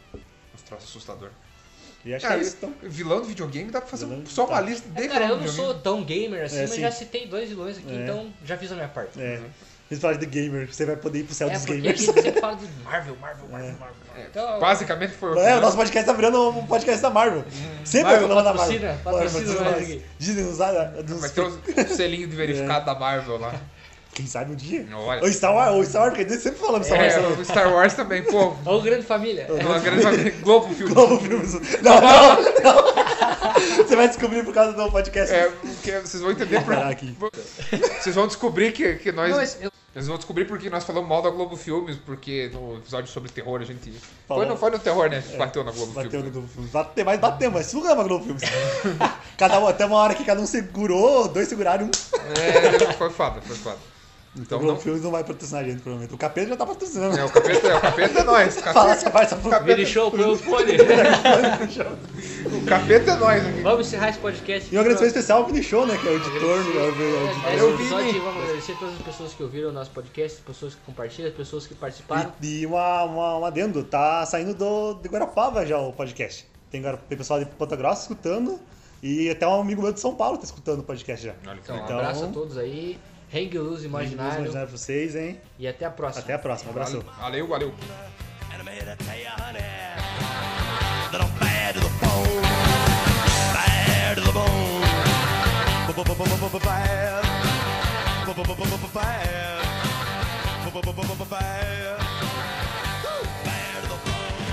Uns troços assustador. E acho que Cara, é isso, então. vilão do videogame dá pra fazer Vilão- um- só uma tá. lista de É, cara, eu vilão não do sou videogame. tão gamer assim, É, mas sim. já citei dois vilões aqui, É. então já fiz a minha parte. É. Uhum. Principalmente do gamer, você vai poder ir pro céu É, dos porque aqui gamers. <laughs> você fala de Marvel, Marvel, Marvel, Marvel. Marvel. Então, Basicamente foi o. É, o nosso podcast tá virando um podcast da Marvel. Uhum. Sempre Marvel, é o nome da Marvel. patrocina, patrocina Patrocina nós nós. aqui. Disney nos, nos- Vai ter o o um selinho de verificado É. da Marvel lá. Quem sabe um dia. Olha. Ou Star Wars, ou Star Wars, porque eles sempre falando Star Wars. <laughs> É, também. o Star Wars também, <laughs> pô. Ô, grande família. É uma grande família. Globo Filmes. Globo Filmes. Não, não, não. Você vai descobrir por causa do podcast. É, porque vocês vão <laughs> entender por. Parar aqui. Vocês vão descobrir que, que nós. Não, mas eu- Eles vão descobrir porque nós falamos mal da Globo Filmes, porque no episódio sobre terror a gente. Falou. É, Foi no, foi no terror, né? A gente bateu na Globo Bateu no Filmes. Globo Filmes. Bateu, mas bateu, mas é sugamos <laughs> a Globo Filmes. Cada um, até uma hora que cada um segurou, dois seguraram um. <laughs> É, foi foda, foi foda. Então, Então o Globo não. Filmes não vai patrocinar a gente, provavelmente. O capeta já tá patrocinando. É, o capeta é, o capeta é nós. Fala Capeta, essa parte, essa parte. Me deixou <laughs> pelo fone. o capeta é nós aqui. Vamos encerrar esse podcast. E um agradecimento especial ao Vini Show, né? Que é o editor. né, é o- é o- Esse Eu vi, episódio, né? vamos agradecer todas as pessoas que ouviram o nosso podcast, as pessoas que compartilham, as pessoas que participaram. E, e uma, uma, um adendo, tá saindo do, de Guarapava já o podcast. Tem, Guara- tem pessoal de Ponta Grossa escutando e até um amigo meu de São Paulo tá escutando o podcast já. Olha que Então, um Então- abraço a todos aí. Hang loose, Vamos imaginário. imaginar um pra vocês, hein? E até a próxima. Até a próxima, abraço. Valeu, valeu. And I'm here to tell you, honey, that I'm bad to the bone. Bad to the bone. B-b-b-b-b-bad. B-b-b-b-b-bad. B-b-b-b-b-bad. Woo! Bad to the bone.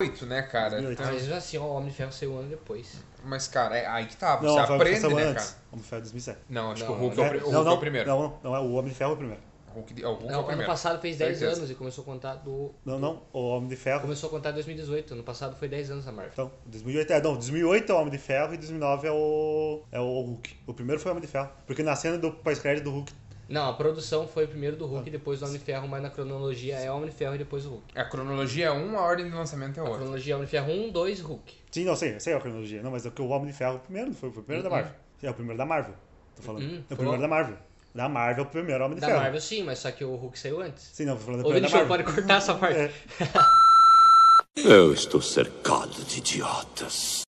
2008, né, cara? 2008. Então, Mas mesmo assim, ó, o Homem de Ferro saiu um ano depois. mas, cara, é aí que tá. Você Não, o Homem de aprende, né, Ferro saiu cara? antes. O Homem de Ferro é 2007. Não, acho Não, que o Hulk, é, o, pri- o Hulk não, é o primeiro. Não, não, não, é o Homem de Ferro é o primeiro. Hulk, é, o Hulk é Não, o ano primeiro. passado fez 10 Certeza. anos e começou a contar do. Não, não, o Homem de Ferro. Começou a contar em 2018. Ano passado foi 10 anos a Marvel. Então, 2008 é, não, 2008 é o Homem de Ferro e 2009 é o, é o Hulk. O primeiro foi o Homem de Ferro. Porque na cena do pós-crédito do Hulk, Não, a produção foi primeiro do Hulk e depois do Homem de Ferro, mas na cronologia é Homem de Ferro e depois o Hulk. A cronologia é um, a ordem de lançamento é A outra. cronologia é Homem de Ferro 1, 2, Hulk. Sim, não, sei, eu sei a cronologia. Não, mas é que o Homem de Ferro é o primeiro, não foi o primeiro da Uhum. Marvel. É o primeiro da Marvel, tô falando. Uhum, é o foi. primeiro da Marvel. Da Marvel é o primeiro Homem de Da Ferro. Marvel sim, mas só que o Hulk saiu antes. Sim, não, tô falando do Ô, primeiro da Vinicius, Marvel. pode <laughs> cortar essa parte. É. Eu estou cercado de idiotas.